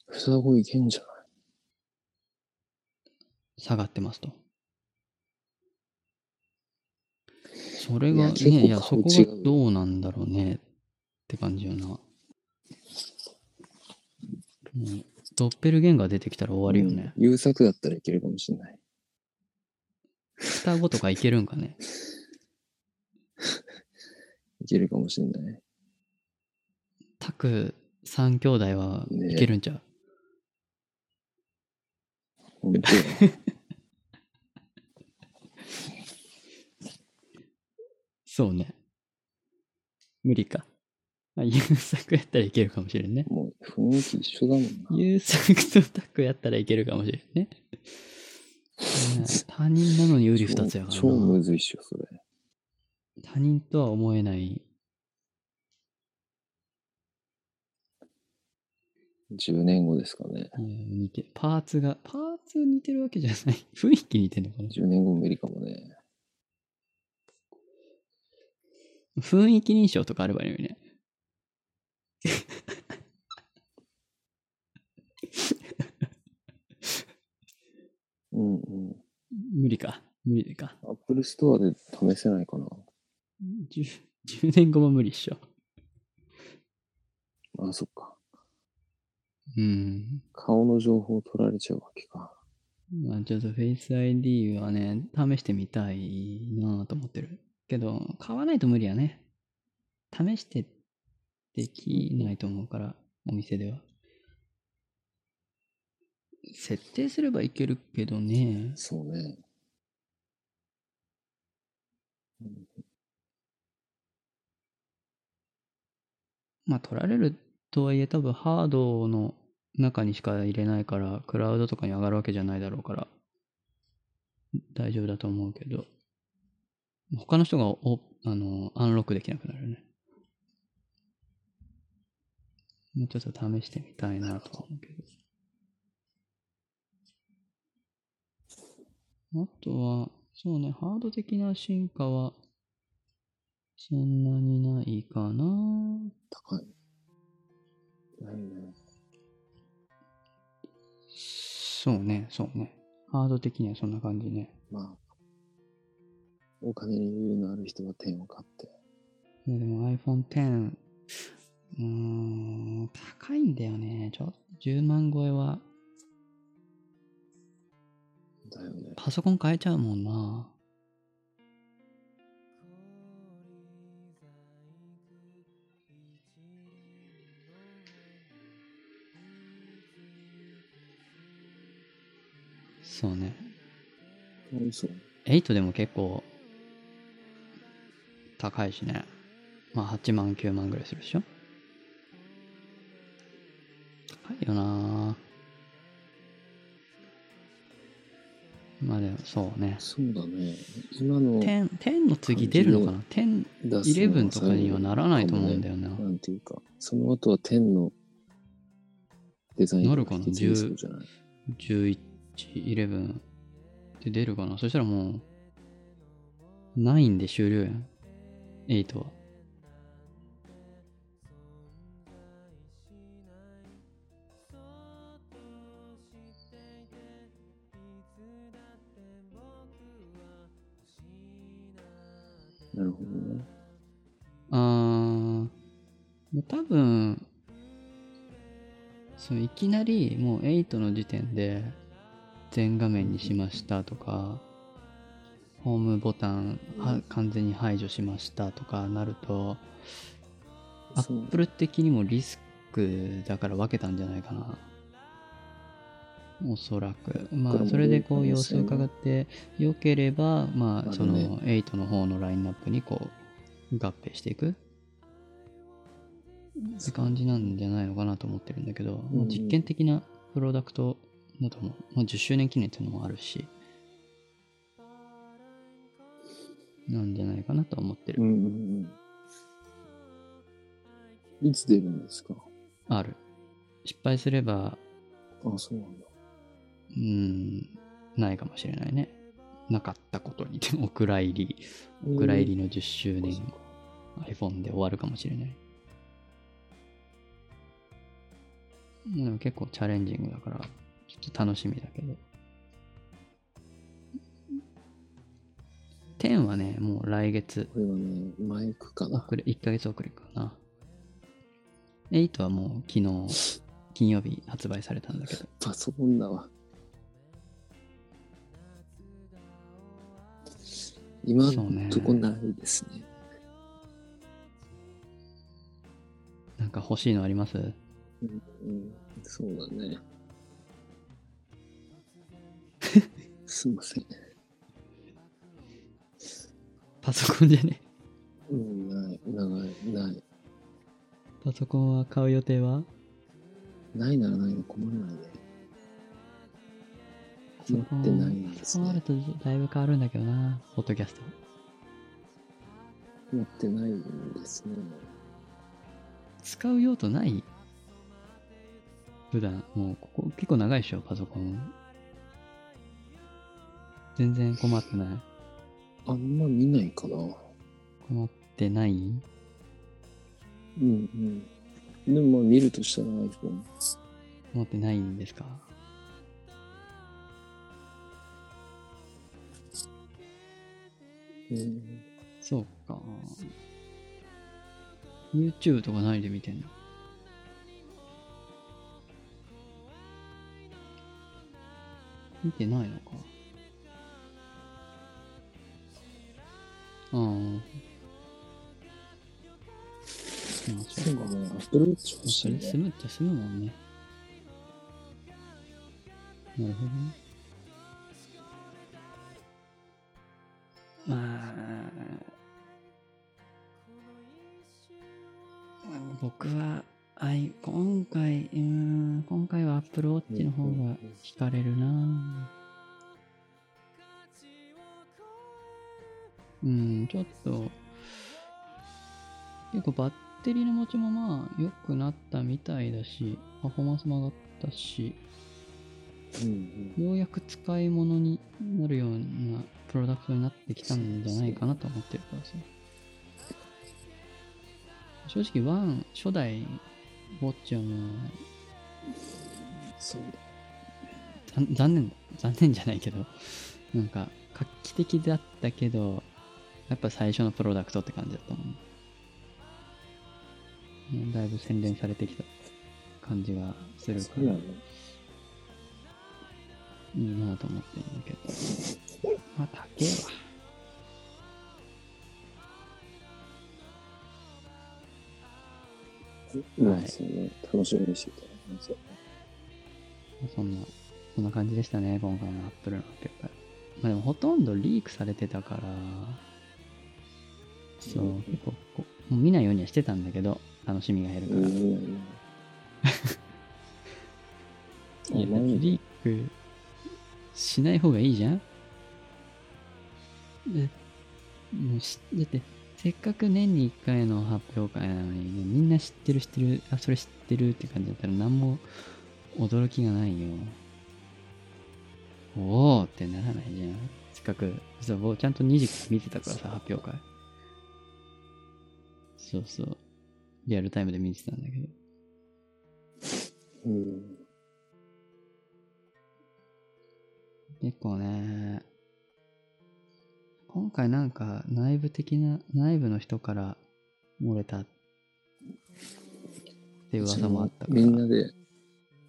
Speaker 2: 双子いけんじゃ
Speaker 1: 下がってますと。それ
Speaker 2: い
Speaker 1: が
Speaker 2: や
Speaker 1: ね、
Speaker 2: 結構
Speaker 1: いや、そ
Speaker 2: 顔
Speaker 1: こ
Speaker 2: 違うよ
Speaker 1: がどうなんだろうねって感じよな。もうドッペルゲンガー出てきたら終わ
Speaker 2: ない
Speaker 1: りよね。
Speaker 2: うん優作だったらいけるかもしれない。
Speaker 1: 双子とかいけるんかね。
Speaker 2: いけるかもしれない。
Speaker 1: 全く3兄弟は
Speaker 2: ね
Speaker 1: いけるんちゃう、 [LAUGHS]
Speaker 2: 本当や
Speaker 1: そうね。無理か。あ優作やったらいけるかもしれんね。
Speaker 2: もう雰囲気一緒だもんな。
Speaker 1: 優作とタクやったらいけるかもしれんね。
Speaker 2: [LAUGHS]
Speaker 1: ね他人なのに有利二つやから
Speaker 2: 超超む
Speaker 1: な。
Speaker 2: ずいっしょ、それ。
Speaker 1: 他人とは思えない。
Speaker 2: 10年後ですかね。
Speaker 1: うん似てパーツが、パーツ似てるわけじゃない。 [LAUGHS] 雰囲気似てるのかな
Speaker 2: 10年後無理かもね。
Speaker 1: 雰囲気認証とかあればいいのにね。
Speaker 2: うんうん。
Speaker 1: 無理か。無理か。
Speaker 2: アップルストアで試せないかな。
Speaker 1: 10, 10年後も無理っしょ。
Speaker 2: あ、そっか。
Speaker 1: うん。
Speaker 2: 顔の情報取られちゃうわけか。
Speaker 1: まあちょっと Face ID はね、試してみたいなぁと思ってる。けど、買わないと無理やね。試してできないと思うから、お店では。設定すればいけるけどね。
Speaker 2: そうね。うん
Speaker 1: まあ取られるとはいえ多分ハードの中にしか入れないから、クラウドとかに上がるわけじゃないだろうから、大丈夫だと思うけど、他の人がおあのアンロックできなくなるね。もうちょっと試してみたいなとは思うけど。あとは、そうね、ハード的な進化は、そんなにないかな。
Speaker 2: 高い。ないね。
Speaker 1: そうね、そうね。ハード的にはそんな感じね。
Speaker 2: まあ。お金に余裕のある人は点を買って。
Speaker 1: いやでも iPhone X、うーん、高いんだよね。ちょっと10万超えは、
Speaker 2: だよね。
Speaker 1: パソコン変えちゃうもんな。そうね。
Speaker 2: うんそう。
Speaker 1: 8でも結構高いしねまあ8万9万ぐらいするでしょ高いよなまあでもそうね
Speaker 2: そうだね。今の
Speaker 1: 10, 10の次出るのかな10
Speaker 2: 出すのは
Speaker 1: 11とかにはならないと思うんだよな、
Speaker 2: なんていうか、その後は天のデザイン
Speaker 1: なるかな
Speaker 2: 引き継ぎそうじゃない
Speaker 1: 1111って出るかなそしたらもう9で終了やん8は
Speaker 2: なるほどね。
Speaker 1: あー多分そういきなりもう8の時点で全画面にしましたとかホームボタンは完全に排除しましたとかなるとア
Speaker 2: そう
Speaker 1: ップル的にもリスクだから分けたんじゃないかなおそらくまあそれでこう様子を伺って良ければま
Speaker 2: あ
Speaker 1: あ
Speaker 2: る
Speaker 1: その
Speaker 2: ね
Speaker 1: 8の方のラインナップにこう合併していくって感じなんじゃないのかなと思ってるんだけど、まあ実験的なプロダクトだと思う、まあ、10周年記念っていうのもあるしなんじゃないかなとは思って
Speaker 2: う
Speaker 1: る、
Speaker 2: んうんうん。いつ出るんですか
Speaker 1: ある失敗すれば
Speaker 2: あ、そうなんだ。
Speaker 1: うんないかもしれないねなかったことにお蔵入りお蔵入りの10周年、
Speaker 2: そっか
Speaker 1: iPhone で終わるかもしれないまあでも結構チャレンジングだからちょっと楽しみだけど10はねもう来月
Speaker 2: これはね、マイクかな。
Speaker 1: 遅れ1ヶ月遅れかな8はもう昨日金曜日発売されたんだけど
Speaker 2: パソコンだわ。今
Speaker 1: そうね
Speaker 2: んとこないですね。
Speaker 1: なんなんか欲しいのあります
Speaker 2: うん、そうだね。すいません。
Speaker 1: パソコンじゃね
Speaker 2: うん、ない、ない、ない。
Speaker 1: パソコンは買う予定は
Speaker 2: ないならないの困らないね。
Speaker 1: パソ
Speaker 2: 困
Speaker 1: コ
Speaker 2: っ
Speaker 1: ン
Speaker 2: てないんで
Speaker 1: パ
Speaker 2: す
Speaker 1: ソコンある
Speaker 2: ね。
Speaker 1: とだいぶ変わるんだけどな、ポッドキャスト。
Speaker 2: 困ってないんですね。
Speaker 1: 使う用途ない普段、もうここ結構長いでしょ、パソコン。全然困ってない。
Speaker 2: あんま見ないかな。うん
Speaker 1: 困ってない
Speaker 2: うん。でもまあ見るとしたら iPhone。
Speaker 1: 困ってないんですか
Speaker 2: うん、
Speaker 1: そうか。YouTube とか何で見てんの見てないのか。ああ。まあ、
Speaker 2: そ
Speaker 1: そうう
Speaker 2: だ
Speaker 1: か。
Speaker 2: ね。Apple Watch 欲し
Speaker 1: そ
Speaker 2: い
Speaker 1: れ
Speaker 2: ね
Speaker 1: 済。むっちゃ済むもんね。なるほどね。まあ、僕は、あい、今回、うーん、今回は Apple Watch の方が惹かれるなうん、ちょっと、結構バッテリーの持ちもまあ良くなったみたいだし、パフォーマンスも上がったし、
Speaker 2: うん
Speaker 1: ようやく使い物になるようなプロダクトになってきたんじゃないかなと思ってるからさ。正直、ワン、初代、ウォッチはもう、
Speaker 2: うん、そう
Speaker 1: ざん残念、残念じゃないけど、なんか、画期的だったけど、やっぱ最初のプロダクトって感じだったもんね。うんだいぶ洗練されてきた感じがする
Speaker 2: そ
Speaker 1: か
Speaker 2: う
Speaker 1: ら
Speaker 2: な、の
Speaker 1: いいなと思ってるんだけど。まあ、高えわ。
Speaker 2: まあそうね、楽しみにしてた。
Speaker 1: まあそんな、そんな感じでしたね、今回のアップルの発表会。まあでもほとんどリークされてたから、そうう、
Speaker 2: ん
Speaker 1: 結構こう、もう見ないようにはしてたんだけど、楽しみが減るから。
Speaker 2: うん。
Speaker 1: いや、
Speaker 2: あなんで
Speaker 1: リークしない方がいいじゃんでもうしだって、せっかく年に1回の発表会なのに、ね、みんな知ってる知ってる、あ、それ知ってるって感じだったら何も驚きがないよ。おーってならないじゃん。せっかく、そう、僕ちゃんと2時間見てたからさ、発表会。そうそう。リアルタイムで見てたんだけど。
Speaker 2: うん。
Speaker 1: 結構ね、今回なんか内部的な、内部の人から漏れたって噂もあったから
Speaker 2: み、んなで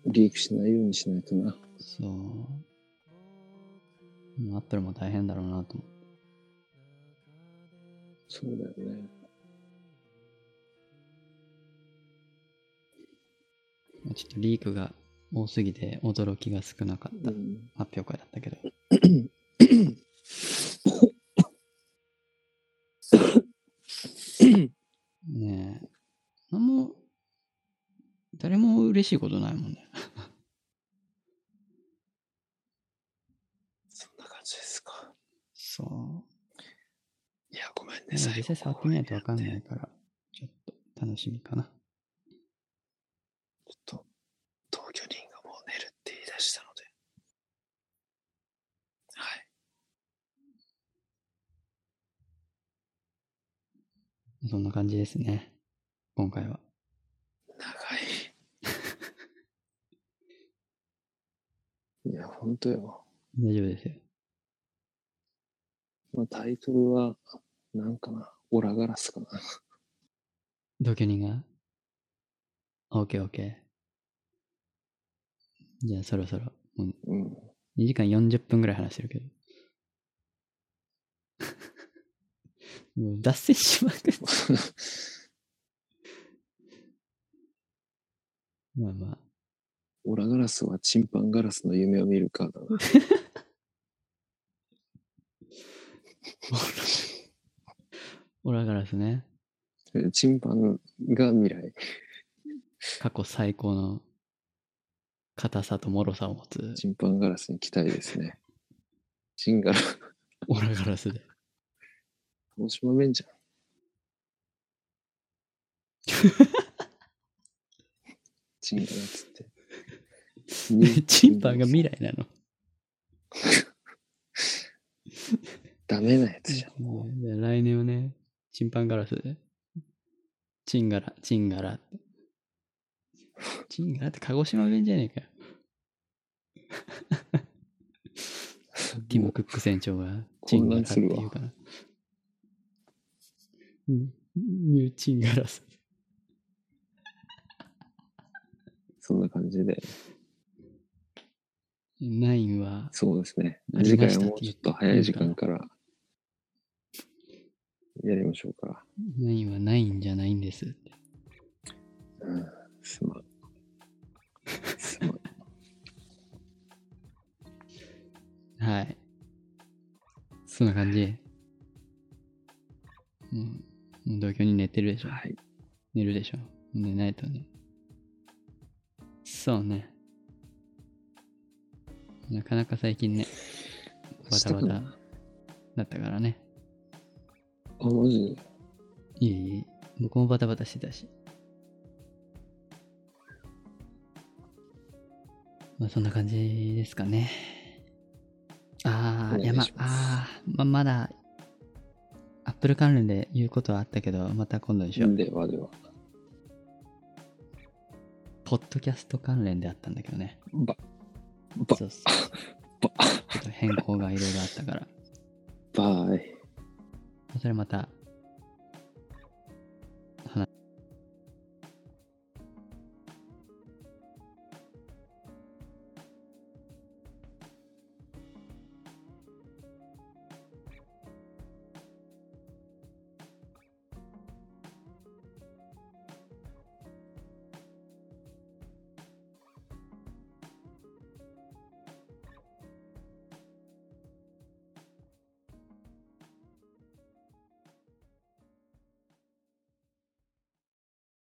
Speaker 2: リークしないようにしないとな。
Speaker 1: そう。アップルも大変だろうなと思って。
Speaker 2: そうだよね。
Speaker 1: まあちょっとリークが多すぎて驚きが少なかった
Speaker 2: うん。
Speaker 1: 発表会だったけど。ねえ、なんも、誰も嬉しいことないもんね。
Speaker 2: そんな感じですか。
Speaker 1: そう。
Speaker 2: いや、ごめんね。
Speaker 1: でも実際触ってみないとわかんないから、ちょっと楽しみかな。
Speaker 2: ちょっと、同居人がもう寝るって言い出したので。はい。
Speaker 1: そんな感じですね。今回は。
Speaker 2: 長 [LAUGHS] い。いや、ほんとよ。
Speaker 1: 大丈夫ですよ。
Speaker 2: まあ、タイトルは、なんかな、オラガラスかな。
Speaker 1: 同居人が。オッケーオッケー。じゃあそろそろ、もう
Speaker 2: うん。
Speaker 1: 2時間40分ぐらい話してるけど。 [LAUGHS] もう脱線しまくって。 [LAUGHS] まあまあ。
Speaker 2: オラガラスはチンパンガラスの夢を見るかだな。
Speaker 1: オラガラスね。 [LAUGHS]
Speaker 2: えチンパンが未来。
Speaker 1: 過去最高の硬さと脆さを持つ
Speaker 2: チンパンガラスに期待ですね。チンガラ、
Speaker 1: オラガラスで。
Speaker 2: 大島弁
Speaker 1: [LAUGHS]
Speaker 2: じゃん。チンガラっつって。に
Speaker 1: [LAUGHS] チンパンが未来なの。
Speaker 2: ダメなやつじゃん。
Speaker 1: 来年はね、チンパンガラスで。チンガラ、チンガラって。チンガラって鹿児島弁じゃねえかよ。ティム・クック船長がチンガラって言うから。ニューチンガラス。
Speaker 2: そんな感じで。
Speaker 1: ナインは、
Speaker 2: そうですね。
Speaker 1: あり
Speaker 2: 次
Speaker 1: ま
Speaker 2: 回
Speaker 1: した
Speaker 2: はもうちょっと早い時間からやりましょうか。
Speaker 1: ナインはナインじゃないんですって。
Speaker 2: うん、すまん。す
Speaker 1: [LAUGHS]
Speaker 2: まん。
Speaker 1: はい。そんな感じ。うん。もう同居に寝てるでしょ。
Speaker 2: はい。
Speaker 1: 寝るでしょ。もう寝ないとね。そうね。なかなか最近ね、バタバ
Speaker 2: 明日か
Speaker 1: タ
Speaker 2: な
Speaker 1: だったからね。
Speaker 2: あ、マジで
Speaker 1: いえいえ、僕もバタバタしてたし。まあそんな感じですかね。ああ、
Speaker 2: お願い
Speaker 1: いやまあ
Speaker 2: し、ます
Speaker 1: あーまあ、まだ、アップル関連で言うことはあったけど、また今度にしよう。
Speaker 2: ではでは。
Speaker 1: ポッドキャスト関連であったんだけどね。
Speaker 2: ば、ば、
Speaker 1: そうそう
Speaker 2: ば、
Speaker 1: ちょっと変更がいろいろあったから。
Speaker 2: ばーい。
Speaker 1: それまた